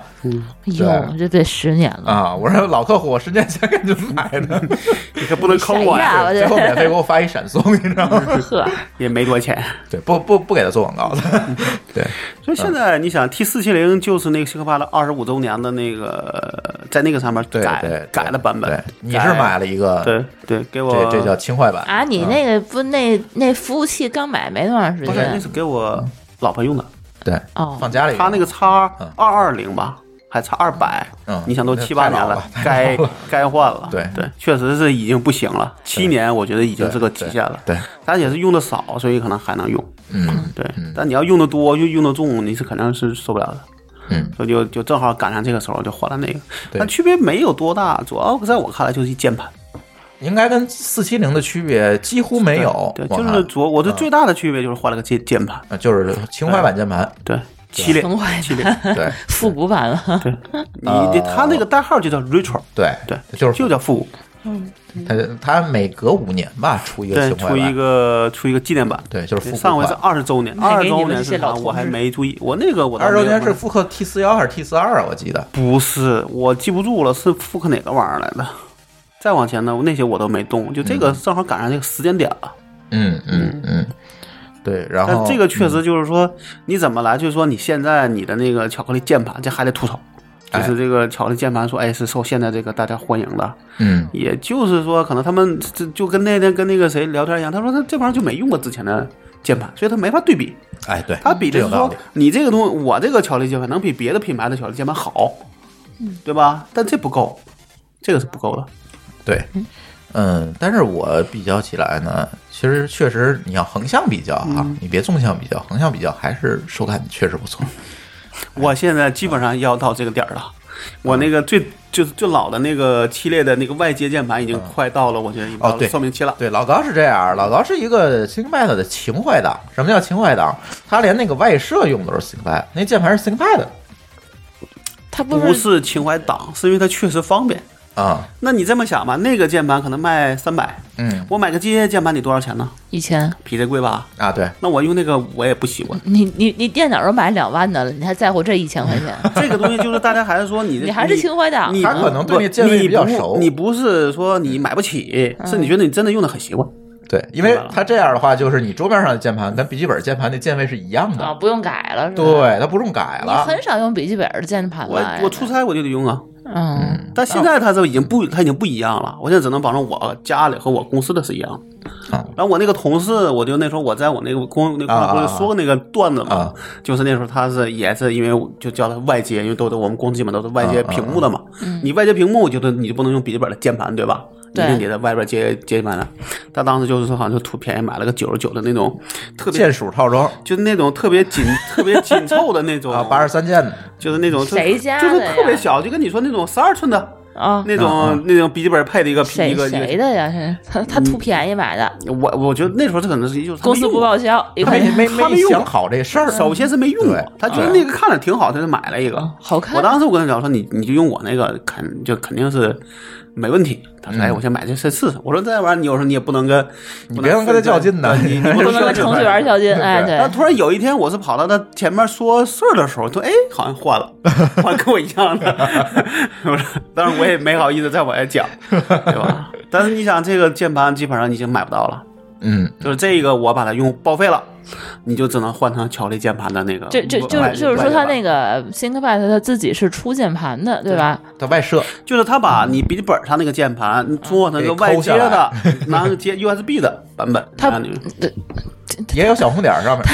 Speaker 6: 哟，这得十年了。
Speaker 3: 啊！我说老客户，我十年前给你买
Speaker 5: 嗯
Speaker 3: 的，
Speaker 5: 你可不能坑我
Speaker 6: 谁呀？
Speaker 5: 呀，
Speaker 6: 我
Speaker 3: 最后
Speaker 6: 这
Speaker 3: 免费给我发一闪送，你知道吗？
Speaker 5: 嗯
Speaker 6: 呵，
Speaker 5: 也没多钱。
Speaker 3: 对，不不不给他做广告
Speaker 5: 嗯
Speaker 3: 的，对
Speaker 5: 所以
Speaker 3: 嗯
Speaker 5: 现在你想，T 四七零就是那个西克帕的二十五周年的那个，在那个上面
Speaker 3: 对
Speaker 5: 改
Speaker 3: 对，
Speaker 5: 改了版
Speaker 3: 对
Speaker 5: 本。
Speaker 3: 你是买了一个
Speaker 5: 改？对对，给我
Speaker 3: 这这叫轻快版
Speaker 6: 啊，你那个不那那服务器刚买没多长时
Speaker 5: 不是那
Speaker 6: 间
Speaker 5: 是给我
Speaker 3: 嗯
Speaker 5: 老婆用的，
Speaker 3: 对，
Speaker 6: 哦
Speaker 3: 放家里
Speaker 5: 他那个叉
Speaker 3: 嗯
Speaker 5: 二二零吧，还差二百
Speaker 3: 嗯，
Speaker 5: 你想都
Speaker 3: 那
Speaker 5: 七八
Speaker 3: 太
Speaker 5: 年
Speaker 3: 老了
Speaker 5: 了
Speaker 3: 太，
Speaker 5: 该
Speaker 3: 老了
Speaker 5: 该换了。
Speaker 3: 对
Speaker 5: 对，确实是已经不行了，七年我觉得已经是个极限了。
Speaker 3: 对对，
Speaker 5: 但也是用的少，所以可能还能用。
Speaker 3: 嗯
Speaker 5: 对，但你要用的多又用的重，你是肯定是受不了的。
Speaker 3: 嗯，
Speaker 5: 所以就就正好赶上这个时候就换了那个，
Speaker 3: 对
Speaker 5: 但区别没有多大，主要在我看来就是一键盘，
Speaker 3: 应该跟四七零的区别几乎没有，
Speaker 5: 对，
Speaker 3: 我
Speaker 5: 就
Speaker 3: 看
Speaker 5: 是主
Speaker 3: 嗯
Speaker 5: 我的最大的区别就是换了个键键盘，
Speaker 3: 呃就是轻快版键盘，
Speaker 5: 对，七列
Speaker 6: 从坏
Speaker 5: 七列，
Speaker 3: 对
Speaker 6: 复古版了，
Speaker 5: 对，你的
Speaker 3: 啊
Speaker 5: 它那个代号就叫 retro，
Speaker 3: 对
Speaker 5: 对，
Speaker 3: 就是
Speaker 5: 就叫复古，
Speaker 3: 它它每隔五年吧出一个
Speaker 5: 对，
Speaker 3: 轻快
Speaker 5: 出
Speaker 3: 版，
Speaker 5: 一个出一个纪念版。
Speaker 3: 对，就是复
Speaker 5: 对
Speaker 3: 古
Speaker 5: 上回是
Speaker 3: 款。
Speaker 5: 二十周年，
Speaker 6: 还
Speaker 5: 二
Speaker 6: 给
Speaker 5: 十
Speaker 6: 你们
Speaker 5: 周年
Speaker 6: 这些
Speaker 5: 是啥？
Speaker 6: 老同
Speaker 5: 我还
Speaker 6: 志
Speaker 5: 没注意，我那个我倒
Speaker 3: 二十周
Speaker 5: 没有
Speaker 3: 年是
Speaker 5: 关
Speaker 3: 复刻 T 四幺还是 T 四二啊？我记得
Speaker 5: 不是我记不住了，是复刻哪个玩意儿来的？嗯再往前呢，那些我都没动，就这个正好赶上这个时间点了。
Speaker 3: 嗯嗯嗯，对，然后
Speaker 5: 但这个确实就是说，你怎么来？就是说你现在你的那个巧克力键盘，这还得吐槽，就
Speaker 3: 哎
Speaker 5: 是这个巧克力键盘说，哎，是受现在这个大家欢迎的，
Speaker 3: 嗯
Speaker 5: 也就是说，可能他们这就跟那天跟那个谁聊天一样，他说他这玩意儿就没用过之前的键盘，所以他没法对比。
Speaker 3: 哎对，
Speaker 5: 他比
Speaker 3: 这
Speaker 5: 的
Speaker 3: 有
Speaker 5: 是
Speaker 3: 道
Speaker 5: 说
Speaker 3: 理，
Speaker 5: 你这个东西，我这个巧克力键盘能比别的品牌的巧克力键盘
Speaker 6: 嗯
Speaker 5: 好，对吧？但这不够，这个是不够的。
Speaker 3: 对。嗯，但是我比较起来呢，其实确实你要横向比较啊，
Speaker 5: 嗯
Speaker 3: 你别纵向比较，横向比较还是手感确实不错。哎
Speaker 5: 我现在基本上要到这个点儿了。我那个最就是最老的那个系列的那个外接键盘已经快到了，我觉得已经
Speaker 3: 嗯哦
Speaker 5: 到了
Speaker 3: 对
Speaker 5: 寿命期了。
Speaker 3: 对，老高是这样，老高是一个 ThinkPad 的情怀党。什么叫情怀党？他连那个外设用的都是 ThinkPad，那键盘是 ThinkPad 的
Speaker 6: 它不
Speaker 5: 不
Speaker 6: 是
Speaker 5: 是情怀党，是因为它确实方便。
Speaker 3: 啊、
Speaker 5: 那你这么想吧，那个键盘可能卖三百，
Speaker 3: 嗯
Speaker 5: 我买个机械键盘得多少钱呢？
Speaker 6: 以前
Speaker 5: 比这贵吧？
Speaker 3: 啊，对，
Speaker 5: 那我用那个我也不喜欢。
Speaker 6: 你你你电脑都买两万的了，你还在乎这一千块钱？
Speaker 5: 这个东西就是大家还是说你
Speaker 6: 你还是情怀党
Speaker 5: 你
Speaker 3: 他可能对那键位比较熟
Speaker 5: 你不你不是说你买不起，
Speaker 6: 嗯
Speaker 5: 是你觉得你真的用的很习惯。
Speaker 3: 对，因为它这样的话，就是你桌面上的键盘跟笔记本键盘的键位是一样的，
Speaker 6: 啊，不用改了是吧？，
Speaker 3: 对，它不用改
Speaker 6: 你
Speaker 3: 了。
Speaker 6: 很少用笔记本的键盘
Speaker 5: 我
Speaker 6: 吧？
Speaker 5: 我出差我就得用啊，
Speaker 6: 嗯，
Speaker 5: 但现在它这已经不，它已经不一样了。我现在只能保证我家里和我公司的是一样的。
Speaker 3: 啊
Speaker 5: 然后我那个同事，我就那时候我在我那个公那
Speaker 3: 啊啊
Speaker 5: 个公
Speaker 3: 啊
Speaker 5: 司说过那个段子嘛，
Speaker 3: 啊
Speaker 5: 就是那时候他是也是因为我就叫他外接，因为都是我们公司基本都是外接
Speaker 3: 啊啊啊
Speaker 5: 屏幕的嘛。你外接屏幕，就是你就不能用笔记本的键盘对吧？
Speaker 6: 嗯对
Speaker 5: 一定得在外边接接键盘的。他当时就是说好像就图便宜买了个九十九的那种特别
Speaker 3: 键。鼠套装
Speaker 5: 就是那种特别紧、特别紧凑的那种
Speaker 3: 啊，八十三键的，
Speaker 5: 就是那种
Speaker 6: 谁家
Speaker 5: 就是
Speaker 6: 的呀
Speaker 5: 特别小，就跟你说那种十二寸的，
Speaker 6: 啊，
Speaker 5: 那种、那种笔记本配的一个
Speaker 6: 谁
Speaker 5: 一个
Speaker 6: 谁
Speaker 5: 一
Speaker 6: 的呀？是他他图便宜买的，
Speaker 5: 个，我我觉得那时候他可能是就是他
Speaker 6: 公
Speaker 5: 没
Speaker 6: 司
Speaker 5: 用
Speaker 6: 不报销，一
Speaker 3: 他
Speaker 6: 块
Speaker 3: 没
Speaker 6: 钱
Speaker 3: 没
Speaker 5: 他没
Speaker 3: 没
Speaker 5: 用
Speaker 3: 想好这事儿
Speaker 5: 过，。首先是没用
Speaker 3: 对
Speaker 5: 过，他觉得那个看着挺好，他就买了一个。
Speaker 6: 好看。
Speaker 5: 我当时我跟他讲说，你你就用我那个，肯就肯定是没问题。他说，哎，我先买这试试。我说这玩意儿，你有时候你也不能跟，
Speaker 3: 嗯你别跟他较劲呐
Speaker 5: 对你你
Speaker 6: 不能
Speaker 5: 说
Speaker 6: 跟程序员较劲，哎，
Speaker 5: 然后
Speaker 3: 啊
Speaker 6: 对，
Speaker 5: 突然有一天，我是跑到他前面说事儿的时候，说：“哎，好像换了，换跟我一样的。” 我说，当然我也没好意思再往下讲，对吧？但是你想，这个键盘基本上已经买不到了，
Speaker 3: 嗯，
Speaker 5: 就是这个我把它用报废了，你就只能换成巧克力键盘的那个。
Speaker 6: 就就就
Speaker 5: 外
Speaker 6: 就是说，他那
Speaker 5: 外
Speaker 6: 个 ThinkPad 他自己是出键盘的，对吧？
Speaker 3: 它外设
Speaker 5: 就是他把你笔记本上那个键盘你做成个外接
Speaker 3: 给抠下
Speaker 5: 的，拿个接 USB 的版 本，
Speaker 6: 他
Speaker 5: 让你
Speaker 3: 也有小红点儿上面，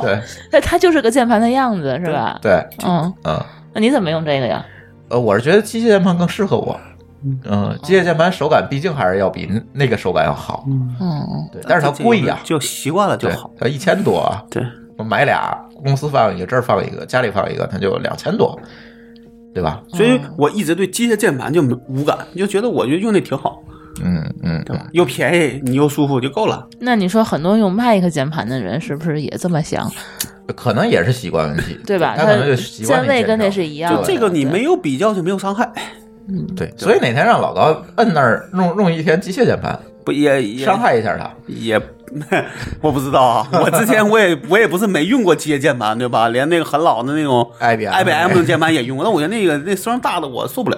Speaker 3: 对
Speaker 6: 那他就是个键盘的样子，是吧？
Speaker 3: 对，
Speaker 6: 嗯，
Speaker 3: 嗯。
Speaker 6: 那你怎么用这个呀？
Speaker 3: 呃，我是觉得机械键盘更适合我。嗯，机械键盘手感毕竟还是要比那个手感要好。
Speaker 6: 嗯，
Speaker 3: 对，但是它贵呀、
Speaker 5: 就习惯了就
Speaker 3: 对
Speaker 5: 好。，
Speaker 3: 它一千多啊，
Speaker 5: 对，
Speaker 3: 我买俩，公司放一个，这儿放一个，家里放一个，它就两千多，对吧？
Speaker 5: 所以我一直对机械键盘就没无感，就觉得我就用那挺好，
Speaker 3: 嗯嗯，
Speaker 5: 对吧？又便宜，你又舒服就够了。
Speaker 6: 那你说很多用 Mac 键盘的人是不是也这么想，
Speaker 3: 可能也是习惯问题，
Speaker 6: 对吧？
Speaker 3: 他可能就习惯
Speaker 6: 键位跟那
Speaker 3: 那
Speaker 6: 是
Speaker 3: 键
Speaker 6: 一样
Speaker 5: 就
Speaker 6: 的，
Speaker 5: 这个你
Speaker 6: 对
Speaker 5: 没有比较就没有伤害，
Speaker 3: 盘对，所以哪天让老高摁那儿弄弄一天机械键盘，
Speaker 5: 不也也
Speaker 3: 伤害一下他。
Speaker 5: 也。 我不知道 啊，我之前我也我也不是没用过机械键盘，对吧？连那个很老的那种
Speaker 3: IBM
Speaker 5: IBM 的键盘也用过，但我觉得那个那声大的我受不了，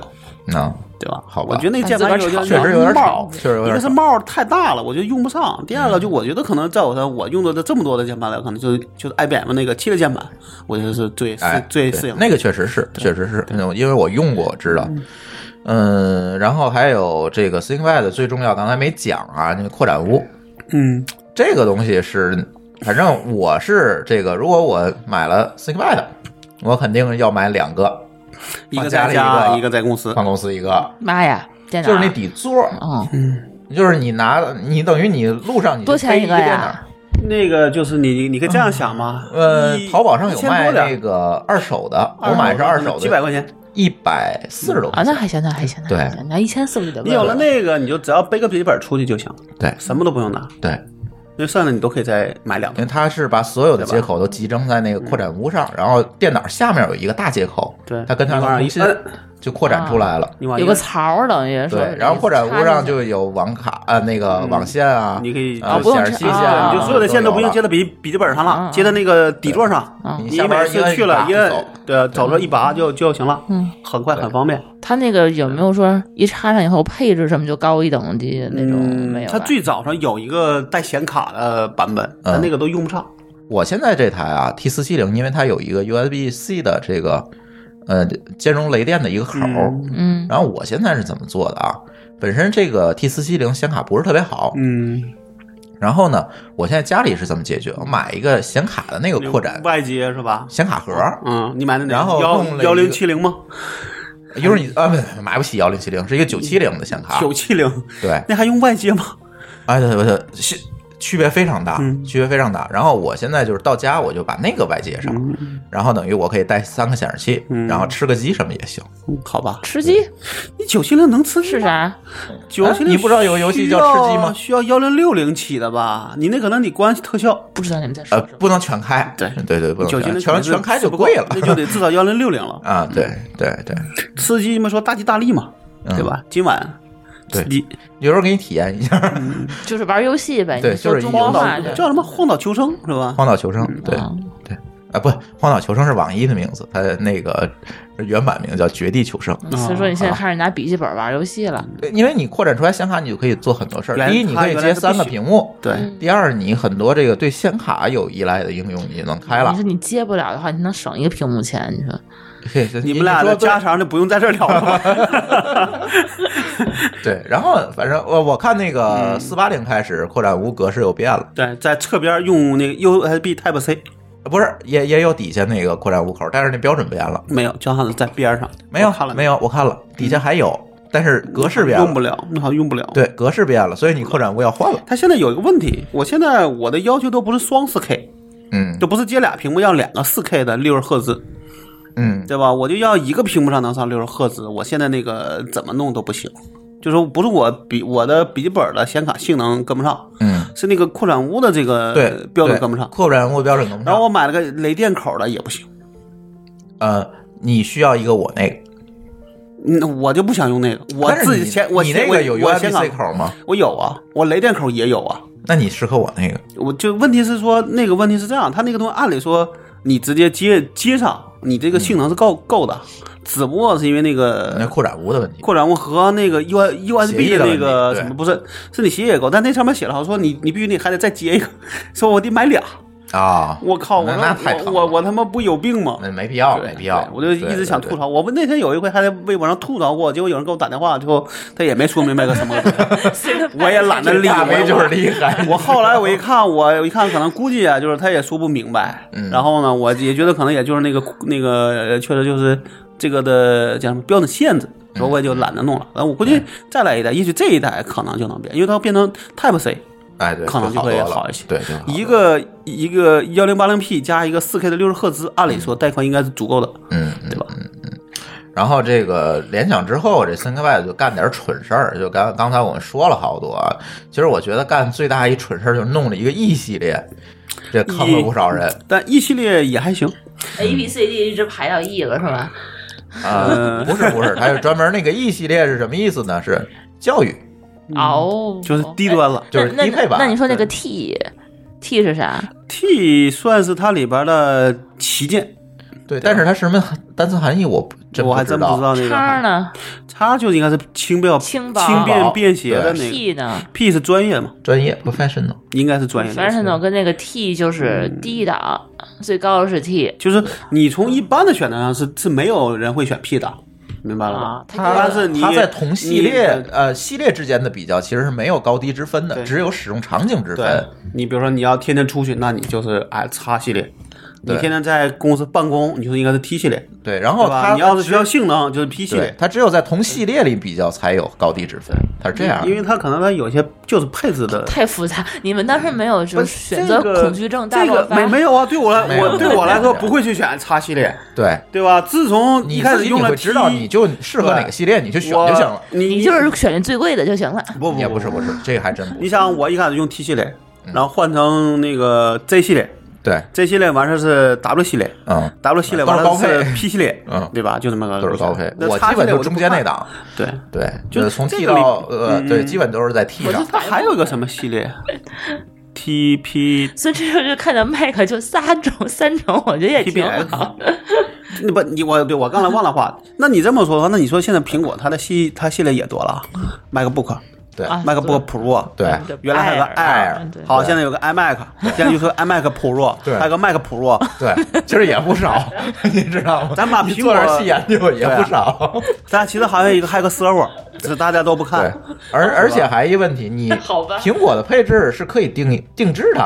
Speaker 3: 啊、
Speaker 5: 对吧？
Speaker 3: 好吧
Speaker 5: 我觉得那个键盘有点
Speaker 3: 确实有点吵
Speaker 5: 帽，
Speaker 3: 确实有
Speaker 5: 一
Speaker 3: 点嗯
Speaker 5: 个是
Speaker 3: 吵
Speaker 5: 帽太大了，我觉得用不上。第二个就我觉得可能在我这我用的这这么多的键盘来，可能就是就是 IBM 那个七的键盘，我觉得是最适
Speaker 3: 哎，
Speaker 5: 最
Speaker 3: 对
Speaker 5: 适应的。
Speaker 3: 那个确实是，确实是，因为我用过，知道。嗯，然后还有这个 ThinkPad 最重要，刚才没讲啊，那个扩展坞
Speaker 5: 嗯，
Speaker 3: 这个东西是，反正我是这个，如果我买了 ThinkPad，我肯定要买两个，
Speaker 5: 一个
Speaker 3: 放家
Speaker 5: 在
Speaker 3: 里
Speaker 5: 家，
Speaker 3: 一个
Speaker 5: 一个在公
Speaker 6: 呃
Speaker 5: 司
Speaker 3: 放。公司一个，
Speaker 6: 妈呀，电脑
Speaker 3: 就是那底座，
Speaker 6: 嗯，
Speaker 3: 就是你拿你等于你路上你就
Speaker 6: 多钱
Speaker 3: 背
Speaker 6: 一
Speaker 3: 一
Speaker 6: 个
Speaker 3: 电
Speaker 6: 呀
Speaker 3: 脑。
Speaker 5: 那个就是你，你可以这样想吗？
Speaker 3: 呃
Speaker 5: 一，
Speaker 3: 淘宝上有卖。
Speaker 5: 一千多点
Speaker 3: 那
Speaker 5: 儿
Speaker 3: 个二手的，我
Speaker 5: 二手
Speaker 3: 买是二手的，
Speaker 5: 几百块钱。
Speaker 3: 一百四十多
Speaker 6: 啊，
Speaker 3: 块
Speaker 6: 那
Speaker 3: 钱。
Speaker 6: 还行，那还行，那还行，那一千四不就得
Speaker 5: 你有了
Speaker 6: 问了
Speaker 5: 那个，你就只要背个笔记本出去就行，
Speaker 3: 对
Speaker 5: 什么都不用拿，
Speaker 3: 对，
Speaker 5: 那剩下的你都可以再买两
Speaker 3: 因为
Speaker 5: 个。
Speaker 3: 它是把所有的接口都集中在那个扩展坞上，然后电脑下面有一个大接口，
Speaker 5: 嗯对
Speaker 3: 它跟它
Speaker 5: 你往上
Speaker 3: 的中
Speaker 5: 一
Speaker 3: 心
Speaker 5: 摁啊
Speaker 3: 就扩展出来了。
Speaker 5: 你往一
Speaker 6: 有个槽儿等于说，
Speaker 3: 对，然后扩展坞上就有网卡啊，那个网线啊，
Speaker 5: 嗯你可以
Speaker 3: 呃
Speaker 6: 啊不用
Speaker 3: 显示器
Speaker 6: 插
Speaker 3: 线
Speaker 6: 啊
Speaker 3: 啊，
Speaker 5: 你就所有的线都不用接到
Speaker 3: 了。嗯
Speaker 5: 笔笔记本上
Speaker 6: 啊啊
Speaker 5: 了，接到那个底座上。
Speaker 6: 嗯
Speaker 3: 你
Speaker 5: 你
Speaker 3: 下班
Speaker 5: 每
Speaker 3: 一
Speaker 5: 次
Speaker 3: 摁
Speaker 5: 去了
Speaker 3: 一
Speaker 5: 一
Speaker 3: 摁
Speaker 5: 摁
Speaker 3: 走，
Speaker 5: 对，走了一拔就就行了，
Speaker 6: 嗯，
Speaker 5: 很快很方便。
Speaker 6: 它那个有没有说一插上以后配置什么就高一等级的那种
Speaker 3: 嗯
Speaker 6: 没有吧？
Speaker 5: 它最早上有一个带显卡的版本，
Speaker 3: 嗯
Speaker 5: 但那个都用不上。
Speaker 3: 我现在这台啊 T 四七零，因为它有一个 USB C 的这个呃兼容雷电的一个口儿，
Speaker 6: 嗯
Speaker 3: 然后我现在是怎么做的啊？本身这个 T 四七零显卡不是特别好，
Speaker 5: 嗯，
Speaker 3: 然后呢，我现在家里是怎么解决？我买一个显卡的那个扩展
Speaker 5: 外接是吧？
Speaker 3: 显卡盒儿，
Speaker 5: 嗯，你买的哪个
Speaker 3: 然后
Speaker 5: 幺
Speaker 3: 弄了一个
Speaker 5: 幺零七零吗？
Speaker 3: 一会儿你啊，不，买不起幺零七零，是一个九七零的显卡，
Speaker 5: 九七零，
Speaker 3: 对，
Speaker 5: 那还用外接吗？
Speaker 3: 哎，对对对，是区别非常大，
Speaker 5: 嗯
Speaker 3: 区别非常大。然后我现在就是到家我就把那个外接上，然后等于我可以带三个显示器，
Speaker 5: 嗯
Speaker 3: 然后吃个鸡什么也行。
Speaker 5: 嗯好吧，
Speaker 6: 吃鸡
Speaker 5: 你九七零能吃
Speaker 6: 是？啥？
Speaker 5: 九七零
Speaker 3: 啊你不知道有个游戏叫吃鸡吗
Speaker 5: 需要幺零六零起的吧？你那可能得关特效，
Speaker 6: 不知道你们在说
Speaker 3: 呃
Speaker 6: 什么。，
Speaker 3: 不能全开，
Speaker 5: 对
Speaker 3: 对对，不能
Speaker 5: 九七
Speaker 3: 全
Speaker 5: 零
Speaker 3: 开全全开就贵了
Speaker 5: 那 就得至少幺零六零了。
Speaker 3: 啊！对对对，
Speaker 5: 吃鸡嘛，说大吉大利嘛，对吧？今晚
Speaker 3: 嗯对
Speaker 5: 吃鸡
Speaker 3: 有时候给你体验一下《
Speaker 6: 就是玩游戏呗，
Speaker 3: 对
Speaker 6: 你说
Speaker 3: 就是
Speaker 6: 中
Speaker 3: 一
Speaker 6: 国
Speaker 3: 游
Speaker 5: 荒岛
Speaker 6: 话
Speaker 5: 叫什么荒岛求生是吧？
Speaker 3: 荒岛求
Speaker 5: 嗯
Speaker 3: 生》对。
Speaker 5: 哦
Speaker 6: 啊
Speaker 3: 啊，不，《荒岛求生》是网易的名字，它那个原版名叫《绝地求生》。
Speaker 5: 嗯
Speaker 6: 所以说你现
Speaker 3: 啊
Speaker 6: 在开始拿笔记本玩游戏了，
Speaker 3: 对因为你扩展出来显卡，你就可以做很多事儿。
Speaker 5: 原
Speaker 3: 第一，你可以接三个屏幕；
Speaker 5: 对，
Speaker 3: 第二，你很多这个对显卡有依赖的应用你能开了
Speaker 6: 你说。你接不了的话，你能省一个屏幕钱，你说
Speaker 3: 嘿这
Speaker 5: 你们俩
Speaker 3: 说
Speaker 5: 的
Speaker 3: 对
Speaker 5: 家常就不用在这儿聊了 吧。
Speaker 3: 对，然后反正呃我我看那
Speaker 5: 嗯
Speaker 3: 个四八零开始扩展坞格式又变了，
Speaker 5: 对，在侧边用那个 USB Type C，
Speaker 3: 不是也也有底下那个扩展坞口，但是那标准变了，
Speaker 5: 没有，正好在边上，
Speaker 3: 没有
Speaker 5: 我看了嗯
Speaker 3: 没有，我看了底下还有，但是格式变了，
Speaker 5: 用不了，那好像用不了。
Speaker 3: 对，格式变了，所以你扩展坞要换了，
Speaker 5: 它现在有一个问题，我现在我的要求都不是双四 K，
Speaker 3: 嗯
Speaker 5: 就不是接俩屏幕要两个四 K 的六十赫兹，
Speaker 3: 嗯，
Speaker 5: 对吧？我就要一个屏幕上能上六十赫兹，我现在那个怎么弄都不行，就说不是我笔我的笔记本的显卡性能跟不上，
Speaker 3: 嗯，
Speaker 5: 是那个扩展坞的这
Speaker 3: 对
Speaker 5: 个，呃标准
Speaker 3: 对嗯
Speaker 5: 跟不上。
Speaker 3: 扩展坞标准跟不上。
Speaker 5: 然后我买了个雷电口的也不行，
Speaker 3: 呃，你需要一个我那个，
Speaker 5: 嗯，我就不想用那个，我
Speaker 3: 但是
Speaker 5: 自己
Speaker 3: 你
Speaker 5: 显我
Speaker 3: 你那
Speaker 5: 我
Speaker 3: 个有
Speaker 5: 我显
Speaker 3: USB
Speaker 5: 卡
Speaker 3: C 口吗？
Speaker 5: 我有啊，我雷电口也有啊。
Speaker 3: 那你适合我那个，
Speaker 5: 我就问题是说，那个问题是这样，它那个东西按理说你直接接接上，你这个性能是够、够的，只不过是因为那
Speaker 3: 那
Speaker 5: 个
Speaker 3: 扩展坞的问题。
Speaker 5: 扩展坞和那个 U U S
Speaker 3: 嗯协
Speaker 5: B
Speaker 3: 议的
Speaker 5: 那
Speaker 3: 问
Speaker 5: 个
Speaker 3: 题对
Speaker 5: 什么不是，是你协议也够，但那上面写了好像说你你必须得还得再接一个， 说我得买俩，
Speaker 3: 啊、
Speaker 5: 我靠，我
Speaker 3: 那
Speaker 5: 说
Speaker 3: 那太疼
Speaker 5: 我
Speaker 3: 了
Speaker 5: 我我他妈不有病吗？
Speaker 3: 那没必要，没必要
Speaker 5: 对。我就一直想
Speaker 3: 对
Speaker 5: 吐。槽。我们那天有一回还在微博上吐槽过，结果有人给我打电话之后，他也没说明白个什 么，我也懒得
Speaker 3: 对
Speaker 5: 理。
Speaker 3: 对大
Speaker 5: 我
Speaker 3: 梅就是厉 害，
Speaker 5: 我后来我一看，我一看可能估计啊，就是他也说不明白。
Speaker 3: 嗯
Speaker 5: 然后呢，我也觉得可能也就是那个那个，呃确实就是这个的叫什么标准限制，
Speaker 3: 嗯
Speaker 5: 所以我也就懒得弄了。然后我估计再来一代，也许这一代可能就能变，因为它变成 Type C，
Speaker 3: 哎，对，
Speaker 5: 可能就
Speaker 3: 好多
Speaker 5: 会
Speaker 3: 了
Speaker 5: 好一些
Speaker 3: 对，就好
Speaker 5: 一
Speaker 3: 多了
Speaker 5: 个一个幺零八零 P 加一个四 K 的六十赫兹，按理说带宽应该是足够的，
Speaker 3: 嗯，嗯
Speaker 5: 对吧？
Speaker 3: 然后这个联想之后，这 ThinkPad 就干点蠢事儿，就刚刚才我们说了好多啊。其实我觉得干最大一蠢事儿就是弄了一个 E 系列，这坑了不少人
Speaker 5: 但 E 系列也还行。
Speaker 6: A B C D 一直排到 E 了是吧？
Speaker 3: 啊、
Speaker 5: 嗯
Speaker 3: 不是不是，它是专门那个 E 系列是什么意思呢？是教育，
Speaker 6: 哦，
Speaker 5: 就是低端了。
Speaker 3: 就是
Speaker 6: 那
Speaker 3: 低配版。
Speaker 6: 那那你说那个
Speaker 3: 对
Speaker 6: T T 是啥？
Speaker 5: T 算是它里边的旗舰，
Speaker 3: 对，但是它什么单词含义我不真
Speaker 5: 啊我还真不知。道那
Speaker 6: 叉
Speaker 5: 个。
Speaker 6: 呢
Speaker 5: 叉就应该是轻便、
Speaker 6: 轻薄
Speaker 5: 轻便便携的那个。
Speaker 6: ？T 呢
Speaker 5: P 是专业嘛，
Speaker 3: 专业 professional，
Speaker 5: 应该是专业的。
Speaker 6: ？Professional 跟那个 T 就是
Speaker 3: 嗯
Speaker 6: 低档，最高的是 T
Speaker 5: 就是你从一般的选择上是是没有人会选 P 的，明白了
Speaker 6: 啊
Speaker 5: 吧？，
Speaker 6: 它
Speaker 5: 它是你
Speaker 3: 它在同系列
Speaker 5: 你
Speaker 3: 呃系列之间的比较其实是没有高低之分的，
Speaker 5: 对
Speaker 3: 只有使用场景之
Speaker 5: 对
Speaker 3: 分。，
Speaker 5: 你比如说你要天天出去，那你就是哎叉系列。你
Speaker 3: 对哦
Speaker 5: 天天在公司办公，你就应该是 T 系列，
Speaker 3: 对，然后
Speaker 5: 对吧？
Speaker 3: 它
Speaker 5: 你要是需要性能，就是 P 系列
Speaker 3: 对，。它只有在同系列里比较才有高低之分，它是这样的。
Speaker 5: 因为它可能它有些就是配置的。
Speaker 6: 太复杂。你们当时没有就是选择
Speaker 5: 这个
Speaker 6: 恐惧症大
Speaker 5: 这
Speaker 6: 爆
Speaker 5: 个
Speaker 6: 发？
Speaker 5: 没没有啊？对我来
Speaker 3: 没有
Speaker 5: 我对我来
Speaker 3: 没
Speaker 5: 说
Speaker 3: 有
Speaker 5: 不会去选叉系列，
Speaker 3: 对，
Speaker 5: 对吧？自从
Speaker 3: 你
Speaker 5: 一开
Speaker 3: 自
Speaker 5: 始
Speaker 3: 己
Speaker 5: 用
Speaker 3: 你
Speaker 5: 了
Speaker 3: 会
Speaker 5: T，
Speaker 3: 知道你就适合哪个系列，你去选
Speaker 5: 我
Speaker 3: 就行了。
Speaker 6: 你就是选那最贵的就行了。
Speaker 5: 不不
Speaker 3: 也不是不是，这个还真不
Speaker 5: 你
Speaker 3: 是。
Speaker 5: 想我一开始用 T 系列，
Speaker 3: 嗯
Speaker 5: 然后换成那个 Z 系列
Speaker 3: 对，
Speaker 5: ，Z 系列完事是 W 系列。
Speaker 3: 嗯，
Speaker 5: W 系列
Speaker 3: 都
Speaker 5: 完
Speaker 3: 是
Speaker 5: 了
Speaker 3: 高配
Speaker 5: 是 P 系列，
Speaker 3: 嗯
Speaker 5: 对吧？就这么个
Speaker 3: 都是高配，
Speaker 5: 那
Speaker 3: 我
Speaker 5: 叉
Speaker 3: 基
Speaker 5: 系
Speaker 3: 本
Speaker 5: 列
Speaker 3: 就
Speaker 5: 我
Speaker 3: 中
Speaker 5: 不
Speaker 3: 间那
Speaker 5: 看。
Speaker 3: 档。
Speaker 5: 对，
Speaker 3: 对，
Speaker 5: 就
Speaker 3: 就是从
Speaker 5: 这
Speaker 3: T
Speaker 5: 个里
Speaker 3: 到呃，
Speaker 5: 嗯
Speaker 3: 对，基本都是在 T 上。
Speaker 5: 它还有一个什么系列？T P
Speaker 6: 所以这时候就看到麦克就三种， 三种，我觉得也挺好。
Speaker 5: 那不，你我对我刚才忘了话。那你这么说的话，那你说现在苹果它的系它系列也多了，MacBook、
Speaker 3: 对
Speaker 6: 啊
Speaker 5: MacBook Pro，
Speaker 3: 对
Speaker 6: 对
Speaker 5: 哎原来还有个
Speaker 3: Air，
Speaker 6: 啊嗯对
Speaker 5: Air，好，现在有个 iMac，现在又说 iMac Pro，
Speaker 3: 对
Speaker 5: 还有个 Mac Pro，
Speaker 3: 对，其实也不少， 你知道吗？
Speaker 5: 咱把
Speaker 3: 你
Speaker 5: 苹
Speaker 3: 做点
Speaker 5: 果啊
Speaker 3: 细研究也不少。
Speaker 5: 咱其实还有一个还有个 Server，只是大家 都不
Speaker 3: 对
Speaker 5: 看。，
Speaker 3: 而而且还一个问题，你
Speaker 6: 好吧
Speaker 3: 苹果的配置是可以定定制的，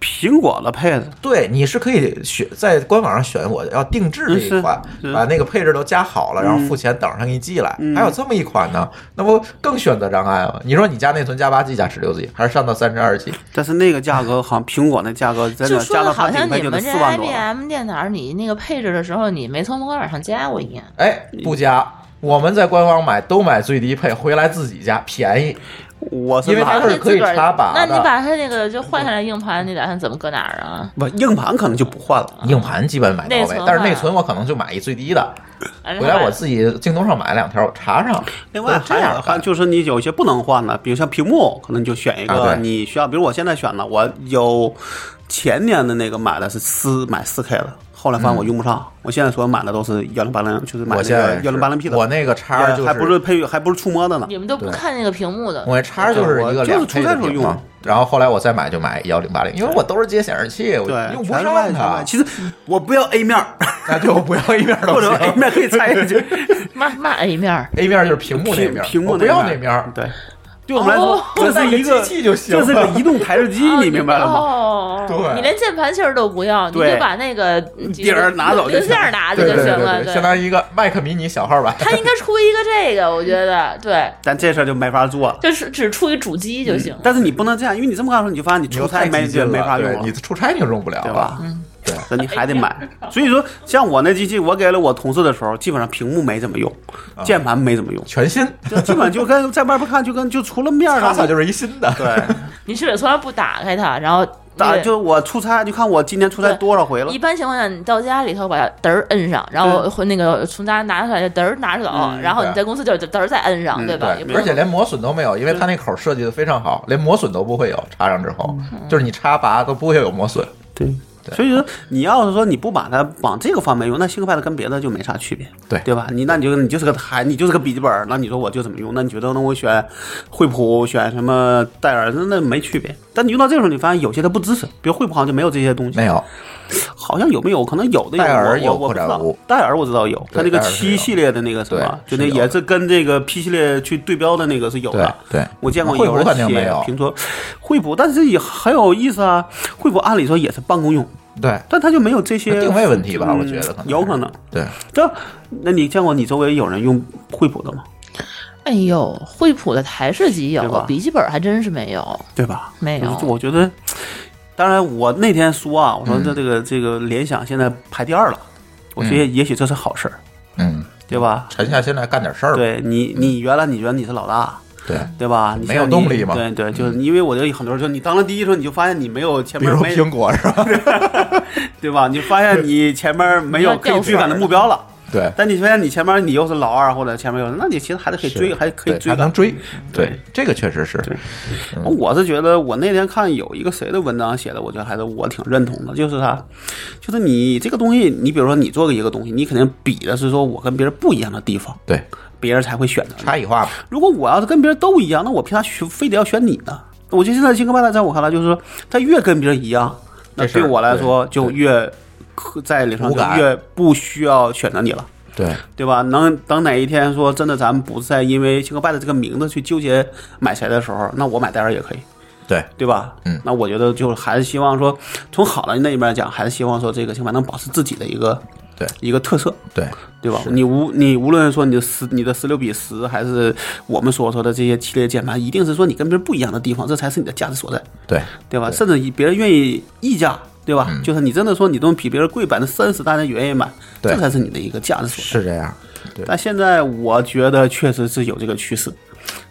Speaker 5: 苹果的配置，
Speaker 3: 对，你是可以选在官网上选我要定制这一款，
Speaker 5: 嗯是是嗯
Speaker 3: 把那个配置都加好了，然后付钱等上给你寄来。还有这么一款呢，那不更选择障碍吗？你说你加内存加八 G 加十六 G，还是上到三十二 G？
Speaker 5: 但是那个价格好像苹果那价格真
Speaker 6: 就
Speaker 5: 的
Speaker 6: 说
Speaker 5: 加
Speaker 6: 的
Speaker 5: 到
Speaker 6: 好
Speaker 5: 它
Speaker 6: 像
Speaker 5: 顶配
Speaker 6: 你
Speaker 5: 就
Speaker 6: 们
Speaker 5: 得
Speaker 6: 这
Speaker 5: 四万多了。
Speaker 6: IBM 电脑，你那个配置的时候，你没从官网上加过一样。
Speaker 3: 哎，不加。我们在官网买都买最低配，回来自己加便宜。
Speaker 5: 我是
Speaker 3: 因为它
Speaker 5: 拿
Speaker 6: 然后
Speaker 3: 是
Speaker 6: 你
Speaker 3: 可以
Speaker 6: 自个儿
Speaker 3: 插拔的
Speaker 6: 那你把它那个就换下来硬盘，你打算怎么搁哪儿啊？
Speaker 5: 不硬盘可能就不换了，
Speaker 3: 硬盘基本买到
Speaker 6: 内
Speaker 3: 位
Speaker 6: 存，
Speaker 3: 但是内
Speaker 6: 吧
Speaker 3: 存我可能就买一最低的，
Speaker 6: 回
Speaker 3: 回来我自己京东上买两条，我插上。
Speaker 5: 另外
Speaker 3: 都
Speaker 5: 还
Speaker 3: 这
Speaker 5: 有
Speaker 3: 样
Speaker 5: 还
Speaker 3: 干
Speaker 5: 有就是你有些不能换的，比如像屏幕，可能你就选一
Speaker 3: 啊
Speaker 5: 个
Speaker 3: 对
Speaker 5: 你需要。比如我现在选的，我有前年的那个买的是四买四 K 的，后来发现我用不上，我现在所买的都是幺零八零，就是买
Speaker 3: 嗯
Speaker 5: 那
Speaker 3: 我现
Speaker 5: 个
Speaker 3: 在
Speaker 5: 幺零八零 P 的。
Speaker 3: 我那个叉
Speaker 5: 也
Speaker 3: 就是
Speaker 5: 还不是配还不是触摸的呢，
Speaker 6: 你们都不
Speaker 3: 对
Speaker 6: 看那个屏幕的，
Speaker 3: 我那叉就是一个两 K 的
Speaker 5: 就是出差时候
Speaker 3: 屏
Speaker 5: 用
Speaker 3: 嘛，然后后来我再买就买幺零八零，因为我都是接显示器，我
Speaker 5: 对，
Speaker 3: 用不
Speaker 5: 全是外墙
Speaker 3: 上它
Speaker 5: 啊外。其实我不要 A 面儿，
Speaker 3: 那就不要一面
Speaker 5: 或
Speaker 3: 都
Speaker 5: 者 A
Speaker 3: 行。
Speaker 5: 面可以拆下 去，
Speaker 6: 嘛嘛 A 面儿，
Speaker 3: A 面就是屏幕那
Speaker 5: 屏
Speaker 3: 面，
Speaker 5: 屏幕
Speaker 3: 我不要那
Speaker 5: 面
Speaker 3: 面
Speaker 5: 儿
Speaker 3: 儿。
Speaker 5: 对，对我们来
Speaker 6: 哦
Speaker 5: 说，这
Speaker 3: 带
Speaker 5: 是
Speaker 3: 个
Speaker 5: 一个
Speaker 3: 机器就行
Speaker 5: 这是个
Speaker 3: 了
Speaker 5: 移动台式机，你明白了吗？
Speaker 6: 哦，
Speaker 3: 对
Speaker 6: 你连键盘芯儿都不要，你
Speaker 5: 对
Speaker 6: 就把那个
Speaker 5: 碟儿拿走就行
Speaker 6: 零件儿拿走
Speaker 3: 对
Speaker 6: 就
Speaker 3: 对
Speaker 6: 行
Speaker 3: 对
Speaker 6: 了。
Speaker 3: 对对，相当于一个 Mac mini 小号版。
Speaker 6: 他应该出一个 这个，我觉得对，
Speaker 5: 咱这事儿就没法做了。
Speaker 6: 就是只出一主机就行。
Speaker 5: 嗯但是你不能这样，因为你这么干的时候，你就发现你
Speaker 3: 你又
Speaker 5: 出差
Speaker 3: 太
Speaker 5: 没
Speaker 3: 激进
Speaker 5: 没法
Speaker 3: 了，
Speaker 5: 用
Speaker 3: 对
Speaker 5: 了，嗯
Speaker 3: 你出差你就用不了
Speaker 5: 对
Speaker 3: 了
Speaker 5: 吧。？那你还得买。所以说，像我那机器，我给了我同事的时候，基本上屏幕没怎么用，键盘没怎 么用，
Speaker 3: 全新，
Speaker 5: 就基本就跟在外边看，就跟就除了面儿
Speaker 3: 擦
Speaker 5: 上
Speaker 3: 擦就是一新的。
Speaker 5: 对。
Speaker 6: 你是不是从来不打开它，然后那
Speaker 5: 打
Speaker 6: 个
Speaker 5: 就我出差，你看我今年出差多少回了
Speaker 6: 一？般情况下，你到家里头把它嘚儿摁上，然后会那个从家拿出来就嘚儿拿走，
Speaker 5: 嗯
Speaker 6: 然后你
Speaker 3: 对
Speaker 6: 在公司就就嘚儿再摁 上，对吧？也不
Speaker 3: 而且
Speaker 6: 是
Speaker 3: 连磨损都没有，因为它那口设计的非常好，连磨损都不会有。插上之后，就是你插拔都不会有磨损。
Speaker 5: 对，所以说你要是说你不把它往这个方面用，那 ThinkPad 跟别的就没啥区别，
Speaker 3: 对
Speaker 5: 对吧？你那你就你就是个台，你就是个笔记本，那你说我就怎么用？那你觉得那我选惠普，选什么戴尔，那那没区别。但你用到这个时候，你发现有些它不支持，比如惠普好像就没有这些东西
Speaker 3: 没，有，
Speaker 5: 好像有没有？可能有的有，
Speaker 3: 戴尔
Speaker 5: 我
Speaker 3: 有
Speaker 5: 我我
Speaker 3: 扩
Speaker 5: 不知
Speaker 3: 展
Speaker 5: 道
Speaker 3: 坞。
Speaker 5: 戴尔我知道有，
Speaker 3: 对
Speaker 5: 它那个
Speaker 3: 戴尔是有
Speaker 5: 七系列的那个什么，
Speaker 3: 对
Speaker 5: 就那
Speaker 3: 是有
Speaker 5: 也是跟这个 P 系列去对标的那个是有的。
Speaker 3: 对对
Speaker 5: 我见过
Speaker 3: 惠普
Speaker 5: 有人
Speaker 3: 肯定没
Speaker 5: 写
Speaker 3: 有
Speaker 5: 评说惠普，但是也很有意思啊。惠普按理说也是办公用，
Speaker 3: 对，
Speaker 5: 但它就没有这些
Speaker 3: 定位问题吧，
Speaker 5: 嗯
Speaker 3: 我觉得可能
Speaker 5: 有可能。
Speaker 3: 对，
Speaker 5: 这，那你见过你周围有人用惠普的吗？
Speaker 6: 哎呦，惠普的台式机
Speaker 5: 对
Speaker 6: 有
Speaker 5: 吧，
Speaker 6: 笔记本还真是没有。
Speaker 5: 对吧？
Speaker 6: 没有
Speaker 5: 就是我觉得，当然我那天说啊，我说这这个、这个联想现在排第二了，我觉得也许这是好事儿，
Speaker 3: 嗯，
Speaker 5: 对吧？
Speaker 3: 沉下心来干点事儿吧。
Speaker 5: 对你，你原来你觉得你是老大，
Speaker 3: 对，
Speaker 5: 对吧？你
Speaker 3: 没有
Speaker 5: 像你
Speaker 3: 动力嘛嗯
Speaker 5: 对对，就是你因为我觉得很多人说你当了第一的时候，你就发现你没有前
Speaker 3: 比
Speaker 5: 面
Speaker 3: 如
Speaker 5: 没
Speaker 3: 苹果是吧？
Speaker 5: 对吧？你发现你前面没有
Speaker 6: 要
Speaker 5: 可
Speaker 6: 掉
Speaker 5: 以追赶的
Speaker 6: 粉儿
Speaker 5: 目标了。
Speaker 3: 对，
Speaker 5: 但你发现你前面你又是老二或者前面又是，那你其实还是可以追，
Speaker 3: 是
Speaker 5: 还可以
Speaker 3: 对
Speaker 5: 追
Speaker 3: 还
Speaker 5: 赶
Speaker 3: 能。嗯追。
Speaker 5: 对，
Speaker 3: 这个确实是。
Speaker 5: 我是觉得，我那天看有一个谁的文章写的，我觉得还是我挺认同的，就是他，就是你这个东西，你比如说你做个一个东西，你肯定比的是说我跟别人不一样的地方，
Speaker 3: 对，
Speaker 5: 别人才会选择你。
Speaker 3: 差异化嘛。
Speaker 5: 如果我要是跟别人都一样，那我凭啥选非得要选你呢？我觉得现在新科曼达在我看来，就是说他越跟别人一样，那
Speaker 3: 这事儿
Speaker 5: 对我来说
Speaker 3: 对
Speaker 5: 就
Speaker 3: 对
Speaker 5: 越可在脸上
Speaker 3: 无
Speaker 5: 就
Speaker 3: 感
Speaker 5: 越不需要选择你了。
Speaker 3: 对，
Speaker 5: 对吧？能等哪一天说真的，咱们不再因为 t h i n k p a d 这个名字去纠结买谁的时候，那我买戴尔也可以，
Speaker 3: 对，
Speaker 5: 对吧？
Speaker 3: 嗯
Speaker 5: 那我觉得就是还是希望说，从好的那一面讲，还是希望说这个 t h i n k p a d 能保持自己的一个
Speaker 3: 对
Speaker 5: 一个特色，
Speaker 3: 对，
Speaker 5: 对吧？你无你无论说你的十你的十六比十，还是我们所说的这些系列键盘，一定是说你跟别人不一样的地方，这才是你的价值所在，
Speaker 3: 对，嗯
Speaker 5: 对吧？甚至以别人愿意溢价。对吧？就是你真的说你都比别人贵百分之三十，大家愿意买，
Speaker 3: 对
Speaker 5: 这才是你的一个价值所在。
Speaker 3: 是这样。对，
Speaker 5: 但现在我觉得确实是有这个趋势，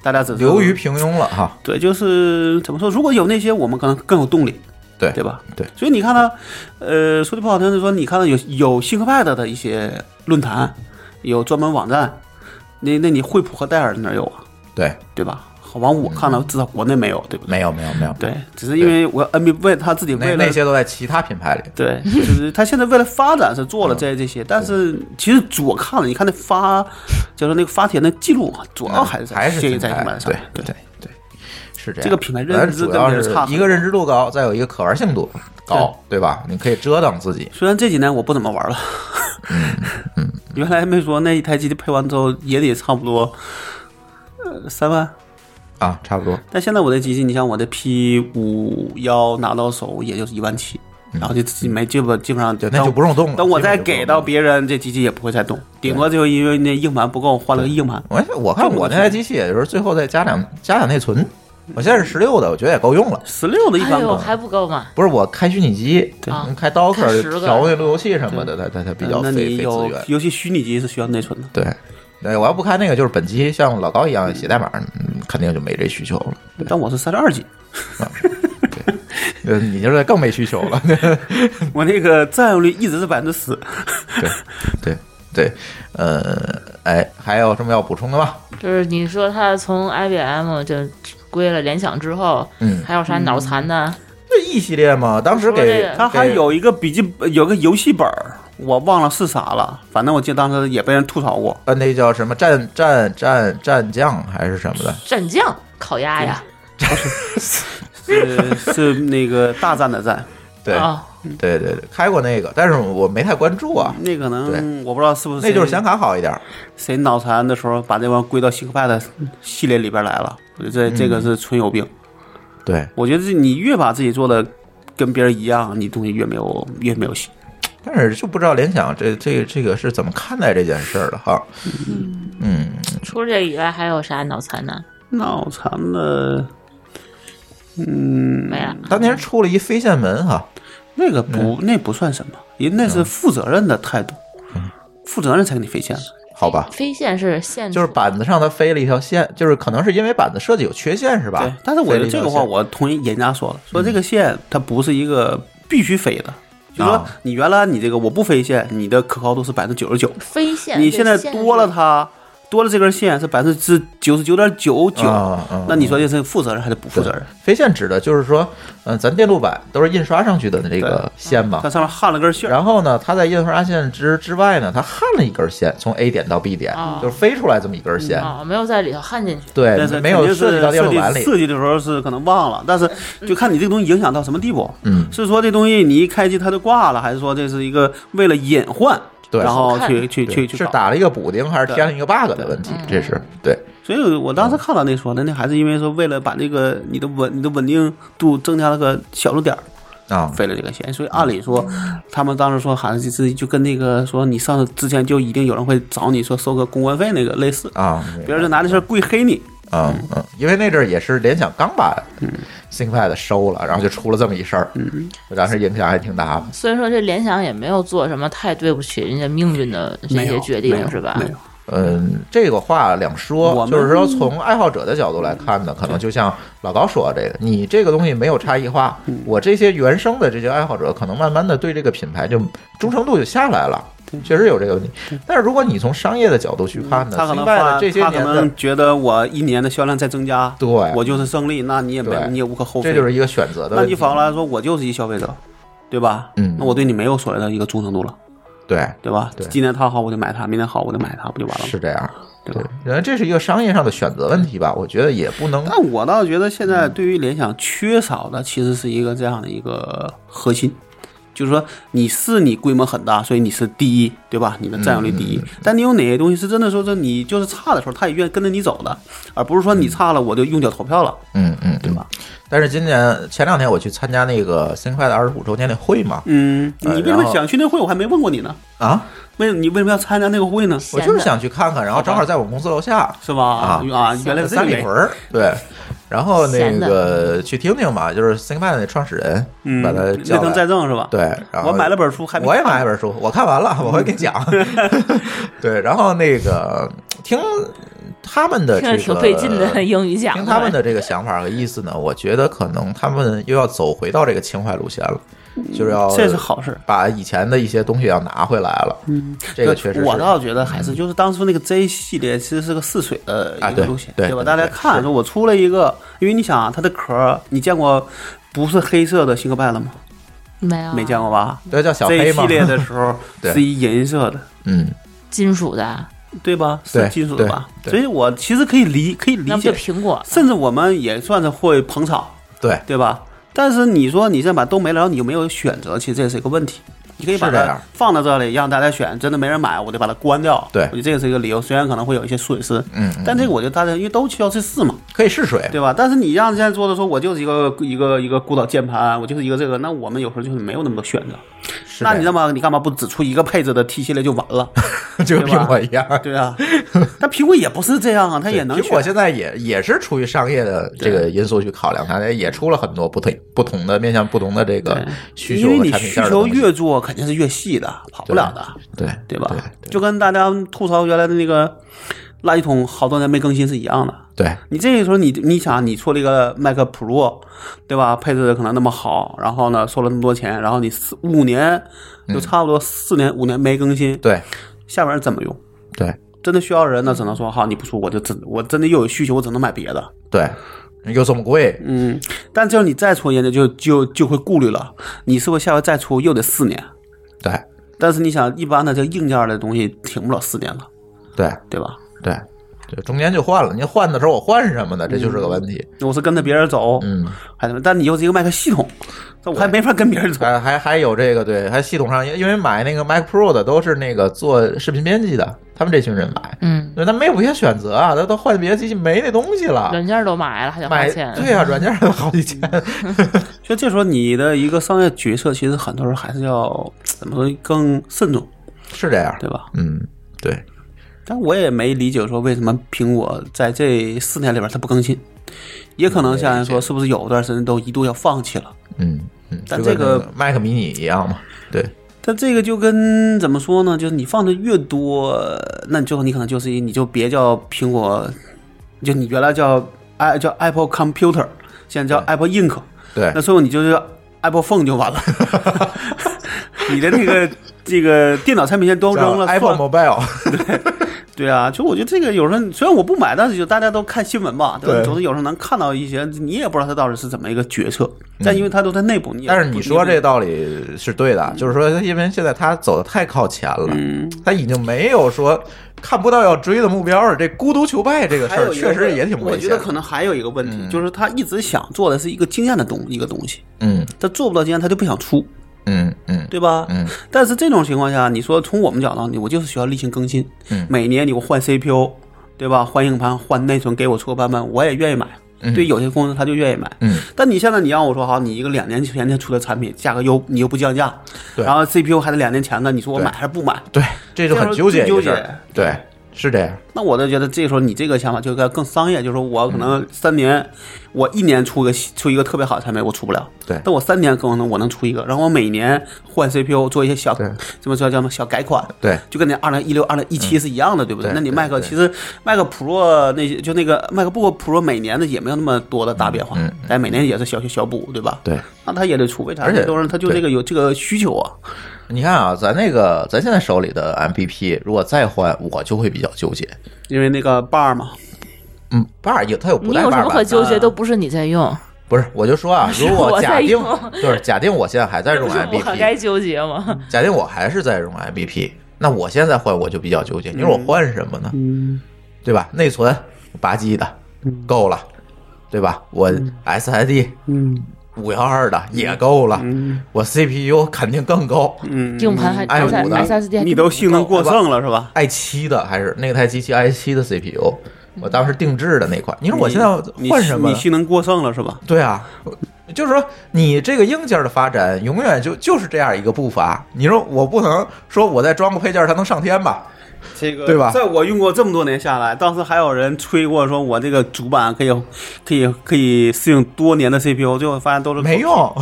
Speaker 5: 大家只是
Speaker 3: 流于平庸了哈。
Speaker 5: 对，就是怎么说？如果有那些，我们可能更有动力，
Speaker 3: 对，
Speaker 5: 对？吧？
Speaker 3: 对
Speaker 5: 所以你看到，呃，说句不好听的说，你看到有有新科派的的一些论坛，有专门网站，那那你惠普和戴尔哪有啊？
Speaker 3: 对，
Speaker 5: 对吧？好往我看到，至少国内没有，对不对？
Speaker 3: 嗯没有，没有，没有。
Speaker 5: 对，只是因为我 NBA 为他自己
Speaker 3: 那
Speaker 5: 为了
Speaker 3: 那些都在其他品牌里。
Speaker 5: 对，就是他现在为了发展是做了
Speaker 3: 嗯
Speaker 5: 这这些，但是其实主我看了，你看那发，就是那个发帖那记录嘛，主要哦还是在
Speaker 3: 嗯还是
Speaker 5: 建立
Speaker 3: 品
Speaker 5: 在
Speaker 3: 牌
Speaker 5: 平板上
Speaker 3: 对
Speaker 5: 面。
Speaker 3: 对对，是这样。
Speaker 5: 这个品牌认
Speaker 3: 咱
Speaker 5: 知
Speaker 3: 主
Speaker 5: 真
Speaker 3: 要
Speaker 5: 的
Speaker 3: 是
Speaker 5: 是差很
Speaker 3: 一个认知度高，再有一个可玩性度高，对吧？你可以折腾自己。
Speaker 5: 虽然这几年我不怎么玩了，
Speaker 3: 嗯
Speaker 5: 原来没说那一台机器配完之后也得差不多，呃，三万
Speaker 3: 啊，差不多。
Speaker 5: 但现在我的机器，你像我的 P 五幺拿到手也就是一万七，然后就自己没基本基本上
Speaker 3: 嗯对，那就不用动了。
Speaker 5: 等我再
Speaker 3: 基本就不用
Speaker 5: 给到
Speaker 3: 动了
Speaker 5: 别人，这机器也不会再动，顶多就因为那硬盘不够，换了个硬盘。
Speaker 3: 我我看我那台机器也就是最后再加两加两内存，我现在是十六的，我觉得也够用了。
Speaker 5: 十六的一
Speaker 6: 哎
Speaker 5: 般
Speaker 6: 呦，
Speaker 5: 够，
Speaker 6: 还不够吗？
Speaker 3: 不是我开虚拟机，
Speaker 6: 啊
Speaker 3: 开
Speaker 6: 开
Speaker 3: Docker
Speaker 6: 十个
Speaker 3: 调那路由器什么的，它它它比较
Speaker 5: 嗯呃那
Speaker 3: 费
Speaker 5: 你
Speaker 3: 费资
Speaker 5: 有
Speaker 3: 源。
Speaker 5: 尤其虚拟机是需要内存的。
Speaker 3: 对，对，我要不开那个，就是本机像老高一样写代码，嗯肯定就没这需求了。
Speaker 5: 但我是三十 二 G，
Speaker 3: 呃，你就是更没需求了。
Speaker 5: 我那个占有率一直是百分之十。
Speaker 3: 对，对，对，呃，哎，还有什么要补充的吗？
Speaker 6: 就是你说他从 IBM 就归了联想之后，
Speaker 3: 嗯
Speaker 6: 还有啥脑残的？
Speaker 3: 这一系列嘛，当时
Speaker 6: 说这
Speaker 3: 给
Speaker 6: 个
Speaker 5: 它还
Speaker 3: 给
Speaker 5: 有一个笔记，有个游戏本儿，我忘了是啥了，反正我记得当时也被人吐槽过。
Speaker 3: 呃，那叫什么战战战战将还是什么的？
Speaker 6: 蘸酱烤鸭呀，
Speaker 5: 是是 那个大战的战，
Speaker 3: 对，
Speaker 6: 啊，
Speaker 3: 对对对，开过那个，但是我没太关注啊。
Speaker 5: 那可能
Speaker 3: 对
Speaker 5: 我不知道是不是
Speaker 3: 那就是
Speaker 5: 谁
Speaker 3: 显卡好一点儿，
Speaker 5: 谁脑残的时候把这帮归到 ThinkPad 系列里边来了，我觉
Speaker 3: 嗯
Speaker 5: 得这这个是纯有病。
Speaker 3: 对，
Speaker 5: 我觉得你越把自己做的跟别人一样，你东西越没有越没有戏。
Speaker 3: 但是就不知道联想这这个这个是怎么看待这件事儿的哈。嗯，
Speaker 6: 除了这以外还有啥脑残的？
Speaker 5: 脑残的，嗯
Speaker 6: 没了。
Speaker 3: 当年出了一飞线门哈，
Speaker 5: 那
Speaker 3: 嗯
Speaker 5: 个不那不算什么，人那是负责任的态度，
Speaker 3: 嗯
Speaker 5: 负责任才给你飞线。
Speaker 3: 好吧，
Speaker 6: 飞线是线，
Speaker 3: 就是板子上它飞了一条线，就是可能是因为板子设计有缺陷是
Speaker 5: 对
Speaker 3: 吧？，
Speaker 5: 但是我觉得这个话，
Speaker 3: 飞了一条线嗯
Speaker 5: 我同意人家说了，说这个线它不是一个必须飞的，就说
Speaker 3: 啊
Speaker 5: 你原来你这个我不飞线，你的可靠度是百分之九十九，
Speaker 6: 飞线，
Speaker 5: 你现在
Speaker 6: 这线是
Speaker 5: 多了它，多了这根线是百分之九十九点九九
Speaker 3: 啊啊，
Speaker 5: 那你说这是负责任还是不负责任？
Speaker 3: 飞线指的就是说，嗯、咱电路板都是印刷上去的这个线嘛
Speaker 5: 它。上面焊了根线儿，
Speaker 3: 然后呢，它在印刷线之之外呢，它焊了一根线，从 A 点到 B 点，
Speaker 6: 啊
Speaker 3: 就是飞出来这么一根线。
Speaker 6: 啊，没有在里头焊进去。
Speaker 3: 对
Speaker 5: 但是，
Speaker 3: 哎没有
Speaker 5: 肯定是
Speaker 3: 涉及到电路板里。
Speaker 5: 设计的时候是可能忘了，但是
Speaker 6: 嗯
Speaker 5: 就看你这个东西影响到什么地步。
Speaker 3: 嗯
Speaker 5: 是说这东西你一开机它就挂了，还是说这是一个为了隐患，
Speaker 3: 对
Speaker 5: 然后
Speaker 6: 好看
Speaker 5: 去去
Speaker 3: 对
Speaker 5: 去去
Speaker 3: 是
Speaker 5: 搞嗯
Speaker 3: 打了一个补丁还是添了一个 bug 的问题，这是对
Speaker 5: 所以我当时看到那说的，那还是因为说为了把这个你的稳你的稳定度增加了个小数点儿，
Speaker 3: 啊，
Speaker 5: 飞了这个线。所以按理说，他们当时说好像就是就跟那个说你上次之前就一定有人会找你说收个公关费那个类似，
Speaker 3: 啊，
Speaker 5: 别人就拿这事儿故意黑你。
Speaker 3: 嗯嗯，因为那阵儿也是联想刚把
Speaker 5: 嗯
Speaker 3: ThinkPad 收了，然后就出了这么一事儿，当时影响还挺大的。
Speaker 6: 所以说这联想也没有做什么太对不起人家命运的这
Speaker 5: 没
Speaker 6: 些
Speaker 5: 有
Speaker 6: 决
Speaker 5: 没有
Speaker 6: 定，是吧
Speaker 5: 没？有，
Speaker 3: 嗯，这个话两
Speaker 5: 我
Speaker 3: 说，
Speaker 5: 们
Speaker 3: 就是说从爱好者的角度来看呢，可能就像老高说的这个，你这个东西没有差异化，
Speaker 5: 嗯
Speaker 3: 我这些原生的这些爱好者，可能慢慢的对这个品牌就忠诚度就下来了。确实有这个问题，但是如果你从商业的角度去看
Speaker 5: 嗯
Speaker 3: 呢，
Speaker 5: 他可能
Speaker 3: ThinkPad
Speaker 5: 发
Speaker 3: 这些
Speaker 5: 他可
Speaker 3: 年的
Speaker 5: 能觉得我一年的销量在增加，
Speaker 3: 对
Speaker 5: 我就是胜利，那你也没
Speaker 3: 对
Speaker 5: 你也无可厚非。
Speaker 3: 这就是一个选择的
Speaker 5: 那
Speaker 3: 问
Speaker 5: 你
Speaker 3: 题。
Speaker 5: 反过来说，我就是一消费者，对吧？
Speaker 3: 嗯
Speaker 5: 那我对你没有所谓的一个忠诚度了，
Speaker 3: 对，
Speaker 5: 对吧？
Speaker 3: 对
Speaker 5: 今年它好我就买它，明年好我就买它，不就完了吗？
Speaker 3: 是这样。
Speaker 5: 对
Speaker 3: 对
Speaker 5: 吧？，
Speaker 3: 然后这是一个商业上的选择问题吧，我觉得也不能
Speaker 5: 但我倒觉得现
Speaker 3: 嗯
Speaker 5: 在对于联想缺少的其实是一个这样的一个核心，就是说你是你规模很大，所以你是第一，对吧？你的占有率第
Speaker 3: 嗯
Speaker 5: 一。但你有哪些东西是真的说是你就是差的时候，他也愿意跟着你走的，而不是说你差了我就用脚投票了，
Speaker 3: 嗯嗯，
Speaker 5: 对吧？
Speaker 3: 但是今年前两天我去参加那个新快的二十五周年的会嘛，
Speaker 5: 嗯，你
Speaker 3: 呃
Speaker 5: 为什
Speaker 3: 然
Speaker 5: 么
Speaker 3: 后
Speaker 5: 想去那会？我还没问过你呢。
Speaker 3: 啊，
Speaker 5: 为你为什么要参加那个会呢？
Speaker 3: 我就是想去看看，然后正好在我们公司楼下，
Speaker 5: 是吧？
Speaker 3: 啊
Speaker 5: 啊，原来是这个
Speaker 3: 三里
Speaker 5: 原因
Speaker 3: 屯儿，对。然后那
Speaker 6: 闲
Speaker 3: 个去听听吧，就是 ThinkPad 那创始人，
Speaker 5: 嗯，
Speaker 3: 把他
Speaker 5: 内
Speaker 3: 叫
Speaker 5: 藤
Speaker 3: 来
Speaker 5: 在。正是吧？
Speaker 3: 对，然后
Speaker 5: 我买了本书还没
Speaker 3: 我也买了本书，我看完了，我会给你 讲。对，然后那个听他们的
Speaker 6: 听
Speaker 3: 这
Speaker 6: 着
Speaker 3: 个
Speaker 6: 挺费劲的英语讲的，
Speaker 3: 听他们的这个想法和意思呢，我觉得可能他们又要走回到这个情怀路线了，就是要
Speaker 5: 嗯这是好事。
Speaker 3: 把以前的一些东西要拿回来了。嗯，这个确实是嗯
Speaker 5: 我倒觉得还是就是当初那个 J 系列其实是个试水的
Speaker 3: 啊
Speaker 5: 一个
Speaker 3: 对
Speaker 5: 路线，
Speaker 3: 对
Speaker 5: 吧？
Speaker 3: 对
Speaker 5: 大家
Speaker 3: 对
Speaker 5: 看
Speaker 3: 是
Speaker 5: 说，我出了一个，因为你想啊它的壳儿，你见过不是黑色的新科拜了吗？
Speaker 6: 没有
Speaker 5: 没见过吧
Speaker 3: 对叫啊小
Speaker 5: ？J
Speaker 3: 黑嘛
Speaker 5: 系，列 的时候
Speaker 3: 对
Speaker 5: 是一银色的，
Speaker 3: 嗯，
Speaker 6: 金属的，
Speaker 5: 对吧？是
Speaker 3: 对
Speaker 5: 金属的吧？
Speaker 3: 对对
Speaker 5: 所以我其实可以理可以理
Speaker 6: 那不就
Speaker 5: 解，
Speaker 6: 苹果？
Speaker 5: 甚至我们也算是会捧场，
Speaker 3: 对，
Speaker 5: 对吧？但是你说你现在把都没了，然后你就没有选择，其实这也是一个问题。你可以把
Speaker 3: 是这
Speaker 5: 它
Speaker 3: 样
Speaker 5: 放到这里，让大家选，真的没人买，我就把它关掉。
Speaker 3: 对
Speaker 5: 我觉得这个是一个理由，虽然可能会有一些损失，
Speaker 3: 嗯嗯嗯
Speaker 5: 但这个我觉得大家因为都需要去试嘛，
Speaker 3: 可以试水，
Speaker 5: 对吧？但是你让现在做的说，我就是一个一个一个孤岛键盘，我就是一个这个，那我们有时候就是没有那么多选择。
Speaker 3: 是
Speaker 5: 那
Speaker 3: 的
Speaker 5: 你那么你干嘛不只出一个配置的 T 系列就完 了？对
Speaker 3: 就跟
Speaker 5: 吧
Speaker 3: 苹果一样。
Speaker 5: 对啊，但苹果也不是这样啊，它也能
Speaker 3: 苹果
Speaker 5: 选。
Speaker 3: 现在也也是出于商业的这个因素去考量，它也出了很多不同不同的面向不同的这个需
Speaker 5: 因
Speaker 3: 求
Speaker 5: 为
Speaker 3: 和
Speaker 5: 你
Speaker 3: 产品
Speaker 5: 需
Speaker 3: 线的
Speaker 5: 求
Speaker 3: 东西
Speaker 5: 越做，肯定是越细的，跑不了的，
Speaker 3: 对
Speaker 5: 对吧？
Speaker 3: 对
Speaker 5: 就跟大家吐槽原来的那个垃圾桶好多年没更新是一样的。
Speaker 3: 对
Speaker 5: 你这个时候你你想，你出了一个 Mac Pro，对吧？配置的可能那么好，然后呢，收了那么多钱，然后你四五年就差不多四年、五年没更新，
Speaker 3: 嗯对嗯
Speaker 5: 下边人怎么用？
Speaker 3: 对
Speaker 5: 真的需要人呢，只能说好，你不出我就真我真的又有需求，我只能买别的。
Speaker 3: 对，又这么贵，
Speaker 5: 嗯，但只要你再出，人家就就就会顾虑了，你是不是下回再出又得四年？
Speaker 3: 对
Speaker 5: 但是你想，一般的这硬件的东西挺不了四年了，
Speaker 3: 对
Speaker 5: 对吧？
Speaker 3: 对，就中间就换了。您换的时候我换什么呢？这就是个问题。
Speaker 5: 我是跟着别人走，
Speaker 3: 嗯，
Speaker 5: 还怎么？但你又是一个 Mac 系统，这我还没法跟别人走。
Speaker 3: 还还还有这个对，还系统上，因因为买那个 Mac Pro 的都是那个做视频编辑的，他们这群人买，
Speaker 6: 嗯，
Speaker 3: 对，他没有别的选择啊，他都换别的机器没那东西了。
Speaker 6: 软件都买了还得花
Speaker 3: 买
Speaker 6: 钱，
Speaker 3: 对啊，软件都好几千，
Speaker 5: 嗯所以这时候你的一个商业决策，其实很多时候还是要怎么说更慎重，
Speaker 3: 是这样。
Speaker 5: 对吧？
Speaker 3: 嗯，对，
Speaker 5: 但我也没理解说为什么苹果在这四年里边它不更新，也可能像人说是不是有段时间都一度要放弃了。
Speaker 3: 嗯嗯，
Speaker 5: 但
Speaker 3: 就跟
Speaker 5: 这个
Speaker 3: 那 Mac mini 一样嘛，对
Speaker 5: 但这个就跟怎么说呢？就是你放的越多，那你最后你可能就是一你就别叫苹果，就你原来叫 i 叫 Apple Computer，现在叫 Apple Ink，
Speaker 3: 对
Speaker 5: 那最后你就是 Apple Phone 就完了。 你的那个这个电脑产品线都
Speaker 3: 叫
Speaker 5: 扔了
Speaker 3: ，iPhone
Speaker 5: 算
Speaker 3: Mobile，
Speaker 5: 对啊，就我觉得这个有时候虽然我不买，但是就大家都看新闻吧，对吧？
Speaker 3: 对
Speaker 5: 总是有时候能看到一些，你也不知道他到底是怎么一个决策。但因为他都在内部，你也
Speaker 3: 嗯但是
Speaker 5: 不
Speaker 3: 你说这个
Speaker 5: 不
Speaker 3: 道理是对的，就是说，因为现在它走的太靠前了，
Speaker 5: 嗯
Speaker 3: 它已经没有说看不到要追的目标了。这孤独求败这个事
Speaker 5: 还有
Speaker 3: 儿
Speaker 5: 一个
Speaker 3: 确实也挺
Speaker 5: 我
Speaker 3: 危
Speaker 5: 觉
Speaker 3: 险
Speaker 5: 得
Speaker 3: 的。
Speaker 5: 可能还有一个问题，就是他一直想做的是一个经验的东一个东西，
Speaker 3: 嗯
Speaker 5: 他做不到经验，他就不想出，
Speaker 3: 嗯嗯，
Speaker 5: 对吧？
Speaker 3: 嗯。
Speaker 5: 但是这种情况下，你说从我们角度，你我就是需要例行更新，
Speaker 3: 嗯
Speaker 5: 每年你给我换 CPU，对吧？换硬盘，换内存，给我出个版本，我也愿意买。对有些公司他就愿意买，
Speaker 3: 嗯，
Speaker 5: 但你现在你让我说好，你一个两年前才出的产品，价格又你又不降价，
Speaker 3: 对
Speaker 5: 然后 CPU 还是两年前的，你说我买还是不买？
Speaker 3: 对，这就很纠结一个
Speaker 5: 这
Speaker 3: 事
Speaker 5: 样
Speaker 3: 儿
Speaker 5: 最纠结
Speaker 3: 对，是这样。
Speaker 5: 那我就觉得这时候你这个想法就该更商业，就是说我可
Speaker 3: 嗯
Speaker 5: 能三年，我一年出个出一个特别好的产品，我出不了。
Speaker 3: 对
Speaker 5: 但我三年可能我能出一个，然后我每年换 CPU 做一些小
Speaker 3: 对
Speaker 5: 怎么叫叫什么小改款。
Speaker 3: 对
Speaker 5: 就跟那二零一六、二零一七是一样的，对不对？
Speaker 3: 嗯对
Speaker 5: 那你麦克
Speaker 3: 对
Speaker 5: 其实麦克 Pro 那些就那个麦克 Book Pro 每年的也没有那么多的大变化，
Speaker 3: 嗯嗯
Speaker 5: 但每年也是小修小补，对吧？，
Speaker 3: 对，
Speaker 5: 那他也得出，为啥？
Speaker 3: 而且
Speaker 5: 很多人他就这个有这个需求啊，
Speaker 3: 你看啊，咱那个咱现在手里的 MPP，如果再换，我就会比较纠结。
Speaker 5: 因为那个 bar 嘛，
Speaker 3: 嗯，把尔有它有不
Speaker 6: 你
Speaker 3: 带
Speaker 6: 有
Speaker 3: 把
Speaker 6: 什
Speaker 3: 尔
Speaker 6: 么
Speaker 3: 版
Speaker 6: 可纠结？
Speaker 3: 的
Speaker 6: 都不是你在用，
Speaker 3: 不是，我就说啊，如果
Speaker 6: 我
Speaker 3: 假
Speaker 6: 在
Speaker 3: 定
Speaker 6: 用
Speaker 3: 就是假定我现在还在用
Speaker 6: 不是 我
Speaker 3: MBP，
Speaker 6: 该纠结吗？
Speaker 3: 假定我还是在用 MBP，那我现在换我就比较纠结。你说我换什么呢？
Speaker 5: 嗯，
Speaker 3: 对吧？内存八 G 的够了，对吧？我 SSD
Speaker 5: 嗯
Speaker 3: 五幺二的也够了，我 CPU 肯定更够。
Speaker 6: 硬盘还
Speaker 3: 哎
Speaker 6: S
Speaker 3: 我的
Speaker 6: S S D 还
Speaker 5: 你
Speaker 6: 真
Speaker 5: 都
Speaker 6: 不
Speaker 5: 性能过剩了是吧？
Speaker 3: i 7的还是那台机器 i 7的 CPU，我当时定制的那款。你说我现在
Speaker 5: 你
Speaker 3: 换什么
Speaker 5: 你
Speaker 3: 呢？
Speaker 5: 性能过剩了是吧？
Speaker 3: 对啊，就是说你这个硬件的发展永远就就是这样一个步伐。你说我不能说我再装个配件它能上天吧？
Speaker 5: 这个
Speaker 3: 对吧
Speaker 5: 在我用过这么多年下来，当时还有人吹过说我这个主板可以可以可以适应多年的 CPU，最后发现都是
Speaker 3: 没。 用，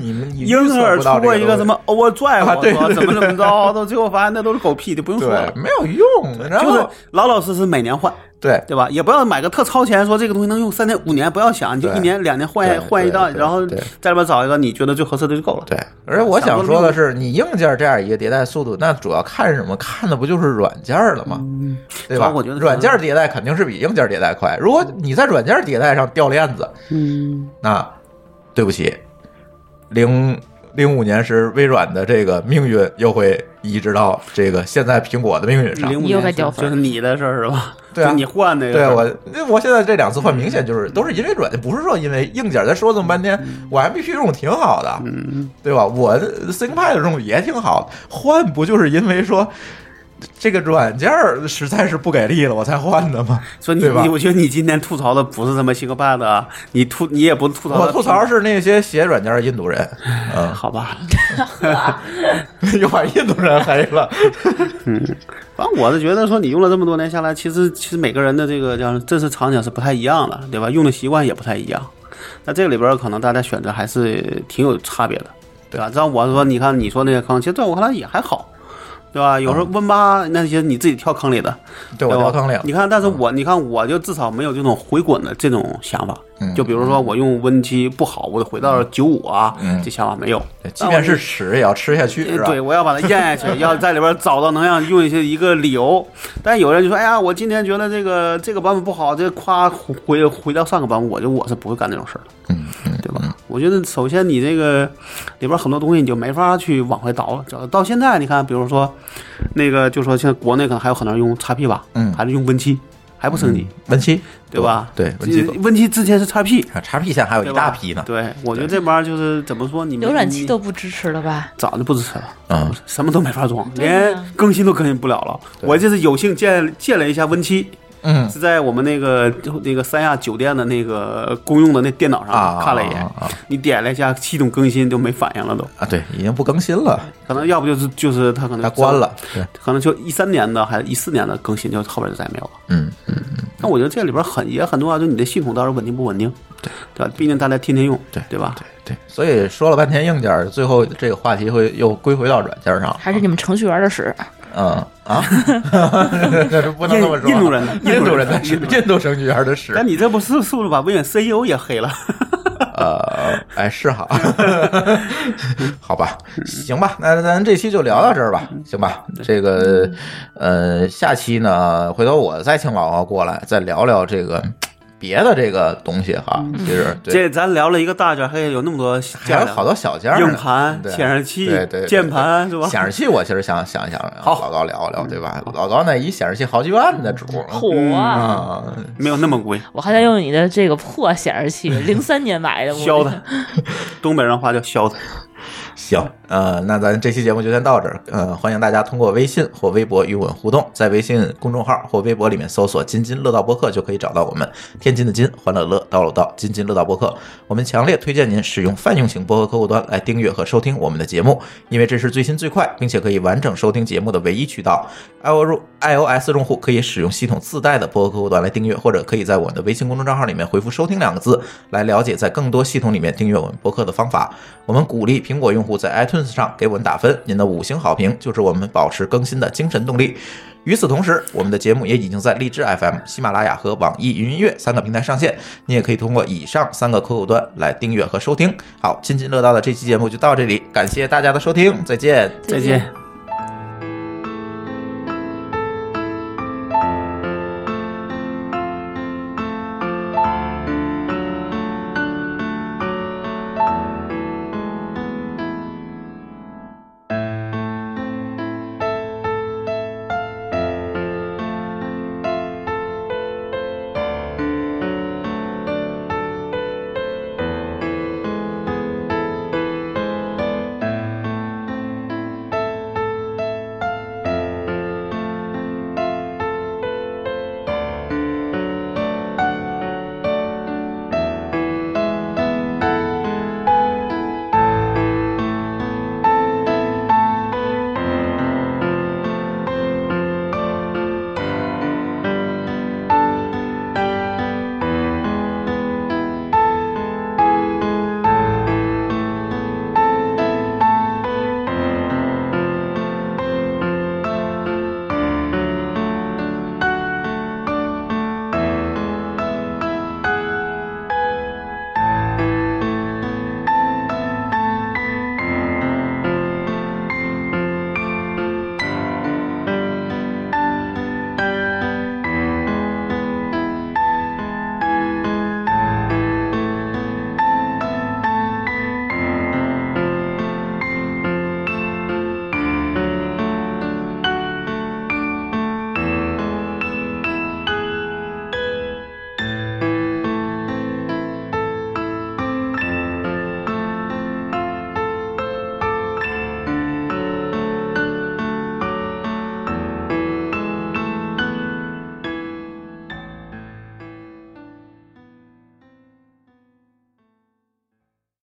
Speaker 3: 你们你
Speaker 5: 英
Speaker 3: 预
Speaker 5: 特
Speaker 3: 测
Speaker 5: 尔
Speaker 3: 不
Speaker 5: 出
Speaker 3: 到
Speaker 5: 过
Speaker 3: 这
Speaker 5: 一个什
Speaker 3: 东西
Speaker 5: 么 Overdrive，、
Speaker 3: 啊对
Speaker 5: 说
Speaker 3: 对
Speaker 5: 怎么怎么 着，到最后发现那都是狗屁，就不用说了
Speaker 3: 对。没有用，然
Speaker 5: 就是
Speaker 3: 后
Speaker 5: 老老实实每年换，
Speaker 3: 对
Speaker 5: 对吧？也不要买个特超前，说这个东西能用三年五年，不要想，你就
Speaker 3: 对
Speaker 5: 一年两年换
Speaker 3: 对
Speaker 5: 换一
Speaker 3: 对
Speaker 5: 道，
Speaker 3: 对
Speaker 5: 然后
Speaker 3: 对
Speaker 5: 在里面找一个你觉得最合适的就够了。
Speaker 3: 对，而且我想说的是，你硬件这样一个迭代速度，那主要看什么？看的不就是软件了吗？对
Speaker 5: 主
Speaker 3: 吧
Speaker 5: 要？我觉得可能
Speaker 3: 软件迭代肯定是比硬件迭代快。如果你在软件迭代上掉链子，嗯，那对不起，零零五年时微软的这个命运又会移植到这个现在苹果的命运上。
Speaker 5: 零五
Speaker 6: 又该
Speaker 5: 年
Speaker 6: 掉
Speaker 5: 就
Speaker 6: 分儿
Speaker 5: 是你的事儿是吧？
Speaker 3: 对啊
Speaker 5: 就你换那个事
Speaker 3: 对
Speaker 5: 儿。
Speaker 3: 我，那我现在这两次换明显就是都是因为软件，不是说因为硬件。咱说这么半天，我 MVP 用得挺好的，对吧？我 ThinkPad 用得也挺好的，换不就是因为说这个软件儿实在是不给力了，我才换 的嘛。
Speaker 5: 说你
Speaker 3: 对吧
Speaker 5: 你，我觉得你今天吐槽的不是什么 Shinopad 啊，你吐你也不吐槽，
Speaker 3: 我吐槽是那些写软件的印 度人，嗯，
Speaker 5: 好吧？
Speaker 3: 又把印度人黑了。
Speaker 5: 反正我是觉得说，你用了这么多年下来，其实其实每个人的这个叫正式场景是不太一样的，对吧？用的习惯也不太一样。那这个里边儿可能大家选择还是挺有差别的，对吧？让我说，你看你说那些坑，其实在我看来也还好，对吧？有时候
Speaker 3: 嗯
Speaker 5: Win 八那些你自己跳坑里的，
Speaker 3: 对我
Speaker 5: 对吧
Speaker 3: 掉坑里了
Speaker 5: 你看，但是我你看我就至少没有这种回滚的这种想法
Speaker 3: 嗯。
Speaker 5: 就比如说我用 Win 七不好，我得回到九五啊
Speaker 3: 嗯，
Speaker 5: 这想法没有。
Speaker 3: 对即便是屎也要吃下去，是吧？
Speaker 5: 对，我要把它咽下去，要在里边找到能让用一些一个理由。但有人就说：“哎呀，我今天觉得这个这个版本不好，这夸回回到上个版本，我就我是不会干这种事儿的，
Speaker 3: 嗯
Speaker 5: 对吧？我觉得首先你这个里边很多东西你就没法去往回倒了。找到现在你看，比如说那个，就说现在国内可能还有很多人用 XP 吧，
Speaker 3: 嗯
Speaker 5: 还是用 Win 七，还不升级，
Speaker 3: 文嗯七
Speaker 5: 对吧？
Speaker 3: 对，文七
Speaker 5: ，Win 七之前是 XP。”
Speaker 3: 啊，叉 P 线还有一
Speaker 5: 对吧
Speaker 3: 大批呢。
Speaker 5: 对我觉得这帮儿就是怎么说，你们
Speaker 6: 浏览器都不支持了吧？
Speaker 5: 早就不支持了。
Speaker 3: 嗯，
Speaker 5: 什么都没法装，
Speaker 6: 对呀
Speaker 5: 连更新都更新不了了。我这次有幸见见了一下 Win 七，
Speaker 3: 嗯
Speaker 5: 是在我们那个那个三亚酒店的那个公用的那电脑上
Speaker 3: 啊
Speaker 5: 看了一眼
Speaker 3: 啊啊啊，
Speaker 5: 你点了一下系统更新就没反应了都，
Speaker 3: 啊，对，已经不更新了，
Speaker 5: 可能要不就是就是它可能
Speaker 3: 它关了，。对，
Speaker 5: 可能就一三年的还是一四年的更新，就后边就再也没有了。
Speaker 3: 嗯，
Speaker 5: 那我觉得这里边很也很重啊要，就你的系统到时候稳定不稳定，对对吧？毕竟大家天天用，
Speaker 3: 对
Speaker 5: 对吧？
Speaker 3: 对，所以说了半天硬件儿，最后这个话题会又归回到软件上。
Speaker 6: 还是你们程序员的屎？
Speaker 3: 嗯啊，这是不能这么说。
Speaker 5: 印印度人的
Speaker 3: 印度人的
Speaker 5: 印度人的
Speaker 3: 印度程序员的屎
Speaker 5: 但你这不是是不是把微软 CEO 也黑了？
Speaker 3: 呃，哎，是哈， 好吧，行吧，那咱这期就聊到这儿吧，行吧？这个，呃，下期呢，回头我再请老高过来，再聊聊这个别的这个东西哈。
Speaker 5: 嗯
Speaker 3: 其实，对，
Speaker 5: 这咱聊了一个大件儿，还有那么多件儿
Speaker 3: 还有
Speaker 5: 聊
Speaker 3: 好多小件儿呢，
Speaker 5: 硬盘
Speaker 3: 对
Speaker 5: 显示器
Speaker 3: 对对对
Speaker 5: 键盘是吧
Speaker 3: 显示器我其实想想想让老高聊一聊，对吧？老高那一显示器好几万的主
Speaker 6: 火啊！
Speaker 3: 啊，
Speaker 5: 没有那么贵，
Speaker 6: 我还在用你的这个破显示器，零三年买的，我
Speaker 5: 削它。东北人话叫削它。
Speaker 3: 行，呃，那咱这期节目就先到这儿。呃，欢迎大家通过微信或微博与我们互动，在微信公众号或微博里面搜索“津津乐道播客”就可以找到我们。天津的津，欢乐乐，道路道，津津乐道播客。我们强烈推荐您使用泛用型播客客户端来订阅和收听我们的节目，因为这是最新最快，并且可以完整收听节目的唯一渠道。iOS iOS 用户可以使用系统自带的播客客户端来订阅，或者可以在我们的微信公众账号里面回复“收听”两个字，来了解在更多系统里面订阅我们播客的方法。我们鼓励苹果用户在 iTunes 上给我们打分，您的五星好评就是我们保持更新的精神动力。与此同时，我们的节目也已经在荔枝 FM、喜马拉雅和网易云音乐三个平台上线，你也可以通过以上三个客户端来订阅和收听。好，津津乐道的这期节目就到这里，感谢大家的收听，再见。
Speaker 5: 再见。